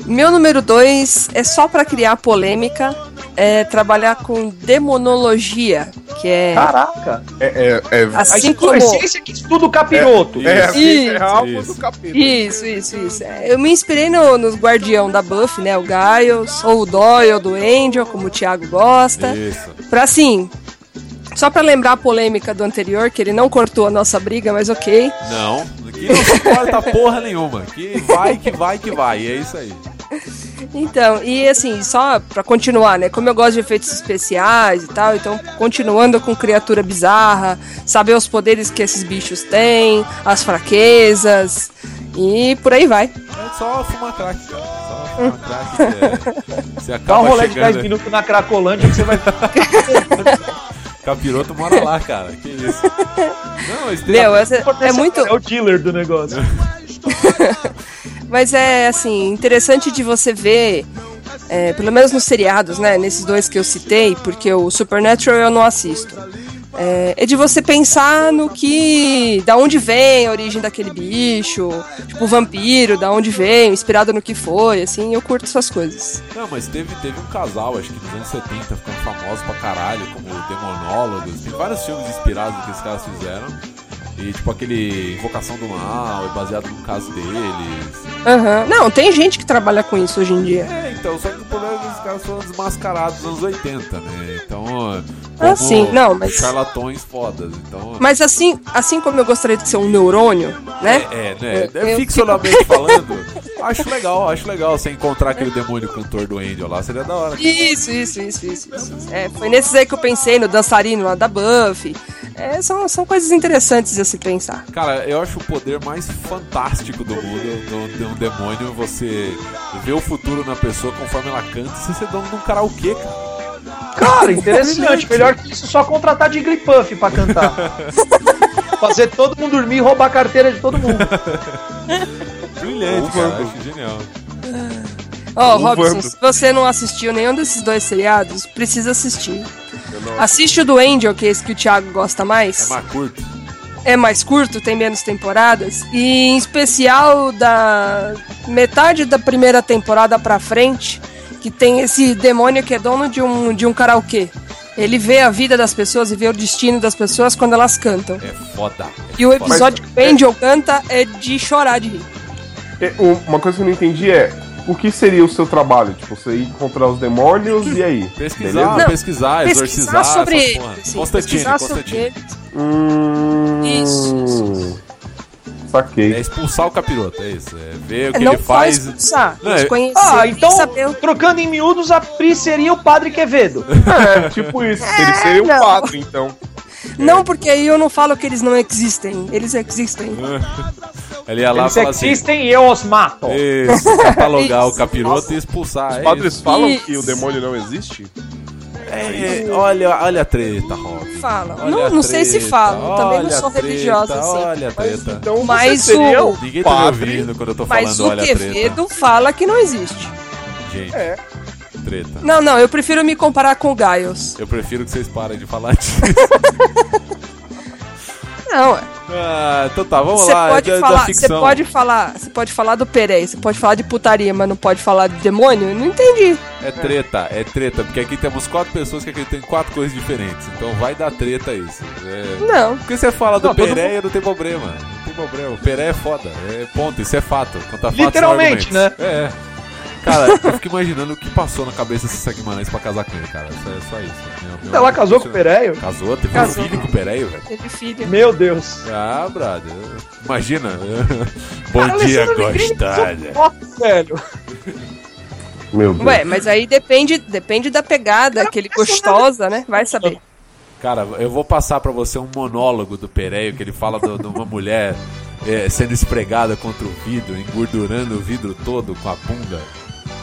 Speaker 2: Meu número dois é só pra criar polêmica, é trabalhar com demonologia, que é
Speaker 4: Caraca.
Speaker 3: É, é, é,
Speaker 4: A
Speaker 2: assim como
Speaker 4: ciência Ah, que estuda o capiroto.
Speaker 3: é, a
Speaker 2: Isso,
Speaker 3: alma
Speaker 1: isso.
Speaker 3: do capeta.
Speaker 2: Isso, isso, isso. É, Eu me inspirei no, nos Guardião da Buff, né? O Giles, ou o Doyle do Angel, como o Thiago gosta.
Speaker 1: Isso.
Speaker 2: Pra assim, só pra lembrar a polêmica do anterior, que ele não cortou a nossa briga, mas ok.
Speaker 1: Não, aqui não se corta porra nenhuma. Que vai, que vai, que vai. E é isso aí.
Speaker 2: Então, e assim, só pra continuar, né? Como eu gosto de efeitos especiais e tal, então continuando com criatura bizarra, saber os poderes que esses bichos têm, as fraquezas e por aí vai.
Speaker 1: É só fumar crack, cara. Só fumar crack. É... Você
Speaker 4: Dá um
Speaker 1: acaba
Speaker 4: rolê de 10
Speaker 1: chegando.
Speaker 4: minutos na Cracolândia que você vai.
Speaker 1: Capiroto mora lá, cara. Que isso. Não, mas tem-
Speaker 2: Meu, essa- é muito.
Speaker 4: É o dealer do negócio.
Speaker 2: Mas é assim, interessante de você ver, é, pelo menos nos seriados, né? Nesses dois que eu citei, porque o Supernatural eu não assisto. É, é de você pensar no que. da onde vem a origem daquele bicho, tipo o vampiro, da onde veio, inspirado no que foi, assim, eu curto essas coisas.
Speaker 4: é-
Speaker 1: Não, mas teve, teve um casal, acho que nos anos 70, ficando famoso pra caralho, como Demonólogos. Tem vários filmes inspirados no que esses caras fizeram. E tipo aquele Invocação do Mal, é baseado no caso deles.
Speaker 2: Aham. Não, tem gente que trabalha com isso hoje em dia.
Speaker 1: É, então, só que o problema é que os caras foram desmascarados nos anos 80, né? Então,
Speaker 2: Ah, sim, não, mas-
Speaker 1: charlatões fodas. Então,
Speaker 2: Mas assim, assim como eu gostaria de ser um neurônio, né?
Speaker 1: é, né?
Speaker 2: Eu- eu-
Speaker 1: Ficcionalmente falando, acho legal, acho legal você encontrar aquele demônio cantor do Angel lá, seria da hora.
Speaker 2: Isso, isso, isso, isso. isso. É, foi nesses aí que eu pensei, no dançarino lá da Buffy. É, são, são coisas interessantes de se pensar.
Speaker 1: Cara, eu acho o poder mais fantástico do mundo, do, de um demônio, você ver o futuro na pessoa conforme ela canta, se você é dono de um karaokê, cara.
Speaker 4: Cara, interessante. Melhor que isso, só contratar de Puff pra cantar. Fazer todo mundo dormir e roubar a carteira de todo mundo.
Speaker 1: Brilhante, cara, acho genial.
Speaker 2: Ó,
Speaker 3: Um
Speaker 2: Robson,
Speaker 3: vando.
Speaker 2: se você não assistiu nenhum desses dois seriados, precisa assistir. Assiste o do Angel, que é esse que o Thiago gosta
Speaker 1: É
Speaker 2: mais.
Speaker 1: mais curto.
Speaker 2: É mais curto, tem menos temporadas. E em especial da metade da primeira temporada pra frente, que tem esse demônio que é dono de um, de um karaokê. Ele vê a vida das pessoas e vê o destino das pessoas quando elas cantam.
Speaker 1: É foda.
Speaker 2: E o episódio que o Angel canta é de chorar de rir.
Speaker 3: É, um- Uma coisa que eu não entendi é o que seria o seu trabalho? Tipo, você ir encontrar os demônios e aí?
Speaker 1: Pesquisar,
Speaker 2: Não,
Speaker 1: pesquisar, Ah, exorcizar.
Speaker 2: pesquisar sobre
Speaker 1: essas
Speaker 2: eles.
Speaker 1: porra.
Speaker 2: assim,
Speaker 1: Constantine,
Speaker 2: pesquisar sobre
Speaker 1: Constantine.
Speaker 2: eles.
Speaker 3: Hum...
Speaker 2: Isso, isso, isso.
Speaker 3: Saquei.
Speaker 1: É expulsar o capiroto, é isso. É ver o
Speaker 2: É,
Speaker 1: que
Speaker 2: não
Speaker 1: ele faz.
Speaker 2: faz expulsar,
Speaker 1: Não,
Speaker 2: mas
Speaker 1: é-
Speaker 2: conhecer
Speaker 4: Ah,
Speaker 2: e
Speaker 4: então,
Speaker 2: saber o-
Speaker 4: trocando em miúdos, a Pri seria o Padre Quevedo.
Speaker 3: É, tipo isso. Ele seria um
Speaker 2: não.
Speaker 3: padre, então.
Speaker 2: Não, porque aí eu não falo que eles não existem. Eles existem.
Speaker 1: Ele ia lá
Speaker 4: Eles
Speaker 1: falar assim.
Speaker 4: existem e eu os mato.
Speaker 3: É.
Speaker 1: Isso, catalogar o
Speaker 2: Isso.
Speaker 1: capiroto e expulsar.
Speaker 3: Os
Speaker 1: é
Speaker 3: padres
Speaker 1: isso.
Speaker 3: falam
Speaker 2: Isso.
Speaker 3: que o demônio não existe?
Speaker 1: É, é, olha, olha a treta, Rob.
Speaker 2: Falam.
Speaker 1: Olha
Speaker 2: Não-
Speaker 1: a
Speaker 2: não sei se
Speaker 1: treta,
Speaker 2: falam, também não
Speaker 1: olha
Speaker 2: sou
Speaker 1: a treta,
Speaker 2: religiosa, assim.
Speaker 1: Olha a treta.
Speaker 3: Então
Speaker 2: Mas
Speaker 3: você seria
Speaker 2: o-
Speaker 3: um
Speaker 1: Ninguém tá me
Speaker 3: padre.
Speaker 1: ouvindo quando eu tô falando,
Speaker 2: Mas o
Speaker 1: olha a treta.
Speaker 2: Quevedo fala que não existe.
Speaker 1: Gente,
Speaker 3: É.
Speaker 1: treta.
Speaker 2: Não, não, eu prefiro me comparar com o Gaius.
Speaker 1: Eu prefiro que vocês parem de falar disso.
Speaker 2: Não, é.
Speaker 1: Ah, então tá, vamos
Speaker 2: Você
Speaker 1: lá.
Speaker 2: pode,
Speaker 1: é da, da
Speaker 2: falar, você
Speaker 1: ficção.
Speaker 2: pode falar, você pode falar do Pérez, você pode falar de putaria, mas não pode falar de demônio? Eu Não entendi.
Speaker 1: É treta, é treta, porque aqui temos quatro pessoas que acreditam em quatro coisas diferentes. Então vai dar treta isso. É...
Speaker 2: Não.
Speaker 1: Porque você fala do
Speaker 4: Não, todo
Speaker 1: Pereia, não tem problema. Não tem problema. O Pereia é foda. É ponto, isso é fato. Conta fatos,
Speaker 4: Literalmente, né?
Speaker 1: não argumentos. É. Cara, eu fico imaginando o que passou na cabeça dessa Guimarães pra casar com ele, cara. Só, é só isso. Meu- meu-
Speaker 4: Ela casou com o Pereio?
Speaker 1: Casou, teve
Speaker 2: Casou.
Speaker 1: um filho com o Pereio, velho.
Speaker 2: Teve é filho.
Speaker 4: Meu Deus.
Speaker 1: Ah, brother. Imagina. Bom dia,
Speaker 4: Alessandro Negrini
Speaker 1: gostada.
Speaker 4: casou com o Fox, velho.
Speaker 3: Meu Deus.
Speaker 2: Ué, mas aí depende, depende da pegada, aquele gostosa, né? Vai saber.
Speaker 1: Cara, eu vou passar pra você um monólogo do Pereio que ele fala do- de uma mulher é, sendo espregada contra o vidro, engordurando o vidro todo com a bunda.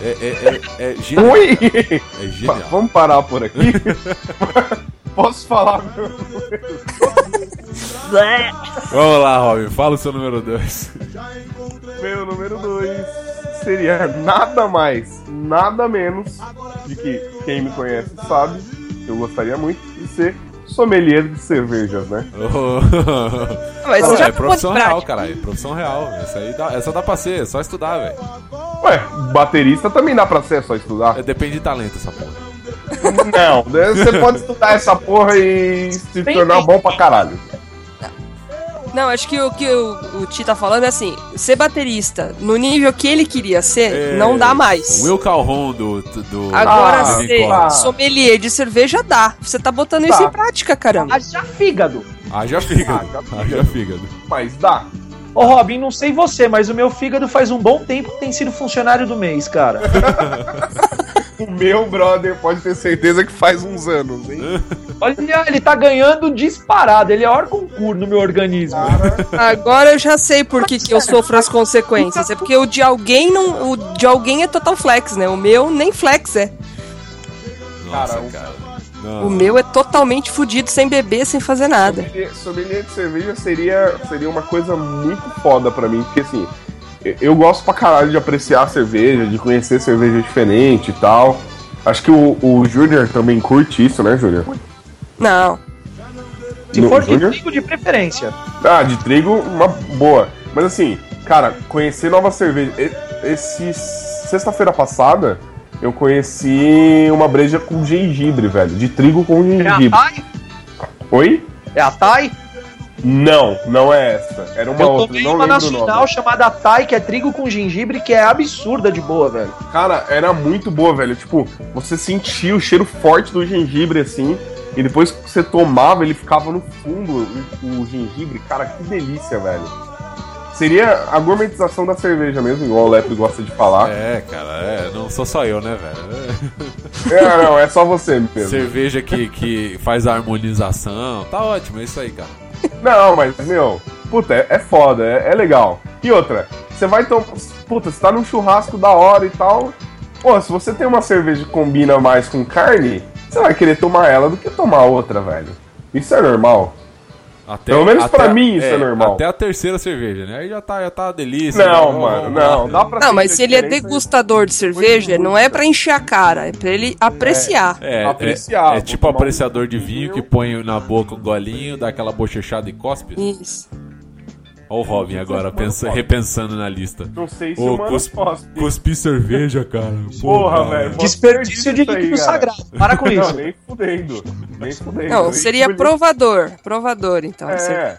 Speaker 1: É, é- é- é genial.
Speaker 3: Ui!
Speaker 1: É
Speaker 3: Pa-
Speaker 1: genial.
Speaker 3: Vamos parar por aqui? Posso falar? meu?
Speaker 1: Vamos lá, Robin, fala o seu número 2.
Speaker 3: Meu número 2 seria nada mais, nada menos de que quem me conhece sabe, eu gostaria muito de ser sommelier de cervejas, né?
Speaker 2: Mas você já
Speaker 1: é profissão
Speaker 2: pôs em
Speaker 1: real,
Speaker 2: prática.
Speaker 1: caralho. É profissão real. Essa aí dá, essa dá pra ser, é só estudar, velho.
Speaker 3: Ué, baterista também dá pra ser só
Speaker 1: É,
Speaker 3: estudar?
Speaker 1: Depende de talento essa porra.
Speaker 3: Não, né? você pode estudar essa porra e se
Speaker 4: Bem,
Speaker 3: tornar
Speaker 4: bem.
Speaker 3: bom pra caralho.
Speaker 2: Não, acho que o que o, o Ti tá falando é assim, ser baterista no nível que ele queria ser,
Speaker 1: É,
Speaker 2: não dá mais.
Speaker 1: Will Calhoun do. do
Speaker 2: Agora,
Speaker 3: Ah,
Speaker 1: do Living
Speaker 2: ser
Speaker 1: Color.
Speaker 3: claro.
Speaker 2: sommelier de cerveja dá. Você tá botando isso
Speaker 3: Tá.
Speaker 2: em prática, caramba.
Speaker 4: Haja Ah, fígado.
Speaker 1: Haja fígado.
Speaker 2: Ah,
Speaker 1: Haja fígado.
Speaker 3: Mas dá.
Speaker 4: Ô, Robin, não sei você, mas o meu fígado faz um bom tempo que tem sido funcionário do mês, cara.
Speaker 3: O meu brother pode ter certeza que faz uns anos, hein?
Speaker 4: Olha, ele tá ganhando disparado. Ele é orconcur no meu organismo.
Speaker 2: Agora eu já sei por que, que eu sofro as consequências. É porque o de alguém não. O de alguém é total flex, né? O meu nem flex é.
Speaker 1: Nossa,
Speaker 3: Cara, Um
Speaker 1: cara.
Speaker 2: O
Speaker 1: Não.
Speaker 2: meu é totalmente fudido, sem beber, sem fazer nada.
Speaker 3: Sommelier- Sommelier de cerveja seria, seria uma coisa muito foda pra mim, porque assim, eu- eu gosto pra caralho de apreciar a cerveja, de conhecer cerveja diferente e tal. Acho que o, o Júnior também curte isso, né, Júnior?
Speaker 2: Não.
Speaker 4: Se
Speaker 3: No-
Speaker 4: for de
Speaker 3: Júnior?
Speaker 4: trigo, de preferência.
Speaker 3: Ah, de trigo, uma boa. Mas assim, cara, conhecer nova cerveja. E- Esse sexta-feira passada, eu conheci uma breja com gengibre, velho. De trigo com
Speaker 4: É a
Speaker 3: gengibre.
Speaker 4: Thay?
Speaker 3: Oi?
Speaker 4: É a Thay?
Speaker 3: Não, não é essa. Era uma
Speaker 4: Eu
Speaker 3: outra.
Speaker 4: tomei
Speaker 3: Não
Speaker 4: uma
Speaker 3: lembro o nome.
Speaker 4: nacional chamada Thay, que é trigo com gengibre, que é absurda de boa, velho.
Speaker 3: Cara, era muito boa, velho. Tipo, você sentia o cheiro forte do gengibre assim. E depois que você tomava, ele ficava no fundo o, o gengibre. Cara, que delícia, velho. Seria a gourmetização da cerveja mesmo, igual o Lepe gosta de falar.
Speaker 1: É, cara, é, não sou só eu, né, velho?
Speaker 3: É, não, é só você mesmo.
Speaker 1: Cerveja que, que faz a harmonização, tá ótimo, é isso aí, cara.
Speaker 3: Não, mas, meu, puta, é, é foda, é, é legal. E outra, você vai tomar. Puta, você tá num churrasco da hora e tal. Pô, se você tem uma cerveja que combina mais com carne, você vai querer tomar ela do que tomar outra, velho. Isso é normal.
Speaker 1: Até,
Speaker 3: Pelo menos
Speaker 1: até-
Speaker 3: pra mim isso é normal.
Speaker 1: Até a terceira cerveja, né? Aí já tá, já tá uma delícia.
Speaker 3: Não,
Speaker 1: né?
Speaker 3: mano, não. Dá pra
Speaker 2: Não,
Speaker 3: sentir
Speaker 2: mas
Speaker 3: a
Speaker 2: se ele é
Speaker 3: diferença.
Speaker 2: degustador de cerveja, não é pra encher a cara, é pra ele apreciar.
Speaker 1: É,
Speaker 3: Apreciar,
Speaker 1: é, é
Speaker 3: vou
Speaker 1: tipo
Speaker 3: tomar um é.
Speaker 1: apreciador de vinho que põe na boca um golinho, dá aquela bochechada e cospe.
Speaker 2: Isso.
Speaker 1: Olha o Robin agora pensa, repensando na lista.
Speaker 3: Não sei se
Speaker 1: Ô,
Speaker 3: o mano
Speaker 1: cusp-
Speaker 3: posso.
Speaker 1: Cuspi cerveja, cara.
Speaker 3: Porra,
Speaker 1: cara.
Speaker 3: velho.
Speaker 4: Desperdício de
Speaker 3: Isso aí,
Speaker 4: líquido
Speaker 3: cara.
Speaker 4: sagrado. Para com
Speaker 3: Não,
Speaker 4: isso.
Speaker 3: nem fudendo. Nem fudendo.
Speaker 2: Não,
Speaker 3: Nem
Speaker 2: seria
Speaker 3: fudendo.
Speaker 2: provador. Provador, então. assim.
Speaker 3: É.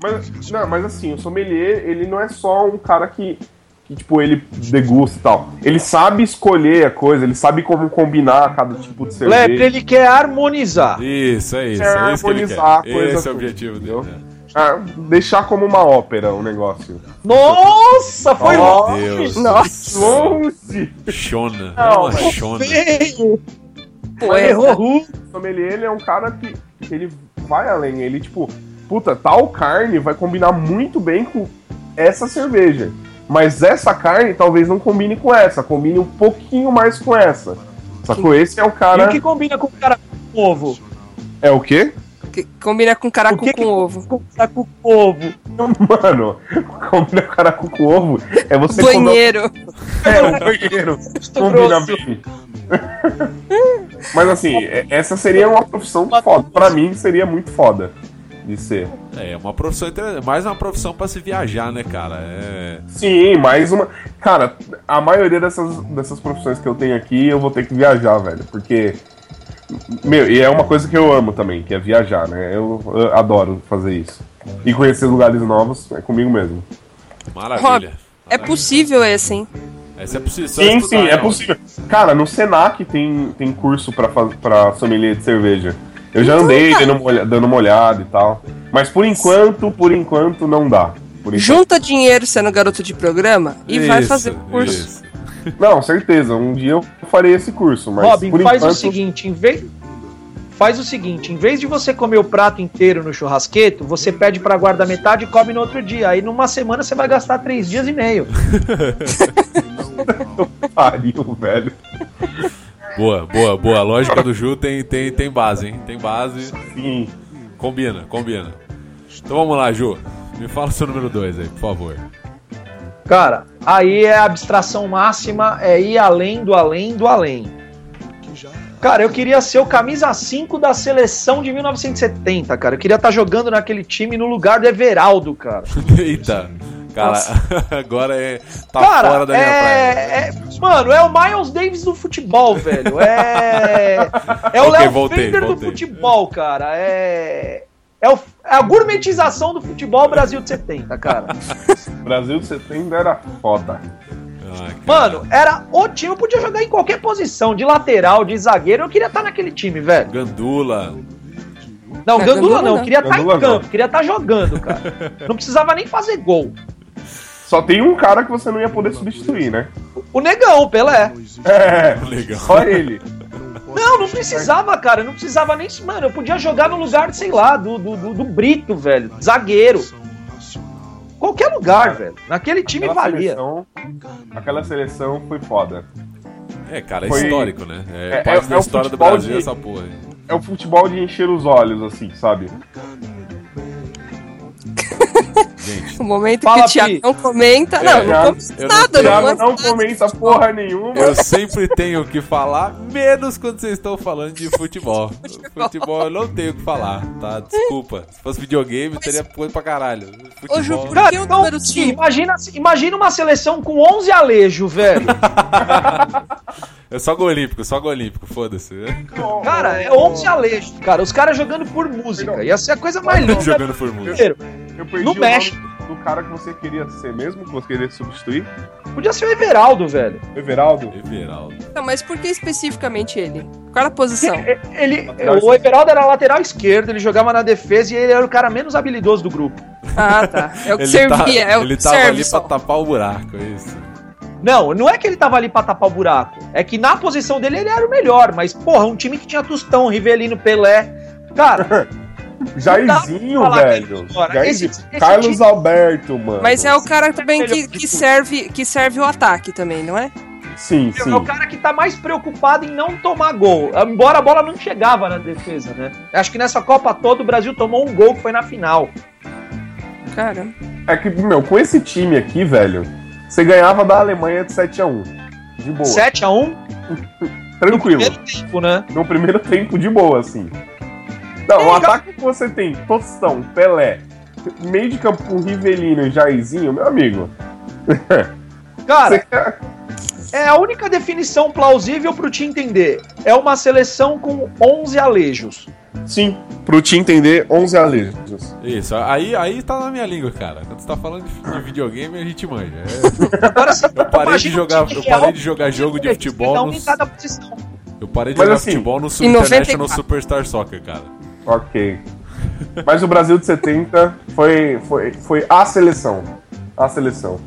Speaker 3: Mas, não, mas assim, o sommelier, ele não é só um cara que, que, tipo, ele degusta e tal. Ele sabe escolher a coisa, ele sabe como combinar cada tipo de cerveja.
Speaker 4: Lepre, ele quer harmonizar.
Speaker 1: Isso, é isso.
Speaker 3: É
Speaker 1: É isso que ele
Speaker 3: harmonizar
Speaker 1: quer.
Speaker 3: a coisa
Speaker 1: Esse é o
Speaker 3: toda,
Speaker 1: objetivo dele.
Speaker 3: entendeu?
Speaker 1: né?
Speaker 3: Ah, deixar como uma ópera o negócio.
Speaker 4: Nossa, foi
Speaker 3: Meu
Speaker 4: longe.
Speaker 1: Deus.
Speaker 2: Nossa.
Speaker 3: Longe!
Speaker 1: Chona. É
Speaker 3: Não,
Speaker 1: uma
Speaker 3: mas-
Speaker 1: chona.
Speaker 4: Feio.
Speaker 2: Pô,
Speaker 4: Mas
Speaker 2: é-
Speaker 4: errou ruim.
Speaker 3: O sommelier, ele é um cara que ele vai além. Ele, tipo, puta, tal carne vai combinar muito bem com essa cerveja. Mas essa carne talvez não combine com essa, combine um pouquinho mais com essa. Sacou? Esse é o
Speaker 4: E
Speaker 3: cara.
Speaker 4: o que combina com o cara com ovo?
Speaker 3: É o quê?
Speaker 2: que combina com caracu
Speaker 4: o que
Speaker 2: Tá com ovo.
Speaker 4: Combina com ovo.
Speaker 3: Mano, combina caracu com ovo é você comer
Speaker 2: Banheiro.
Speaker 3: é, o banheiro.
Speaker 4: é
Speaker 3: Combina bem. Mas assim, é- essa seria uma profissão foda. Pra mim, seria muito foda de ser.
Speaker 1: É uma profissão interessante. Mais uma profissão pra se viajar, né, cara? É.
Speaker 3: Sim, mais uma. Cara, a maioria dessas, dessas profissões que eu tenho aqui, eu vou ter que viajar, velho. Porque. Meu, e é uma coisa que eu amo também, que é viajar, né? Eu, eu adoro fazer isso. E conhecer lugares novos é comigo mesmo.
Speaker 1: Maravilha.
Speaker 2: É possível esse, hein?
Speaker 1: Essa é possível. só
Speaker 3: Sim,
Speaker 1: estudar,
Speaker 3: sim,
Speaker 1: né,
Speaker 3: é
Speaker 1: Robin?
Speaker 3: possível. Cara, no Senac tem, tem curso pra, faz- pra sommelier de cerveja. Eu já andei dando uma, olha- dando uma olhada e tal. Mas por enquanto, por enquanto, não dá. Por enquanto.
Speaker 2: Junta dinheiro sendo garoto de programa e vai
Speaker 1: Isso,
Speaker 2: fazer o curso.
Speaker 1: isso.
Speaker 3: Não, certeza. Um dia eu farei esse curso, mas
Speaker 4: Robin,
Speaker 3: por
Speaker 4: faz
Speaker 3: enquanto.
Speaker 4: o seguinte, em vez faz o seguinte, em vez de você comer o prato inteiro no churrasqueto, você pede pra guarda metade e come no outro dia. Aí numa semana você vai gastar três dias e meio.
Speaker 3: Pariu, velho.
Speaker 1: Boa, boa, boa. A lógica do Ju tem, tem, tem base, hein? Tem base.
Speaker 3: Sim.
Speaker 1: Combina, combina. Então vamos lá, Ju. Me fala o seu número 2 aí, por favor.
Speaker 4: Cara, aí é a abstração máxima, é ir além do além do além. Cara, eu queria ser o camisa 5 da seleção de 1970, cara. Eu queria estar jogando naquele time no lugar do Everaldo, cara.
Speaker 1: Eita. Cara, agora é. Tá
Speaker 4: cara,
Speaker 1: fora da minha
Speaker 4: é,
Speaker 1: praia.
Speaker 4: é- mano, é o Miles Davis do futebol, velho. É, é o
Speaker 1: Ok,
Speaker 4: Léo
Speaker 1: voltei,
Speaker 4: Faber do
Speaker 1: voltei.
Speaker 4: futebol, cara. É, é, o- é a gourmetização do futebol Brasil de 70, cara.
Speaker 3: Brasil de 70 era foda.
Speaker 1: Ah, cara.
Speaker 4: Mano, era o time, eu podia jogar em qualquer posição, de lateral, de zagueiro, eu queria estar naquele time, velho.
Speaker 1: Gandula.
Speaker 4: Não,
Speaker 2: É,
Speaker 4: Gandula,
Speaker 2: Gandula
Speaker 4: não,
Speaker 2: não.
Speaker 4: eu queria estar em
Speaker 3: Gandula não.
Speaker 4: campo, queria estar jogando, cara. Não precisava nem fazer gol.
Speaker 3: Só tem um cara que você não ia poder substituir, né?
Speaker 4: O Negão, o Pelé.
Speaker 3: É,
Speaker 1: Legal.
Speaker 3: só ele.
Speaker 4: Não, não precisava, cara. Não precisava nem. Mano, eu podia jogar no lugar, sei lá, do, do, do- do Brito, velho. Zagueiro. Qualquer lugar, velho. Naquele time
Speaker 3: Aquela
Speaker 4: valia.
Speaker 3: seleção, aquela seleção foi foda.
Speaker 1: É, cara, é
Speaker 3: Foi-
Speaker 1: histórico, né? É,
Speaker 3: é-
Speaker 1: parte
Speaker 3: é
Speaker 1: da
Speaker 3: o
Speaker 1: história do
Speaker 3: futebol
Speaker 1: Brasil
Speaker 3: de-
Speaker 1: essa porra. aí.
Speaker 3: É o futebol de encher os olhos, assim, sabe?
Speaker 4: Então,
Speaker 1: Gente,
Speaker 2: O momento que
Speaker 4: Fala,
Speaker 2: o Thiago
Speaker 4: Pri.
Speaker 2: não comenta. não, não
Speaker 3: Thiago,
Speaker 2: comenta
Speaker 1: É, eu não
Speaker 2: nada,
Speaker 1: Todo
Speaker 3: O
Speaker 1: tenho-
Speaker 2: não,
Speaker 3: Thiago
Speaker 2: comenta
Speaker 3: não
Speaker 2: nada.
Speaker 3: comenta porra nenhuma.
Speaker 1: eu sempre tenho o que falar, menos quando vocês estão falando de futebol. Futebol eu não tenho o que falar, tá? Desculpa. Se fosse videogame, teria coisa pra caralho. Futebol...
Speaker 2: Ô, Ju, por
Speaker 4: Cara,
Speaker 2: que o
Speaker 4: então,
Speaker 2: um número 5?
Speaker 4: imagina, imagina uma seleção com 11 Alejo, velho.
Speaker 1: É só gol olímpico, só gol olímpico, foda-se.
Speaker 4: Cara, é 11 Alejo, cara. Os caras jogando por música. Ia ser a coisa mais linda do
Speaker 1: Jogando por música.
Speaker 2: É
Speaker 4: inteiro.
Speaker 3: Eu perdi
Speaker 4: no
Speaker 3: o
Speaker 4: México.
Speaker 3: nome do cara que você queria ser mesmo, que você queria substituir.
Speaker 4: Podia ser o Everaldo, velho.
Speaker 3: Everaldo?
Speaker 1: Everaldo.
Speaker 2: Não, mas por que especificamente ele? Qual era a posição?
Speaker 4: Ele,
Speaker 3: Lateral
Speaker 4: o Everaldo era lateral esquerdo, ele jogava na defesa e ele era o cara menos habilidoso do grupo.
Speaker 2: Ah, tá. É o que
Speaker 1: Ele,
Speaker 2: servia,
Speaker 1: tá-
Speaker 2: é o
Speaker 1: ele
Speaker 2: que
Speaker 1: tava
Speaker 2: serve
Speaker 1: ali
Speaker 2: só.
Speaker 1: pra tapar o buraco, é isso.
Speaker 4: Não, não é que ele tava ali pra tapar o buraco. É que na posição dele ele era o melhor, mas, porra, um time que tinha Tostão, Rivelino, Pelé. Cara,
Speaker 3: Jairzinho,
Speaker 4: Não dá pra falar
Speaker 3: velho.
Speaker 4: dele agora.
Speaker 3: Jairzinho.
Speaker 4: Esse- esse
Speaker 3: Carlos
Speaker 4: time-
Speaker 3: Alberto, mano.
Speaker 2: Mas é o cara também
Speaker 4: Melhor
Speaker 2: que,
Speaker 4: de
Speaker 2: que
Speaker 4: tudo.
Speaker 2: serve, que serve o ataque também, não é?
Speaker 3: Sim, sim.
Speaker 4: é o cara que tá mais preocupado em não tomar gol. Embora a bola não chegava na defesa, né? Acho que nessa Copa toda o Brasil tomou um gol que foi na final.
Speaker 2: Cara,
Speaker 3: É que, meu, com esse time aqui, velho, você ganhava da Alemanha de 7x1. De boa.
Speaker 4: 7x1,
Speaker 3: Tranquilo.
Speaker 4: primeiro tempo, um, né?
Speaker 3: No primeiro tempo, de boa, assim. Não, o ataque que você tem, Tostão, Pelé, meio de campo com Rivelino e Jairzinho, meu amigo.
Speaker 4: Cara,
Speaker 3: Você quer-
Speaker 4: é a única definição plausível pro te entender. É uma seleção com 11 alejos.
Speaker 3: Sim, pro te entender, 11 alejos.
Speaker 1: Isso, aí, aí tá na minha língua, cara. Quando você tá falando de, de videogame, a gente manja. É,
Speaker 4: Agora sim,
Speaker 1: Eu parei de jogar- eu
Speaker 4: é
Speaker 2: é,
Speaker 1: parei de jogar jogo de futebol
Speaker 4: Cada um
Speaker 1: nos-
Speaker 4: em cada posição.
Speaker 1: É, eu parei de
Speaker 3: Mas
Speaker 1: jogar
Speaker 3: assim,
Speaker 1: futebol no
Speaker 2: em
Speaker 1: Super International
Speaker 2: 94.
Speaker 1: Superstar Soccer, cara.
Speaker 3: Ok. Mas o Brasil de 70 foi, foi, foi a seleção. A seleção.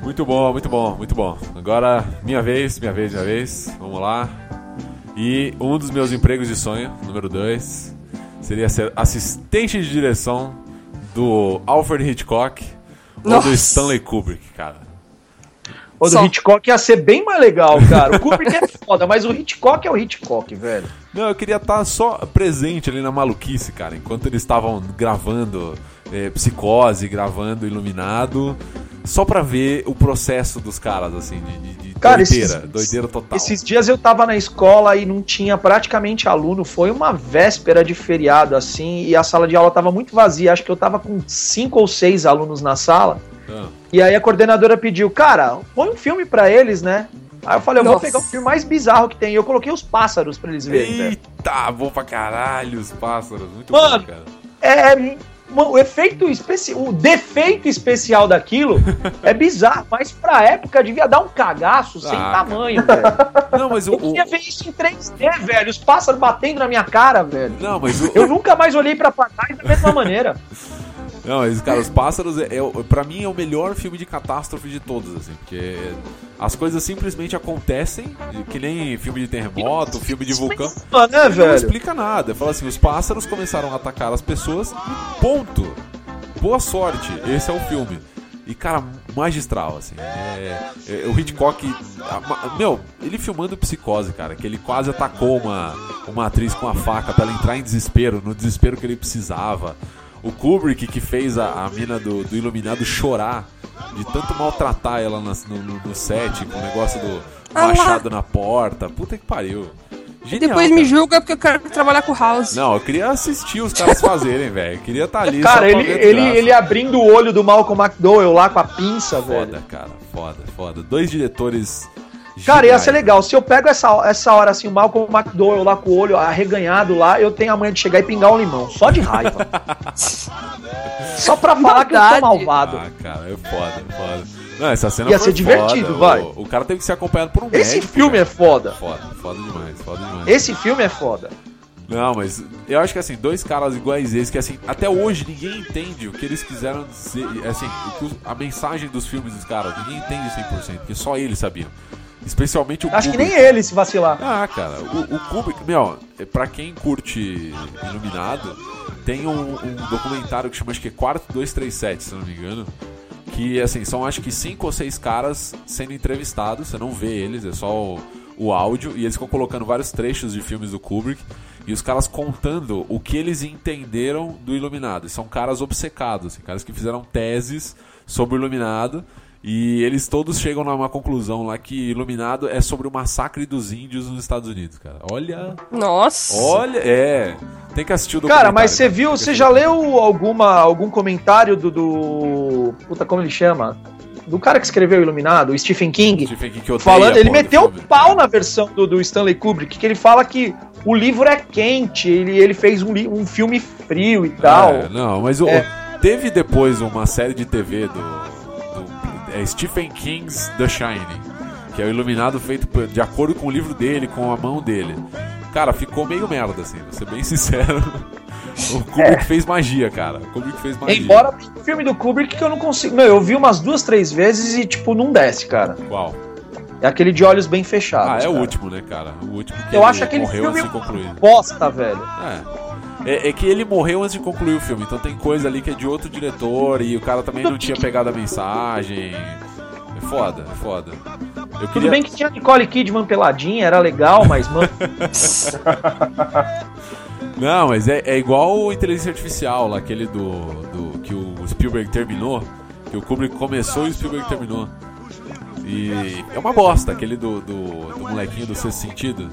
Speaker 1: Muito bom, muito bom, muito bom. Agora, minha vez, minha vez, minha vez. Vamos lá. E um dos meus empregos de sonho, número 2, seria ser assistente de direção do Alfred Hitchcock ou
Speaker 2: Nossa.
Speaker 1: do Stanley Kubrick, cara.
Speaker 4: O do
Speaker 2: Só.
Speaker 4: Hitchcock ia ser bem mais legal, cara. O Kubrick é foda, mas o Hitchcock é o Hitchcock, velho.
Speaker 1: Não, eu queria estar só presente ali na maluquice, cara. Enquanto eles estavam gravando eh, Psicose, gravando Iluminado, só pra ver o processo dos caras, assim, de, de- de
Speaker 4: Cara,
Speaker 1: doideira,
Speaker 4: esses-
Speaker 1: doideira total.
Speaker 4: Esses dias eu tava na escola e não tinha praticamente aluno. Foi uma véspera de feriado, assim, e a sala de aula tava muito vazia. Acho que eu tava com cinco ou seis alunos na sala.
Speaker 1: Ah.
Speaker 4: E aí a coordenadora pediu, cara, põe um filme pra eles, né? Aí eu falei, eu vou
Speaker 2: Nossa.
Speaker 4: pegar o filme mais bizarro que tem. E eu coloquei os pássaros pra eles verem, né? velho.
Speaker 1: Eita, bom pra caralho os pássaros. Muito
Speaker 4: Mano.
Speaker 1: bom, cara.
Speaker 4: é, é- o efeito especial, o defeito especial daquilo é bizarro, mas pra época devia dar um cagaço sem
Speaker 1: Ah,
Speaker 4: tamanho, velho.
Speaker 1: Não, mas o.
Speaker 4: Eu
Speaker 1: o-
Speaker 4: queria ver isso em 3D, velho, os pássaros batendo na minha cara, velho.
Speaker 1: não, mas o,
Speaker 4: Eu nunca mais olhei pra trás da mesma maneira.
Speaker 1: não, mas, cara, os pássaros é, é o- pra mim é o melhor filme de catástrofe de todos, assim, porque as coisas simplesmente acontecem, que nem filme de terremoto, filme de vulcão.
Speaker 4: Mano, né,
Speaker 1: Não
Speaker 4: velho?
Speaker 1: explica nada. Fala assim, os pássaros começaram a atacar as pessoas. e Ponto. Boa sorte. Esse é o filme. E, cara, magistral, assim. É, é, o Hitchcock. a- ma- meu, ele filmando psicose, cara, que ele quase atacou uma, uma atriz com a faca pra ela entrar em desespero, no desespero que ele precisava. O Kubrick que fez a, a mina do, do Iluminado chorar de tanto maltratar ela nas- no, no- no set, com o negócio do
Speaker 2: Ah lá.
Speaker 1: machado na porta. Puta que pariu. Genial,
Speaker 2: Depois me
Speaker 1: cara.
Speaker 2: julga porque eu quero trabalhar com o House.
Speaker 1: Não, eu queria assistir os caras fazerem, velho. Eu Queria estar ali. só pra
Speaker 4: Cara, ele,
Speaker 1: ver a
Speaker 4: ele,
Speaker 1: desgraça.
Speaker 4: ele é abrindo o olho do Malcolm McDowell lá com a pinça, velho.
Speaker 1: Foda, cara. Foda, foda. Dois diretores.
Speaker 4: Cara, ia
Speaker 1: geniais.
Speaker 4: ser legal. Se eu pego essa, essa hora assim, o Malcolm McDowell lá com o olho arreganhado lá, eu tenho a manha de chegar e pingar um limão. Só de raiva. Só pra falar que eu sou
Speaker 2: Maldade.
Speaker 4: malvado.
Speaker 1: Ah, cara, é foda, é foda. Não, essa cena
Speaker 4: Ia
Speaker 1: foi
Speaker 4: ser divertido,
Speaker 1: foda.
Speaker 4: vai.
Speaker 1: O, o cara teve que ser acompanhado por um
Speaker 4: Esse
Speaker 1: médico,
Speaker 4: filme é
Speaker 1: velho.
Speaker 4: foda.
Speaker 1: Foda, foda demais, foda demais.
Speaker 4: Esse filme é foda.
Speaker 1: Não, mas eu acho que assim, dois caras iguais esses, que assim, até hoje ninguém entende o que eles quiseram dizer, assim, o que os- a mensagem dos filmes dos caras, ninguém entende 100%, porque só eles sabiam. Especialmente o
Speaker 4: Acho que
Speaker 1: Kubrick.
Speaker 4: nem ele se vacilar.
Speaker 1: Ah, cara, o, o Kubrick, meu, é, pra quem curte Iluminado, tem um, um documentário que chama, acho que é Quarto 237, se não me engano. Que, assim, são acho que cinco ou seis caras sendo entrevistados, você não vê eles, é só o, o áudio, e eles ficam colocando vários trechos de filmes do Kubrick, e os caras contando o que eles entenderam do Iluminado. E são caras obcecados, assim, caras que fizeram teses sobre o Iluminado, e eles todos chegam numa conclusão lá que Iluminado é sobre o massacre dos índios nos Estados Unidos, cara. Olha.
Speaker 2: Nossa.
Speaker 1: Olha. É. Tem que assistir o documentário.
Speaker 4: Cara, mas você
Speaker 1: cara.
Speaker 4: viu,
Speaker 1: Tem que
Speaker 4: você
Speaker 1: assistir.
Speaker 4: já leu alguma, algum comentário do, do. Puta, como ele chama? Do cara que escreveu Iluminado, o Stephen King?
Speaker 1: Stephen King que odeia
Speaker 4: falando,
Speaker 1: a
Speaker 4: ele
Speaker 1: porra do
Speaker 4: meteu o
Speaker 1: filme.
Speaker 4: pau na versão do, do Stanley Kubrick, que ele fala que o livro é quente, ele, ele fez um, li- um filme frio e tal.
Speaker 1: É, não, mas o,
Speaker 4: É.
Speaker 1: teve depois uma série de TV do, do- é Stephen King's The Shining, que é o iluminado feito por- de acordo com o livro dele, com a mão dele. Cara, ficou meio merda, assim, vou ser bem sincero. O Kubrick fez magia, cara. O Kubrick fez magia.
Speaker 4: É. Embora tem um filme do Kubrick que eu não consigo. Meu, eu vi umas duas, três vezes e, tipo, não desce, cara.
Speaker 1: Qual?
Speaker 4: É aquele de olhos bem fechados.
Speaker 1: Ah, é o
Speaker 4: Tá, cara.
Speaker 1: último, né, cara? O último que
Speaker 4: Eu
Speaker 1: ele
Speaker 4: acho aquele
Speaker 1: morreu assim,
Speaker 4: filme
Speaker 1: antes de concluir.
Speaker 4: Bosta, velho.
Speaker 1: É. É, é que ele morreu antes de concluir o filme, então tem coisa ali que é de outro diretor e o cara também não tinha pegado a mensagem. É foda, é foda. Eu
Speaker 4: Tudo bem que tinha Nicole Kidman peladinha, era legal, mas, mano.
Speaker 1: Não, mas é, é igual o Inteligência Artificial, lá, aquele do, do- que o Spielberg terminou, que o Kubrick começou e o Spielberg terminou. E é uma bosta, aquele do, do, do molequinho do sexto sentido.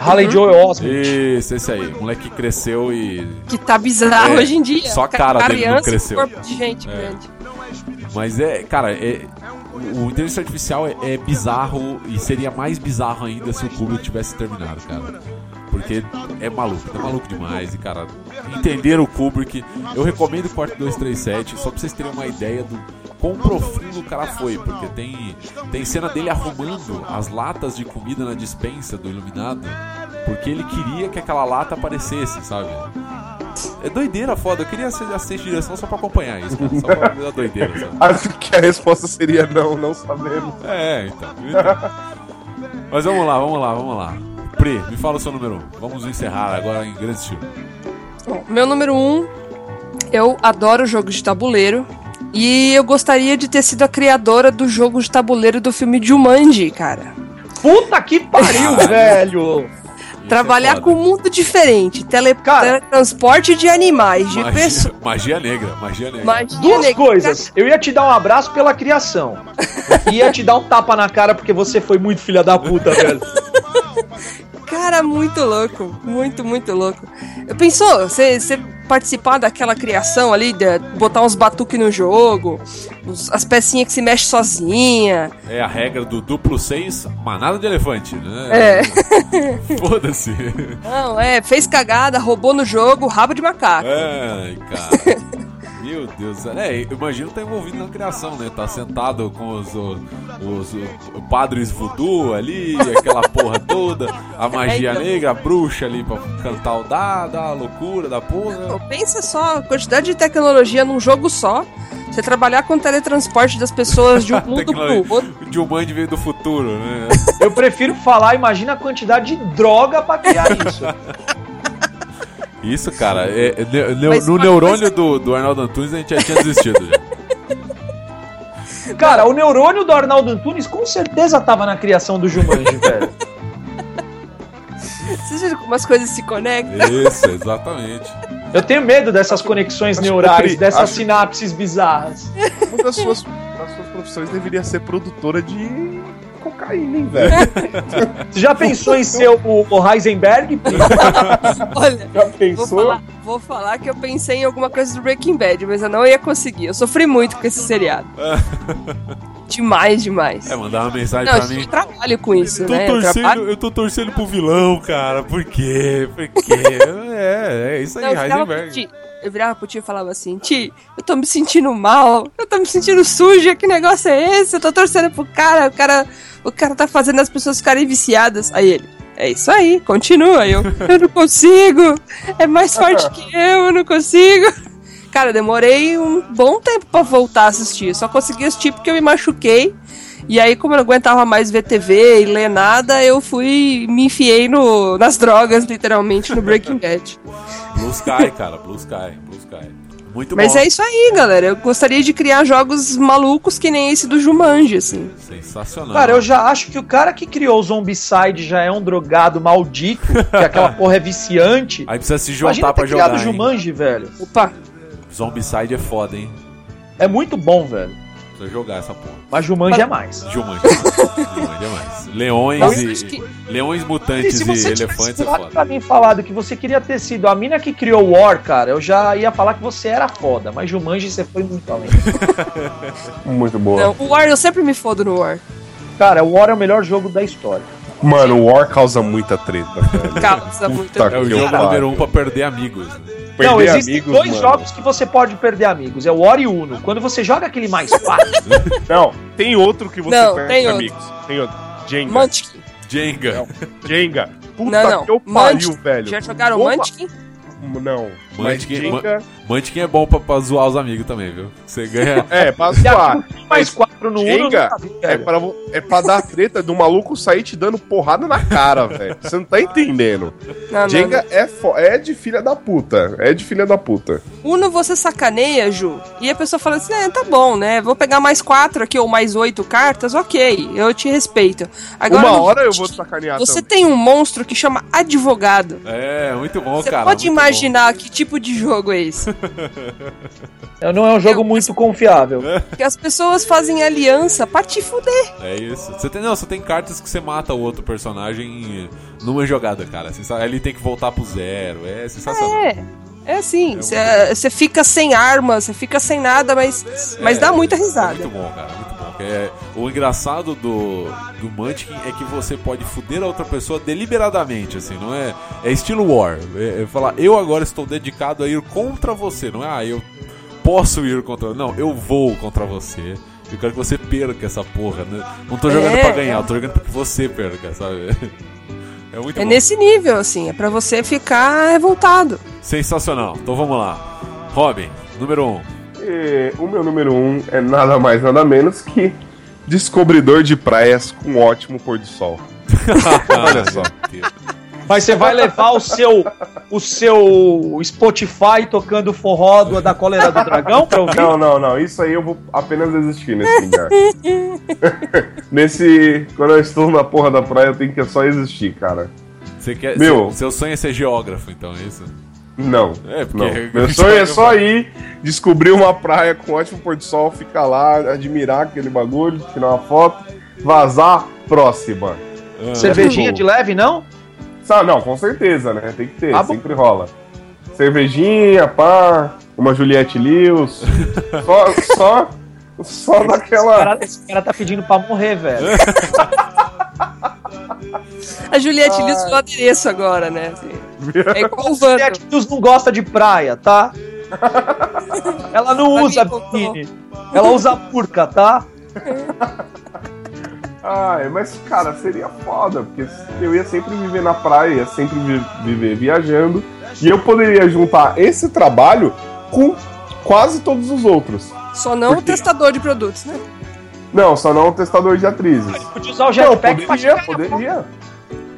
Speaker 4: Harley Joe Osmond.
Speaker 1: Isso, esse aí. O moleque cresceu e.
Speaker 2: Que tá bizarro
Speaker 1: É,
Speaker 2: hoje em dia.
Speaker 1: só a cara dele não
Speaker 2: Criança com
Speaker 1: cresceu. É.
Speaker 2: corpo de gente grande.
Speaker 1: Mas é, cara, é. O inteligência artificial é, é bizarro e seria mais bizarro ainda se o público tivesse terminado, cara. Porque é maluco, tá maluco demais. E, cara, entender o Kubrick. Eu recomendo o Quarto 237, só pra vocês terem uma ideia do quão profundo o cara foi. Porque tem, tem cena dele arrumando as latas de comida na dispensa do Iluminado. Porque ele queria que aquela lata aparecesse, sabe? É doideira foda. Eu queria assi- assistir direção só pra acompanhar isso, cara. Só pra ver a doideira, sabe?
Speaker 3: Acho que a resposta seria não, não sabemos.
Speaker 1: É, então. então. Mas vamos lá, vamos lá, vamos lá. Pri, me fala o seu número 1. Um. Vamos encerrar agora em grande estilo.
Speaker 2: Bom, meu número um, eu adoro jogo de tabuleiro. E eu gostaria de ter sido a criadora do jogo de tabuleiro do filme Jumanji, cara.
Speaker 4: Puta que pariu,
Speaker 1: Caralho.
Speaker 4: velho.
Speaker 1: Isso é
Speaker 2: Trabalhar
Speaker 1: foda.
Speaker 2: com um mundo diferente, tele
Speaker 4: Cara.
Speaker 2: teletransporte de animais, de pessoas.
Speaker 1: magia, magia negra, magia negra.
Speaker 2: Magia
Speaker 4: Duas
Speaker 2: negra.
Speaker 4: coisas. Eu ia te dar um abraço pela criação. E ia te dar um tapa na cara porque você foi muito filha da puta, velho.
Speaker 2: Cara, muito louco. Muito, muito louco. Pensou, você você participar daquela criação ali, de botar uns batuques no jogo, os- as pecinhas que se mexem sozinha.
Speaker 1: É a regra do duplo 6, manada de elefante, né?
Speaker 2: É.
Speaker 1: Foda-se.
Speaker 2: Não, é, fez cagada, roubou no jogo, rabo de macaco.
Speaker 1: Ai, cara. Meu Deus, é, eu imagino tá envolvido na criação, né? Tá sentado com os, o- os, o- o padres voodoo ali, aquela porra toda, a magia
Speaker 2: então.
Speaker 1: negra, a bruxa ali pra cantar o dado, a loucura da porra.
Speaker 2: Pô, Pensa só, a quantidade de tecnologia num jogo só. Você trabalhar com o teletransporte das pessoas de um mundo
Speaker 1: Tecnologia.
Speaker 2: pro outro.
Speaker 1: O Jumanji um veio do futuro, né?
Speaker 4: Eu prefiro falar, imagina a quantidade de droga pra criar isso.
Speaker 1: Isso, cara, é- é ne- ne-
Speaker 2: Mas
Speaker 1: no
Speaker 2: uma
Speaker 1: neurônio do, do Arnaldo Antunes a gente já tinha desistido. já.
Speaker 4: Cara, o neurônio do Arnaldo Antunes com certeza tava na criação do Jumanji, velho.
Speaker 2: Vocês viram como as coisas se conectam?
Speaker 1: Isso, exatamente.
Speaker 4: Eu tenho medo dessas conexões
Speaker 3: Acho que eu
Speaker 4: neurais,
Speaker 3: tri-
Speaker 4: dessas
Speaker 3: acho-
Speaker 4: sinapses bizarras.
Speaker 3: Uma das suas, das suas profissões deveria ser produtora de cocaína, hein, velho?
Speaker 4: Você já pensou em ser o, o Heisenberg?
Speaker 2: Olha,
Speaker 3: Já
Speaker 2: vou
Speaker 3: pensou?
Speaker 2: falar, vou falar que eu pensei em alguma coisa do Breaking Bad, mas eu não ia conseguir. Eu sofri muito com esse seriado. demais, demais.
Speaker 1: É, mandar uma mensagem
Speaker 2: não,
Speaker 1: pra
Speaker 2: eu
Speaker 1: mim.
Speaker 2: trabalho com isso,
Speaker 1: Tô
Speaker 2: né? Eu
Speaker 1: torcendo,
Speaker 2: trabalho.
Speaker 1: eu tô torcendo pro vilão, cara. Por quê? Por quê? é, é isso aí,
Speaker 2: Não, eu virava pro
Speaker 1: Heisenberg.
Speaker 2: Ti. Eu virava pro tio e falava assim, Ti, eu tô me sentindo mal, eu tô me sentindo suja, que negócio é esse? Eu tô torcendo pro cara, o cara, o cara tá fazendo as pessoas ficarem viciadas. Aí ele, é isso aí, continua. Eu, eu não consigo, é mais forte que eu, eu não consigo. Cara, eu demorei um bom tempo pra voltar a assistir. Eu só consegui assistir porque eu me machuquei. E aí, como eu não aguentava mais ver TV e ler nada, eu fui me enfiei no, nas drogas, literalmente, no Breaking Bad.
Speaker 1: Blue Sky, cara. Blue Sky, Blue Sky. Muito
Speaker 2: Mas
Speaker 1: bom.
Speaker 2: é isso aí, galera. Eu gostaria de criar jogos malucos que nem esse do Jumanji, assim.
Speaker 1: Sensacional.
Speaker 4: Cara, eu já acho que o cara que criou o Zombicide já é um drogado maldito, que aquela porra é viciante.
Speaker 1: Aí precisa
Speaker 3: um
Speaker 1: se
Speaker 4: Imagina
Speaker 1: juntar pra
Speaker 4: ter
Speaker 1: jogar.
Speaker 4: criado o
Speaker 1: Hein?
Speaker 4: Jumanji, velho.
Speaker 2: Opa,
Speaker 1: Zombicide é foda, hein?
Speaker 4: É muito bom, velho.
Speaker 1: Precisa jogar essa porra.
Speaker 4: Mas Jumanji é mais.
Speaker 1: Jumanji. Jumanji é mais.
Speaker 2: eu
Speaker 1: Leões
Speaker 2: acho
Speaker 1: e.
Speaker 2: que
Speaker 1: Leões
Speaker 4: E
Speaker 1: mutantes
Speaker 4: se
Speaker 1: e
Speaker 4: você tivesse
Speaker 1: elefantes é
Speaker 4: falado pra
Speaker 1: foda.
Speaker 4: mim falado que você queria ter sido a mina que criou o War, cara, eu já ia falar que você era foda, mas Jumanji você foi muito além.
Speaker 3: Muito boa.
Speaker 2: não. O War, eu sempre me fodo no War.
Speaker 4: Cara, o War é o melhor jogo da história.
Speaker 3: Mano, o War causa muita treta, velho.
Speaker 2: Causa muito.
Speaker 3: Puta
Speaker 1: É o
Speaker 3: que
Speaker 1: jogo
Speaker 3: pariu.
Speaker 1: número um pra perder amigos. né?
Speaker 3: Perder
Speaker 4: não, existem
Speaker 3: amigos,
Speaker 4: dois
Speaker 3: mano.
Speaker 4: jogos que você pode perder amigos, é o War e Uno. Quando você joga aquele mais fácil,
Speaker 3: Não, tem outro que você
Speaker 2: Não,
Speaker 3: perde
Speaker 2: tem outro.
Speaker 3: amigos. Tem outro. Jenga.
Speaker 2: Munchkin.
Speaker 1: Jenga.
Speaker 3: Jenga. Puta
Speaker 2: Não, não.
Speaker 3: que eu pariu,
Speaker 2: Munchkin.
Speaker 3: velho.
Speaker 2: Já jogaram
Speaker 3: Opa.
Speaker 2: Munchkin?
Speaker 3: Não. Mas
Speaker 1: Munchkin-
Speaker 3: Jenga...
Speaker 1: Munchkin é bom pra, pra zoar os amigos também, viu? Você ganha.
Speaker 3: É, pra
Speaker 4: você
Speaker 3: zoar.
Speaker 4: acha um mais quatro no Uno,
Speaker 3: Jenga
Speaker 4: nunca vi,
Speaker 3: É
Speaker 4: velho.
Speaker 3: pra, vo- é pra dar treta do maluco sair te dando porrada na cara, velho. Você não tá entendendo.
Speaker 2: Não, não,
Speaker 3: Jenga é, fo- é de filha da puta. É de filha da puta.
Speaker 2: não. Uno você sacaneia, Ju, e a pessoa fala assim, é, tá bom, né? Vou pegar mais quatro aqui ou mais oito cartas, ok, eu te respeito. Agora,
Speaker 3: Uma
Speaker 2: no
Speaker 3: hora eu
Speaker 2: Munchkin,
Speaker 3: vou te sacanear
Speaker 2: Você
Speaker 3: também.
Speaker 2: tem um monstro que chama advogado.
Speaker 1: É, muito bom,
Speaker 2: Você
Speaker 1: cara.
Speaker 2: pode
Speaker 1: muito bom.
Speaker 2: imaginar que tipo de jogo é esse?
Speaker 4: Não é um jogo muito confiável.
Speaker 2: Porque as pessoas fazem aliança pra te fuder.
Speaker 1: É isso. Você tem, não, você tem cartas que você mata o outro personagem numa jogada, cara. Sensa- Aí ele tem que voltar pro zero. É sensacional.
Speaker 2: É. É assim, você fica sem arma, você fica sem nada, mas, mas
Speaker 1: É,
Speaker 2: dá muita
Speaker 1: Muito
Speaker 2: risada.
Speaker 1: bom, cara, muito bom. É, o engraçado do, do Munchkin é que você pode fuder a outra pessoa deliberadamente, assim, não é? É estilo war. É, é falar, eu agora estou dedicado a ir contra você, não é? Ah, eu posso ir contra. Não, eu vou contra você. Eu quero que você perca essa porra. Né? Não tô jogando
Speaker 2: É.
Speaker 1: pra ganhar, eu tô jogando pra que você perca, sabe? É muito
Speaker 2: É
Speaker 1: bom.
Speaker 2: nesse nível, assim, é pra você ficar revoltado.
Speaker 1: Sensacional. Então vamos lá. Robin, número 1. Um.
Speaker 3: E o meu número um é nada mais, nada menos que descobridor de praias com ótimo pôr do sol.
Speaker 1: Ah,
Speaker 3: Olha só.
Speaker 4: Mas você vai levar o seu, o seu Spotify tocando forró do- da Colera do Dragão pra ouvir?
Speaker 3: Não, não, não. Isso aí eu vou apenas existir nesse lugar. nesse. Quando eu estou na porra da praia, eu tenho que só existir, cara.
Speaker 1: Você quer,
Speaker 3: Meu.
Speaker 1: seu, seu sonho é ser geógrafo, então, é isso?
Speaker 3: Não.
Speaker 1: É, porque-
Speaker 3: não. Meu sonho é só ir, descobrir uma praia com ótimo pôr do sol, ficar lá, admirar aquele bagulho, tirar uma foto, vazar, próxima.
Speaker 1: Ah,
Speaker 3: é
Speaker 4: Cervejinha de leve, não?
Speaker 3: Sabe, não, com certeza, né? Tem que ter,
Speaker 4: Ah, bom.
Speaker 3: sempre rola. Cervejinha, pá, uma Juliette Lewis. só, só, só
Speaker 4: Esse
Speaker 3: daquela.
Speaker 4: cara, esse cara tá pedindo pra morrer, velho.
Speaker 2: A Juliette Liz falou adereço agora, né? assim. É igual o
Speaker 4: Tem
Speaker 2: Wanda.
Speaker 4: atitudes não gosta de praia, tá? Ela não
Speaker 2: Pra
Speaker 4: usa
Speaker 2: mim, voltou.
Speaker 4: biquíni. Ela usa burca, tá?
Speaker 3: Ai, mas cara, seria foda, porque eu ia sempre viver na praia, ia sempre vi- viver viajando, e eu poderia juntar esse trabalho com quase todos os outros.
Speaker 2: Só não o
Speaker 3: Por quê?
Speaker 2: testador de produtos, né?
Speaker 3: Não, só não o testador de atrizes.
Speaker 4: Podia usar o
Speaker 3: Não,
Speaker 4: jetpack pra
Speaker 3: poderia,
Speaker 4: chegar.
Speaker 3: poderia.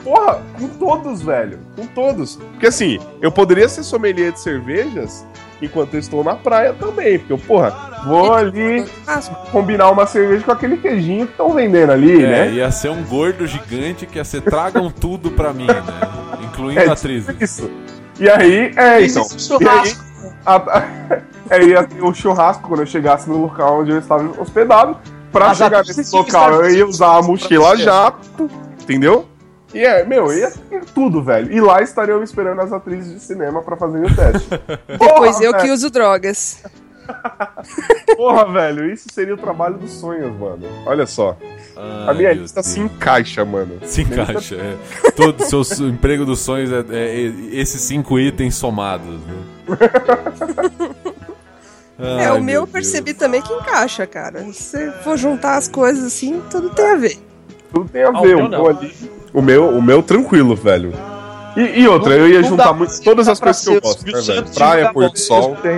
Speaker 3: Porra, com todos, velho. Com todos. Porque assim, eu poderia ser sommelier de cervejas enquanto eu estou na praia também. Porque, eu, porra, vou ali
Speaker 2: Ah,
Speaker 3: combinar uma cerveja com aquele queijinho que estão vendendo ali,
Speaker 1: É,
Speaker 3: né?
Speaker 1: ia ser um gordo gigante que ia ser tragam tudo pra mim, né? Incluindo
Speaker 3: É,
Speaker 1: atrizes.
Speaker 3: Isso. E aí, é, então.
Speaker 4: Existe churrasco.
Speaker 3: A, é, ia ter o churrasco quando eu chegasse no local onde eu estava hospedado. Pra
Speaker 4: Mas
Speaker 3: chegar
Speaker 4: a-
Speaker 3: nesse local, eu ia usar a mochila jato, entendeu? E é, meu, ia ter tudo, velho. E lá estariam me esperando as atrizes de cinema pra fazerem o teste.
Speaker 2: Pois
Speaker 3: Porra,
Speaker 2: eu que
Speaker 3: velho,
Speaker 2: uso drogas.
Speaker 3: Porra, velho, isso seria o trabalho dos sonhos, mano. Olha só.
Speaker 1: Ai,
Speaker 3: A minha
Speaker 1: Ah, meu
Speaker 3: lista tá
Speaker 1: Deus.
Speaker 3: se encaixa, mano.
Speaker 1: Se encaixa, é. Todo o seu su- emprego dos sonhos é, é- é esses cinco itens somados, né?
Speaker 2: é,
Speaker 1: Ai,
Speaker 2: o meu eu
Speaker 1: Deus.
Speaker 2: percebi também que encaixa, cara. Se você for juntar as coisas assim, tudo tem a ver.
Speaker 3: Tudo tem a
Speaker 4: Ah, o
Speaker 3: ver,
Speaker 4: meu
Speaker 3: o
Speaker 4: não.
Speaker 3: meu ali. O meu, o meu tranquilo, velho. E, e outra,
Speaker 4: Não-
Speaker 3: eu ia
Speaker 4: não
Speaker 3: juntar
Speaker 4: dá
Speaker 3: muito,
Speaker 4: pra
Speaker 3: todas
Speaker 4: ser-
Speaker 3: as coisas que eu
Speaker 4: pra
Speaker 3: gosto,
Speaker 4: ser
Speaker 3: né,
Speaker 4: o Silvio
Speaker 3: velho?
Speaker 4: Santos
Speaker 3: Praia,
Speaker 4: juntar
Speaker 3: pôr do
Speaker 4: com
Speaker 3: sol.
Speaker 4: isso, tem.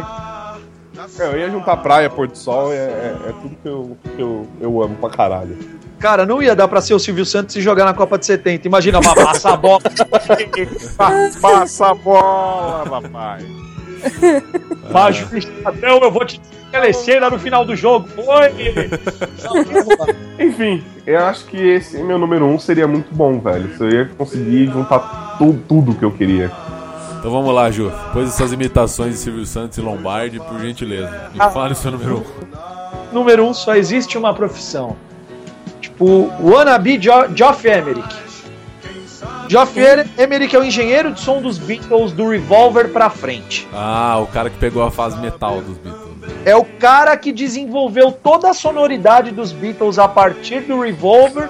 Speaker 3: É, eu ia juntar praia, pôr do sol, é, é- é tudo que eu, que eu, eu amo pra caralho.
Speaker 4: Cara, não ia dar pra ser o Silvio Santos se jogar na Copa de 70. Imagina, vai passar a bola.
Speaker 3: Pa- Passa a bola, papai.
Speaker 4: Vai, juiz, não, eu vou te estabelecer lá no final do jogo. Oi!
Speaker 3: Enfim, eu acho que esse meu número um seria muito bom, velho. Se eu ia conseguir juntar tu- tudo que eu queria.
Speaker 1: Então vamos lá, Ju. Pôs essas imitações de Silvio Santos e Lombardi, por gentileza. E fale o seu número um.
Speaker 4: Número um, só existe uma profissão. Tipo, wannabe Jo- Geoff Emerick. Geoff Er- Emerick é o engenheiro de som dos Beatles do Revolver pra frente.
Speaker 1: Ah, o cara que pegou a fase metal dos Beatles. né?
Speaker 4: É o cara que desenvolveu toda a sonoridade dos Beatles a partir do Revolver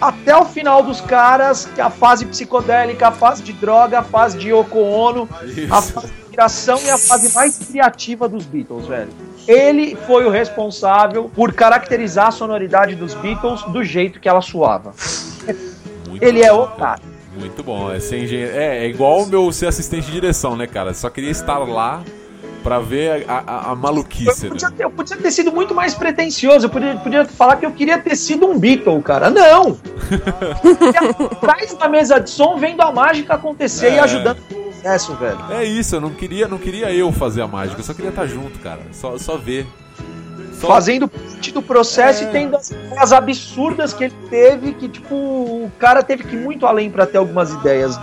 Speaker 4: até o final dos caras, que é a fase psicodélica, a fase de droga, a fase de Yoko Ono, a
Speaker 1: Isso.
Speaker 4: fase de inspiração e a fase mais criativa dos Beatles, velho. Ele foi o responsável por caracterizar a sonoridade dos Beatles do jeito que ela suava.
Speaker 1: Muito
Speaker 4: Ele é
Speaker 1: bom,
Speaker 4: o
Speaker 1: cara.
Speaker 4: cara.
Speaker 1: Muito bom, é ser engenheiro. É, é igual o meu ser assistente de direção, né, cara? Só queria estar lá pra ver a, a- a maluquice,
Speaker 4: Eu
Speaker 1: né?
Speaker 4: podia, ter, eu podia ter sido muito mais pretensioso, eu podia, podia falar que eu queria ter sido um Beatle, cara. Não! E atrás da mesa de som vendo a mágica acontecer e
Speaker 1: É.
Speaker 4: ajudando o processo, velho.
Speaker 1: É isso, eu não queria, não queria eu fazer a mágica, eu só queria estar junto, cara. Só, só ver. Só-
Speaker 4: Fazendo parte do processo
Speaker 1: É.
Speaker 4: e tendo as ideias absurdas que ele teve, que, tipo, o cara teve que ir muito além pra ter algumas ideias.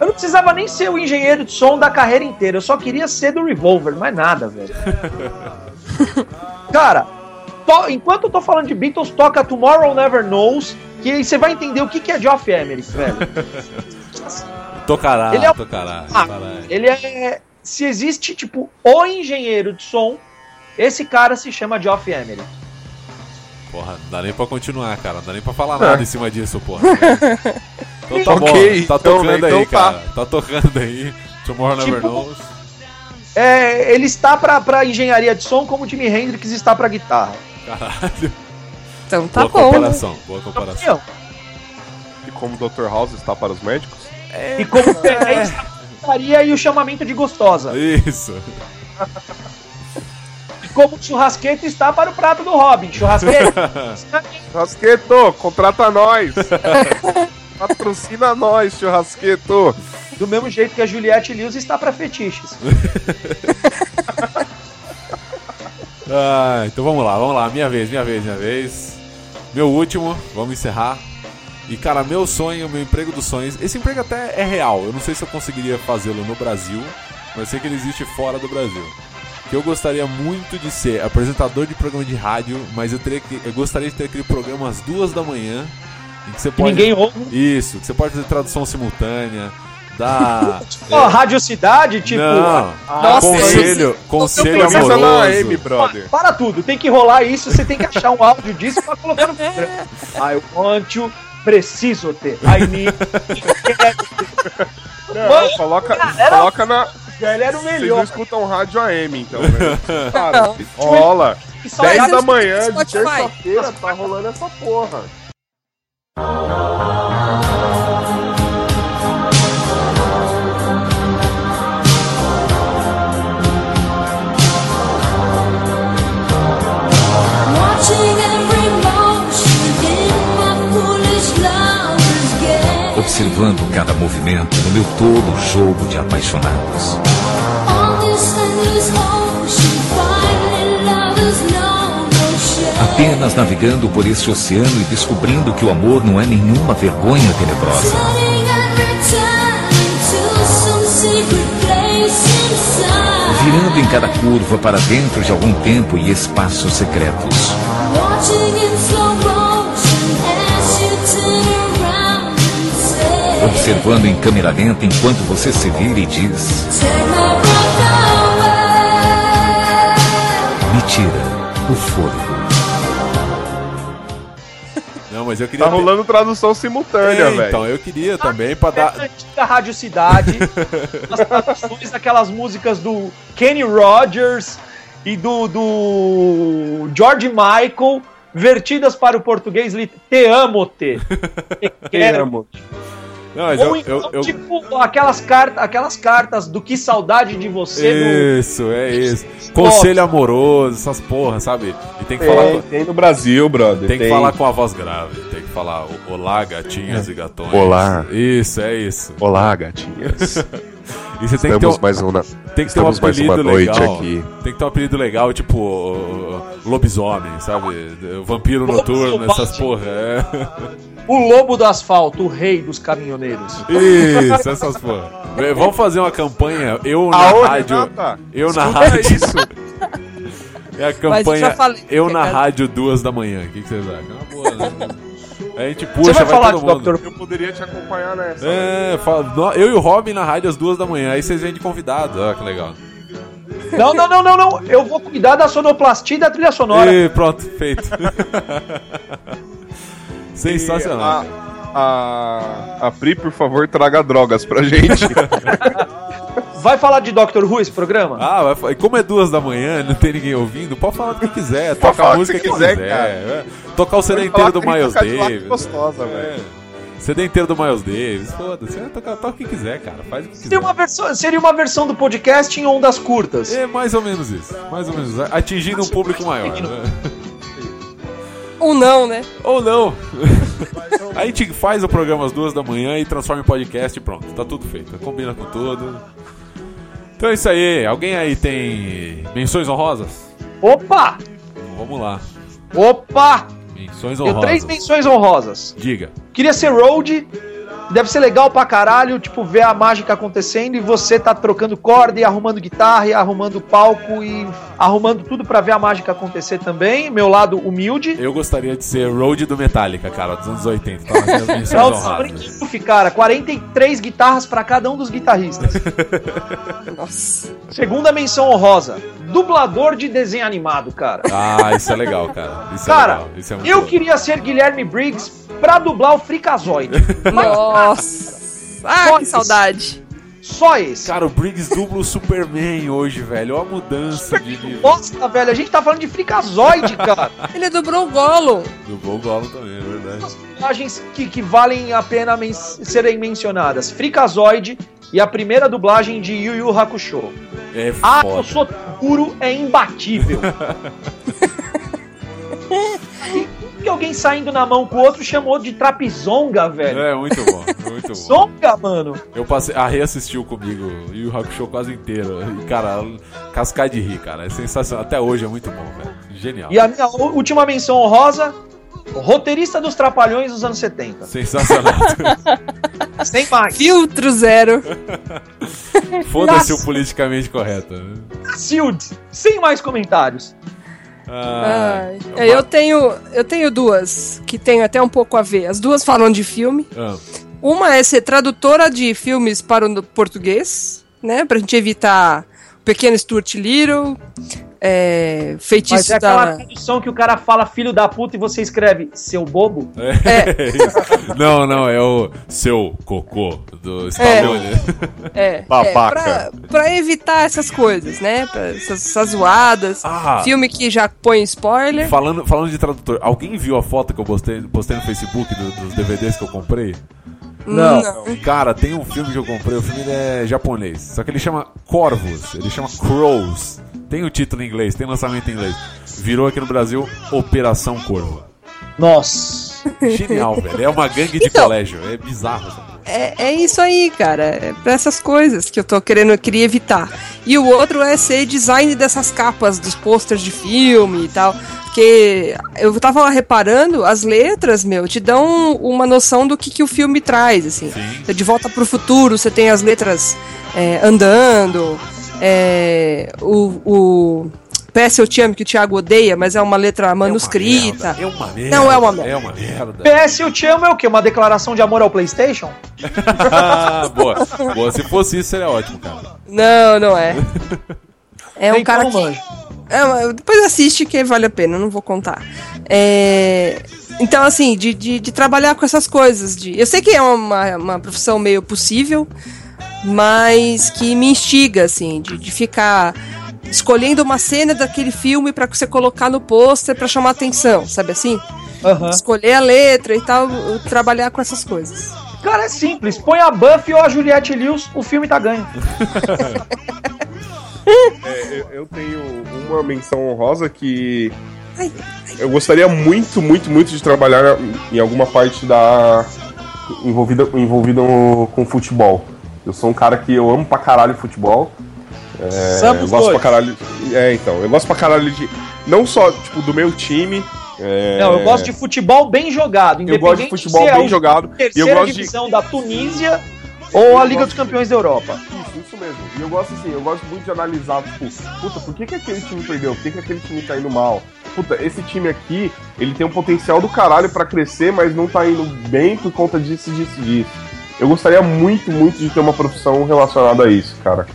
Speaker 4: Eu não precisava nem ser o engenheiro de som da carreira inteira. Eu só queria ser do Revolver, mais nada, velho. Cara, to- enquanto eu tô falando de Beatles, toca Tomorrow Never Knows, que aí você vai entender o que, que é Geoff Emerick, velho.
Speaker 1: Tocará,
Speaker 4: Ele é o-
Speaker 1: tocará,
Speaker 4: Ah,
Speaker 1: tocará.
Speaker 4: ele é. Se existe, tipo, o engenheiro de som, esse cara se chama Geoff Emerick.
Speaker 1: Porra, não dá nem pra continuar, cara. Não dá nem pra falar nada em cima disso, porra. então tá
Speaker 3: Ok,
Speaker 1: bom, tá
Speaker 3: então,
Speaker 1: tocando
Speaker 3: né, então
Speaker 1: aí,
Speaker 3: tá.
Speaker 1: cara. Tá tocando aí. Tomorrow Never
Speaker 4: Tipo-
Speaker 1: Knows.
Speaker 4: É, ele está pra, pra engenharia de som como o Jimi Hendrix está pra guitarra.
Speaker 1: Caralho.
Speaker 2: Então tá
Speaker 1: boa
Speaker 2: bom. né?
Speaker 1: comparação, boa comparação.
Speaker 4: Campeão.
Speaker 3: E como o Dr. House está para os médicos?
Speaker 4: E como o Pelé está pra putaria e o chamamento de gostosa.
Speaker 1: Isso.
Speaker 4: E como o churrasqueiro está para o prato do Robin. Churrasqueiro.
Speaker 3: Churrasqueto, contrata nós! Patrocina nós, churrasqueto!
Speaker 4: do mesmo jeito que a Juliette Lewis está pra fetiches.
Speaker 1: Ah, então vamos lá, vamos lá. Minha vez, minha vez, minha vez. Meu último, vamos encerrar. E cara, meu sonho, meu emprego dos sonhos. Esse emprego até é real. Eu não sei se eu conseguiria fazê-lo no Brasil, mas eu sei que ele existe fora do Brasil. Que eu gostaria muito de ser apresentador de programa de rádio, mas eu, teria que, eu gostaria de ter aquele programa às duas da manhã. Em que você
Speaker 4: Que
Speaker 1: pode.
Speaker 4: ninguém ouve.
Speaker 1: Isso, que você pode fazer tradução simultânea. Da.
Speaker 4: Ó, radiocidade, tipo.
Speaker 1: Não.
Speaker 4: ah,
Speaker 2: Nossa,
Speaker 1: conselho,
Speaker 2: isso-
Speaker 1: conselho
Speaker 2: Isso é
Speaker 3: Camisa na
Speaker 1: amoroso.
Speaker 3: AM, brother.
Speaker 4: Para tudo, tem que rolar isso, você tem que achar um áudio disso pra colocar no programa.
Speaker 2: É,
Speaker 4: Ah, eu want you, preciso ter. I need.
Speaker 3: Não, coloca, coloca na.
Speaker 4: Ele era o
Speaker 3: Vocês não
Speaker 4: melhor.
Speaker 3: escutam rádio AM, então, né? Cara, rola.
Speaker 4: que só
Speaker 3: 10
Speaker 4: era-
Speaker 3: da manhã de
Speaker 2: Spotify.
Speaker 3: terça-feira tá rolando essa porra.
Speaker 5: Observando cada movimento no meu todo jogo de apaixonados. Apenas navegando por esse oceano e descobrindo que o amor não é nenhuma vergonha tenebrosa. Virando em cada curva para dentro de algum tempo e espaços secretos. Observando em câmera lenta enquanto você se vira e diz: Me tira o fôlego.
Speaker 1: Não, mas eu queria.
Speaker 3: Tá
Speaker 1: ter-
Speaker 3: rolando tradução
Speaker 1: É,
Speaker 3: simultânea, velho.
Speaker 1: Então, eu queria também pra
Speaker 4: Essa
Speaker 1: dar.
Speaker 4: antiga Rádio Cidade, as traduções daquelas músicas do Kenny Rogers e do, do George Michael, vertidas para o português, lit- te amo, te. Te quero.
Speaker 1: Não, mas
Speaker 4: Ou
Speaker 1: eu.
Speaker 4: então,
Speaker 1: eu, eu...
Speaker 4: tipo, aquelas, carta, aquelas cartas do Que Saudade de Você.
Speaker 1: Isso, é isso. Conselho amoroso, essas porras, sabe? E tem que falar.
Speaker 3: Tem,
Speaker 1: com-
Speaker 3: tem no Brasil, brother.
Speaker 1: Tem que falar com a voz grave, tem que falar o- olá, gatinhas e gatões.
Speaker 3: É. Olá.
Speaker 1: Isso, é isso.
Speaker 3: Olá, gatinhas.
Speaker 1: E você tem que ter,
Speaker 3: Estamos
Speaker 1: um,
Speaker 3: mais uma,
Speaker 1: tem que ter um
Speaker 3: estamos mais
Speaker 1: apelido
Speaker 3: uma noite
Speaker 1: legal.
Speaker 3: aqui.
Speaker 1: Tem que ter um apelido legal, tipo o- o- lobisomem, sabe? O Vampiro noturno, essas porra. é.
Speaker 4: O Lobo do Asfalto, o rei dos caminhoneiros.
Speaker 1: Isso, essas porra. Vê, Vamos fazer uma campanha, eu na
Speaker 3: Aô,
Speaker 1: rádio.
Speaker 3: Renata,
Speaker 1: Eu na
Speaker 3: escuta
Speaker 1: rádio.
Speaker 3: isso.
Speaker 1: É a
Speaker 2: Mas eu já
Speaker 1: campanha
Speaker 2: falei. é
Speaker 1: Eu na
Speaker 2: Cara,
Speaker 1: rádio duas da manhã. O que, que vocês acham? É uma boa, né? A gente puxa,
Speaker 4: Você vai falar
Speaker 1: todo
Speaker 4: de
Speaker 1: mundo.
Speaker 4: Dr.
Speaker 3: Eu poderia te acompanhar nessa.
Speaker 1: É, fala- no- eu e o Robin na rádio às duas da manhã. Aí vocês vêm de convidado. Ah, que legal.
Speaker 4: Não, não, não, não, não. Eu vou cuidar da sonoplastia e da trilha sonora.
Speaker 1: E pronto, feito.
Speaker 3: E ah,
Speaker 1: Sensacional. cara.
Speaker 3: A, a, a Pri, por favor, traga drogas pra gente.
Speaker 4: Vai falar de Dr. Who esse programa?
Speaker 1: Ah, vai fa- como é duas da manhã, não tem ninguém ouvindo, pode falar o que quiser,
Speaker 3: Pode
Speaker 1: tocar
Speaker 3: falar
Speaker 1: a
Speaker 3: o que
Speaker 1: música que
Speaker 3: você
Speaker 1: quiser,
Speaker 3: quiser, cara.
Speaker 1: é. tocar o CD inteiro
Speaker 3: Falar
Speaker 1: do
Speaker 3: crítica
Speaker 1: Miles
Speaker 3: de lá que
Speaker 1: Davis.
Speaker 3: Gostosa, velho.
Speaker 1: É. CD inteiro do Miles Davis, foda-se, é, toca, toca o que quiser, cara, faz o que quiser.
Speaker 4: Seria uma, versão, seria uma versão do podcast em ondas curtas.
Speaker 1: É mais ou menos isso. Mais ou menos isso. Atingindo um público maior. né?
Speaker 2: Ou não, né?
Speaker 1: Ou não. A gente faz o programa às duas da manhã e transforma em podcast e pronto. Tá tudo feito. Combina com tudo. Então é isso aí. Alguém aí tem menções honrosas?
Speaker 4: Opa!
Speaker 1: Então Vamos lá.
Speaker 4: Opa!
Speaker 1: Menções
Speaker 4: Eu
Speaker 1: honrosas.
Speaker 4: três menções honrosas.
Speaker 1: Diga.
Speaker 4: Queria ser Road Deve ser legal pra caralho, tipo, ver a mágica acontecendo e você tá trocando corda e arrumando guitarra e arrumando palco e arrumando tudo pra ver a mágica acontecer também. Meu lado humilde.
Speaker 1: Eu gostaria de ser Road do Metallica, cara, dos anos 80. Tá nas minhas
Speaker 4: É
Speaker 1: menções
Speaker 4: o
Speaker 1: honrosas.
Speaker 4: Springfield, cara. 43 guitarras pra cada um dos guitarristas.
Speaker 2: Nossa.
Speaker 4: Segunda menção honrosa. Dublador de desenho animado, cara.
Speaker 1: Ah, isso é legal, cara. Isso é
Speaker 4: Cara,
Speaker 1: legal. Isso é muito
Speaker 4: eu
Speaker 1: bom.
Speaker 4: queria ser Guilherme Briggs pra dublar o Frikazoid.
Speaker 2: Nossa. Ah, que saudade.
Speaker 4: Só esse.
Speaker 1: Cara, o Briggs dubla o Superman hoje, velho. Olha a mudança de nível.
Speaker 4: Bosta, velho. A gente tá falando de Frikazoid, cara.
Speaker 2: Ele é dobrou o Gollum.
Speaker 1: Dublou o Gollum também, é verdade.
Speaker 4: Duas dublagens que, que valem a pena men- serem mencionadas. Frikazoid e a primeira dublagem de Yu Yu Hakusho.
Speaker 1: É
Speaker 4: Ah,
Speaker 1: foda.
Speaker 4: eu sou puro, é imbatível. E que alguém saindo na mão com o outro chamou de trapizonga, velho.
Speaker 1: É muito bom, muito bom.
Speaker 4: Zonga, mano.
Speaker 1: Eu passei, a Rê assistiu comigo e o Hakusho quase inteiro. E, cara, cascar de rir, cara. É sensacional. Até hoje é muito bom, velho. Genial.
Speaker 4: E a minha u- última menção honrosa, o roteirista dos Trapalhões dos anos 70.
Speaker 1: Sensacional.
Speaker 4: Sem mais.
Speaker 2: Filtro zero.
Speaker 1: Foda-se o politicamente correto. né?
Speaker 4: Cacilde. Sem mais comentários.
Speaker 1: Ah,
Speaker 2: Ai. É, Eu tenho, eu tenho duas que tem até um pouco a ver. As duas falam de filme.
Speaker 1: Ah,
Speaker 2: Uma é ser tradutora de filmes para o português, né? Pra gente evitar o pequeno Stuart Little, é,
Speaker 4: Mas
Speaker 2: feitiço
Speaker 4: é aquela
Speaker 2: da.
Speaker 4: tradução que o cara fala filho da puta e você escreve seu bobo.
Speaker 1: é isso. Não, não, é o seu cocô do Stallone.
Speaker 2: É,
Speaker 3: Ah, Babaca.
Speaker 2: É, pra, pra evitar essas coisas, né? Pra essas, essas zoadas.
Speaker 1: Ah.
Speaker 2: Filme que já põe spoiler.
Speaker 1: Falando, falando de tradutor, alguém viu a foto que eu postei, postei no Facebook do- dos DVDs que eu comprei?
Speaker 4: Não.
Speaker 1: Cara, tem um filme que eu comprei, o filme ele é japonês. Só que ele chama Corvos, ele chama Crows. Tem o título em inglês, tem lançamento em inglês. Virou aqui no Brasil Operação Corvo.
Speaker 4: Nossa.
Speaker 1: Genial, velho. É uma gangue de
Speaker 2: Então.
Speaker 1: colégio. É bizarro essa porra.
Speaker 2: É, é isso aí, cara. É pra essas coisas que eu tô querendo, eu queria evitar. E o outro é ser design dessas capas, dos posters de filme e tal. Porque eu tava lá reparando, as letras, meu, te dão uma noção do que, que o filme traz, assim.
Speaker 1: Sim.
Speaker 2: De volta pro futuro, você tem as letras é, andando. é, o. o PS Eu Te Amo, que o Thiago odeia, mas é uma letra manuscrita.
Speaker 1: É uma merda.
Speaker 2: Não, é uma merda.
Speaker 1: É uma merda.
Speaker 4: PS Eu Te Amo é o quê? Uma declaração de amor ao Playstation?
Speaker 1: Ah, boa. boa. Se fosse isso, seria ótimo, cara.
Speaker 2: Não, não é. É um
Speaker 4: Então,
Speaker 2: cara que.
Speaker 4: manjo.
Speaker 2: É, mas depois assiste que vale a pena, eu não vou contar. É, Então, assim, de, de, de trabalhar com essas coisas. De... Eu sei que é uma, uma profissão meio possível, mas que me instiga, assim, de, de ficar escolhendo uma cena daquele filme pra você colocar no pôster pra chamar atenção, sabe assim?
Speaker 4: Aham.
Speaker 2: Escolher a letra e tal, eu trabalhar com essas coisas.
Speaker 4: Cara, é simples. Põe a Buffy ou a Juliette Lewis, o filme tá ganho.
Speaker 3: Eu, eu tenho uma menção honrosa que
Speaker 2: Ai,
Speaker 3: eu gostaria muito, muito, muito de trabalhar em alguma parte da envolvida, envolvida com futebol. Eu sou um cara que eu amo pra caralho futebol. É, eu
Speaker 4: Somos
Speaker 3: gosto pra
Speaker 4: dois.
Speaker 3: caralho. É, então, eu gosto pra caralho de não só tipo do meu time. é,
Speaker 4: Não, eu gosto de futebol bem jogado.
Speaker 3: eu gosto de
Speaker 4: independente
Speaker 3: futebol
Speaker 4: se é
Speaker 3: bem
Speaker 4: o
Speaker 3: jogado e eu
Speaker 4: Terceira
Speaker 3: gosto de
Speaker 4: divisão da Tunísia ou a
Speaker 3: Eu gosto
Speaker 4: Liga dos
Speaker 3: de-
Speaker 4: Campeões da Europa.
Speaker 3: Isso, isso mesmo. E eu gosto assim, eu gosto muito de analisar, tipo, puta, por que, que aquele time perdeu? Por que, que aquele time tá indo mal? Puta, esse time aqui, ele tem um potencial do caralho pra crescer, mas não tá indo bem por conta disso, disso, disso. Eu gostaria muito, muito de ter uma profissão relacionada a isso, cara.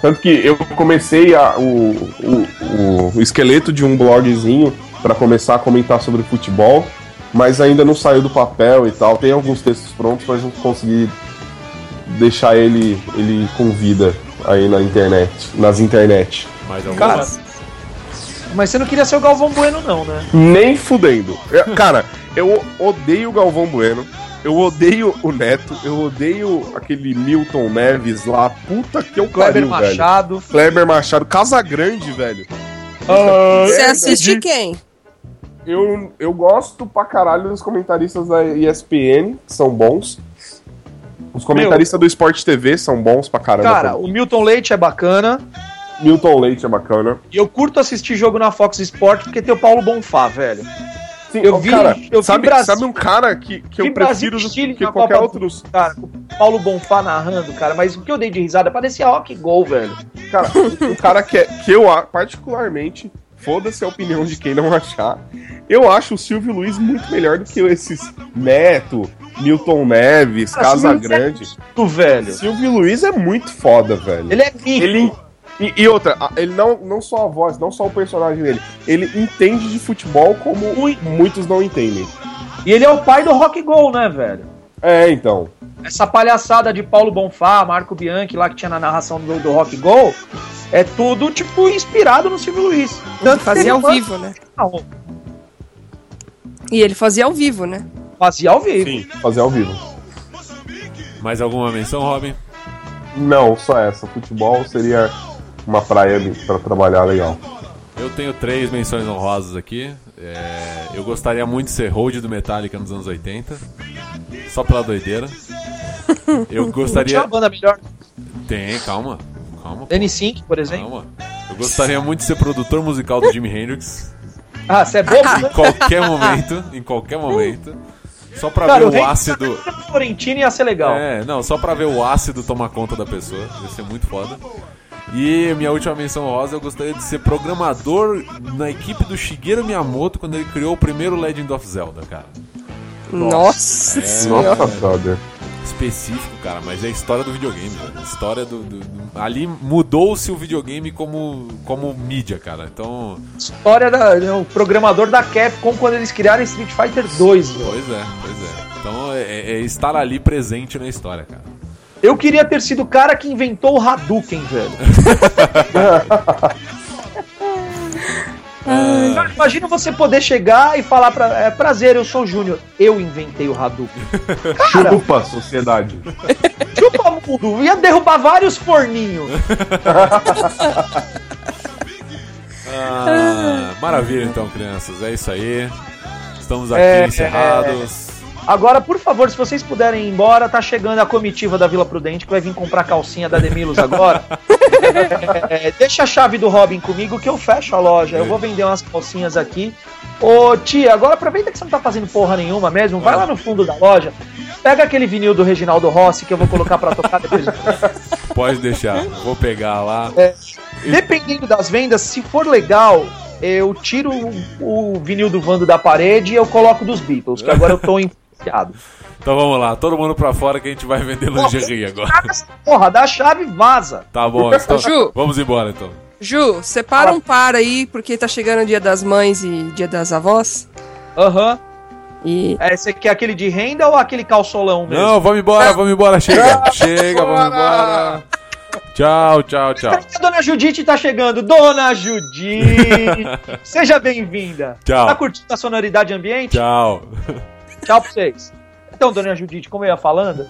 Speaker 3: Tanto que eu comecei a- o, o, o esqueleto de um blogzinho pra começar a comentar sobre futebol, mas ainda não saiu do papel e tal. Tem alguns textos prontos, mas não consegui deixar ele, ele com vida aí na internet, nas internet.
Speaker 1: Mas é uma
Speaker 4: Cara, mas você não queria ser o Galvão Bueno, não, né?
Speaker 3: Nem fudendo. É, Cara, eu odeio o Galvão Bueno, eu odeio o Neto, eu odeio aquele Milton Neves lá, puta que eu
Speaker 4: Kleber
Speaker 3: pariu, velho.
Speaker 4: Machado.
Speaker 3: Kleber Machado, Casa Grande, velho.
Speaker 2: Você
Speaker 3: É,
Speaker 2: assiste
Speaker 3: de-
Speaker 2: quem?
Speaker 3: Eu, eu gosto pra caralho dos comentaristas da ESPN, que são bons. Os comentaristas do Sport TV são bons pra caramba.
Speaker 4: Cara,
Speaker 3: também.
Speaker 4: o Milton Leite é bacana.
Speaker 3: Milton Leite é bacana.
Speaker 4: E eu curto assistir jogo na Fox Sport porque tem o Paulo Bonfá, velho.
Speaker 3: Sim,
Speaker 4: Eu
Speaker 3: ó,
Speaker 4: vi-
Speaker 3: cara,
Speaker 4: eu vi
Speaker 3: sabe,
Speaker 4: Brasil-
Speaker 3: sabe um cara que, que eu
Speaker 4: vi Brasil
Speaker 3: prefiro
Speaker 4: e
Speaker 3: do
Speaker 4: Chile
Speaker 3: que
Speaker 4: na
Speaker 3: qualquer
Speaker 4: Copa do
Speaker 3: outro?
Speaker 4: Cara, o Paulo Bonfá narrando, cara, mas o que eu dei de risada parecia rock gol, velho.
Speaker 3: Cara, um cara que, é- que eu, a- particularmente, foda-se a opinião de quem não achar, eu acho o Silvio Luiz muito melhor do que esses Neto, Milton Neves,
Speaker 4: Cara,
Speaker 3: Casa
Speaker 4: Silvio Luiz é
Speaker 3: Grande.
Speaker 4: Tu, velho.
Speaker 3: Silvio Luiz é muito foda, velho.
Speaker 4: Ele é rico.
Speaker 3: Ele. E, e outra, a- ele não, não só a voz, não só o personagem dele, ele entende de futebol como muitos não entendem.
Speaker 4: E ele é o pai do rock gol, né, velho?
Speaker 3: É, então.
Speaker 4: Essa palhaçada de Paulo Bonfá, Marco Bianchi lá que tinha na narração do, do rock gol, é tudo, tipo, inspirado no Silvio Luiz. Tanto que ele
Speaker 2: Fazia ao
Speaker 4: manda-
Speaker 2: vivo, né?
Speaker 4: Não,
Speaker 2: E ele fazia ao vivo, né?
Speaker 4: Fazia ao vivo.
Speaker 3: Fazer ao vivo.
Speaker 1: Mais alguma menção, Robin?
Speaker 3: Não, só essa. Futebol seria uma praia ali pra trabalhar legal.
Speaker 1: Eu tenho três menções honrosas aqui. É, eu gostaria muito de ser Hold do Metallica nos anos 80. Só pela doideira. Eu
Speaker 4: Tinha uma
Speaker 1: gostaria.
Speaker 4: banda melhor.
Speaker 1: Tem, calma. Calma,
Speaker 4: Danny Sink, por exemplo.
Speaker 1: calma. Eu gostaria muito de ser produtor musical do Jimi Hendrix.
Speaker 4: Ah, você é bobo?
Speaker 1: Em qualquer momento. Em qualquer momento. Só pra
Speaker 4: Cara, o
Speaker 1: ver o
Speaker 4: Hendrix-
Speaker 1: ácido.
Speaker 4: Florentino ia ser legal.
Speaker 1: É, não, só pra ver o ácido tomar conta da pessoa. Ia ser muito foda. E minha última menção rosa, eu gostaria de ser programador na equipe do Shigeru Miyamoto quando ele criou o primeiro Legend of Zelda, cara.
Speaker 2: Nossa, senhora.
Speaker 3: Nossa, brother.
Speaker 1: Específico, cara, mas é a história do videogame, velho. A história do. do- do- Ali mudou-se o videogame como, como mídia, cara. Então,
Speaker 4: História da, né, o programador da Capcom quando eles criaram Street Fighter 2, velho.
Speaker 1: pois é, pois é. Então é, é estar ali presente na história, cara.
Speaker 4: Eu queria ter sido o cara que inventou o Hadouken, velho. Cara, Imagina você poder chegar e falar pra. É prazer, eu sou o Júnior. Eu inventei o Hadouken. Cara,
Speaker 3: Chupa, sociedade.
Speaker 4: chupa mundo. Ia derrubar vários forninhos.
Speaker 1: Ah, maravilha então, crianças. É isso aí. Estamos aqui
Speaker 4: É,
Speaker 1: encerrados.
Speaker 4: Agora, por favor, se vocês puderem ir embora, tá chegando a comitiva da Vila Prudente que vai vir comprar calcinha da Demilos agora. É, deixa a chave do Robin comigo que eu fecho a loja. Eu vou vender umas calcinhas aqui. Ô tia, agora aproveita que você não tá fazendo porra nenhuma mesmo. Vai lá no fundo da loja, pega aquele vinil do Reginaldo Rossi que eu vou colocar pra tocar depois.
Speaker 1: Pode deixar, vou pegar lá.
Speaker 4: Dependendo das vendas, se for legal, eu tiro o, o vinil do Vando da parede e eu coloco dos Beatles, que agora eu tô enfiado.
Speaker 1: Então vamos lá, todo mundo pra fora que a gente vai vender lingerie agora.
Speaker 4: Taca essa Porra, dá a chave e vaza.
Speaker 1: Tá bom, então,
Speaker 2: Ju.
Speaker 1: vamos embora então.
Speaker 2: Ju, separa um par aí, porque tá chegando o dia das mães e dia das avós.
Speaker 4: Aham.
Speaker 2: E
Speaker 4: É, você quer aquele de renda ou aquele calçolão mesmo?
Speaker 1: Não, vamos embora, vamos embora, chega. Chega, vamos embora. Tchau, tchau, tchau.
Speaker 4: Peraí que a dona Judite tá chegando. Dona Judite, seja bem-vinda.
Speaker 1: Tchau.
Speaker 4: Tá curtindo a sonoridade ambiente?
Speaker 1: Tchau.
Speaker 4: Tchau pra vocês. Então, dona Judite, como eu ia falando,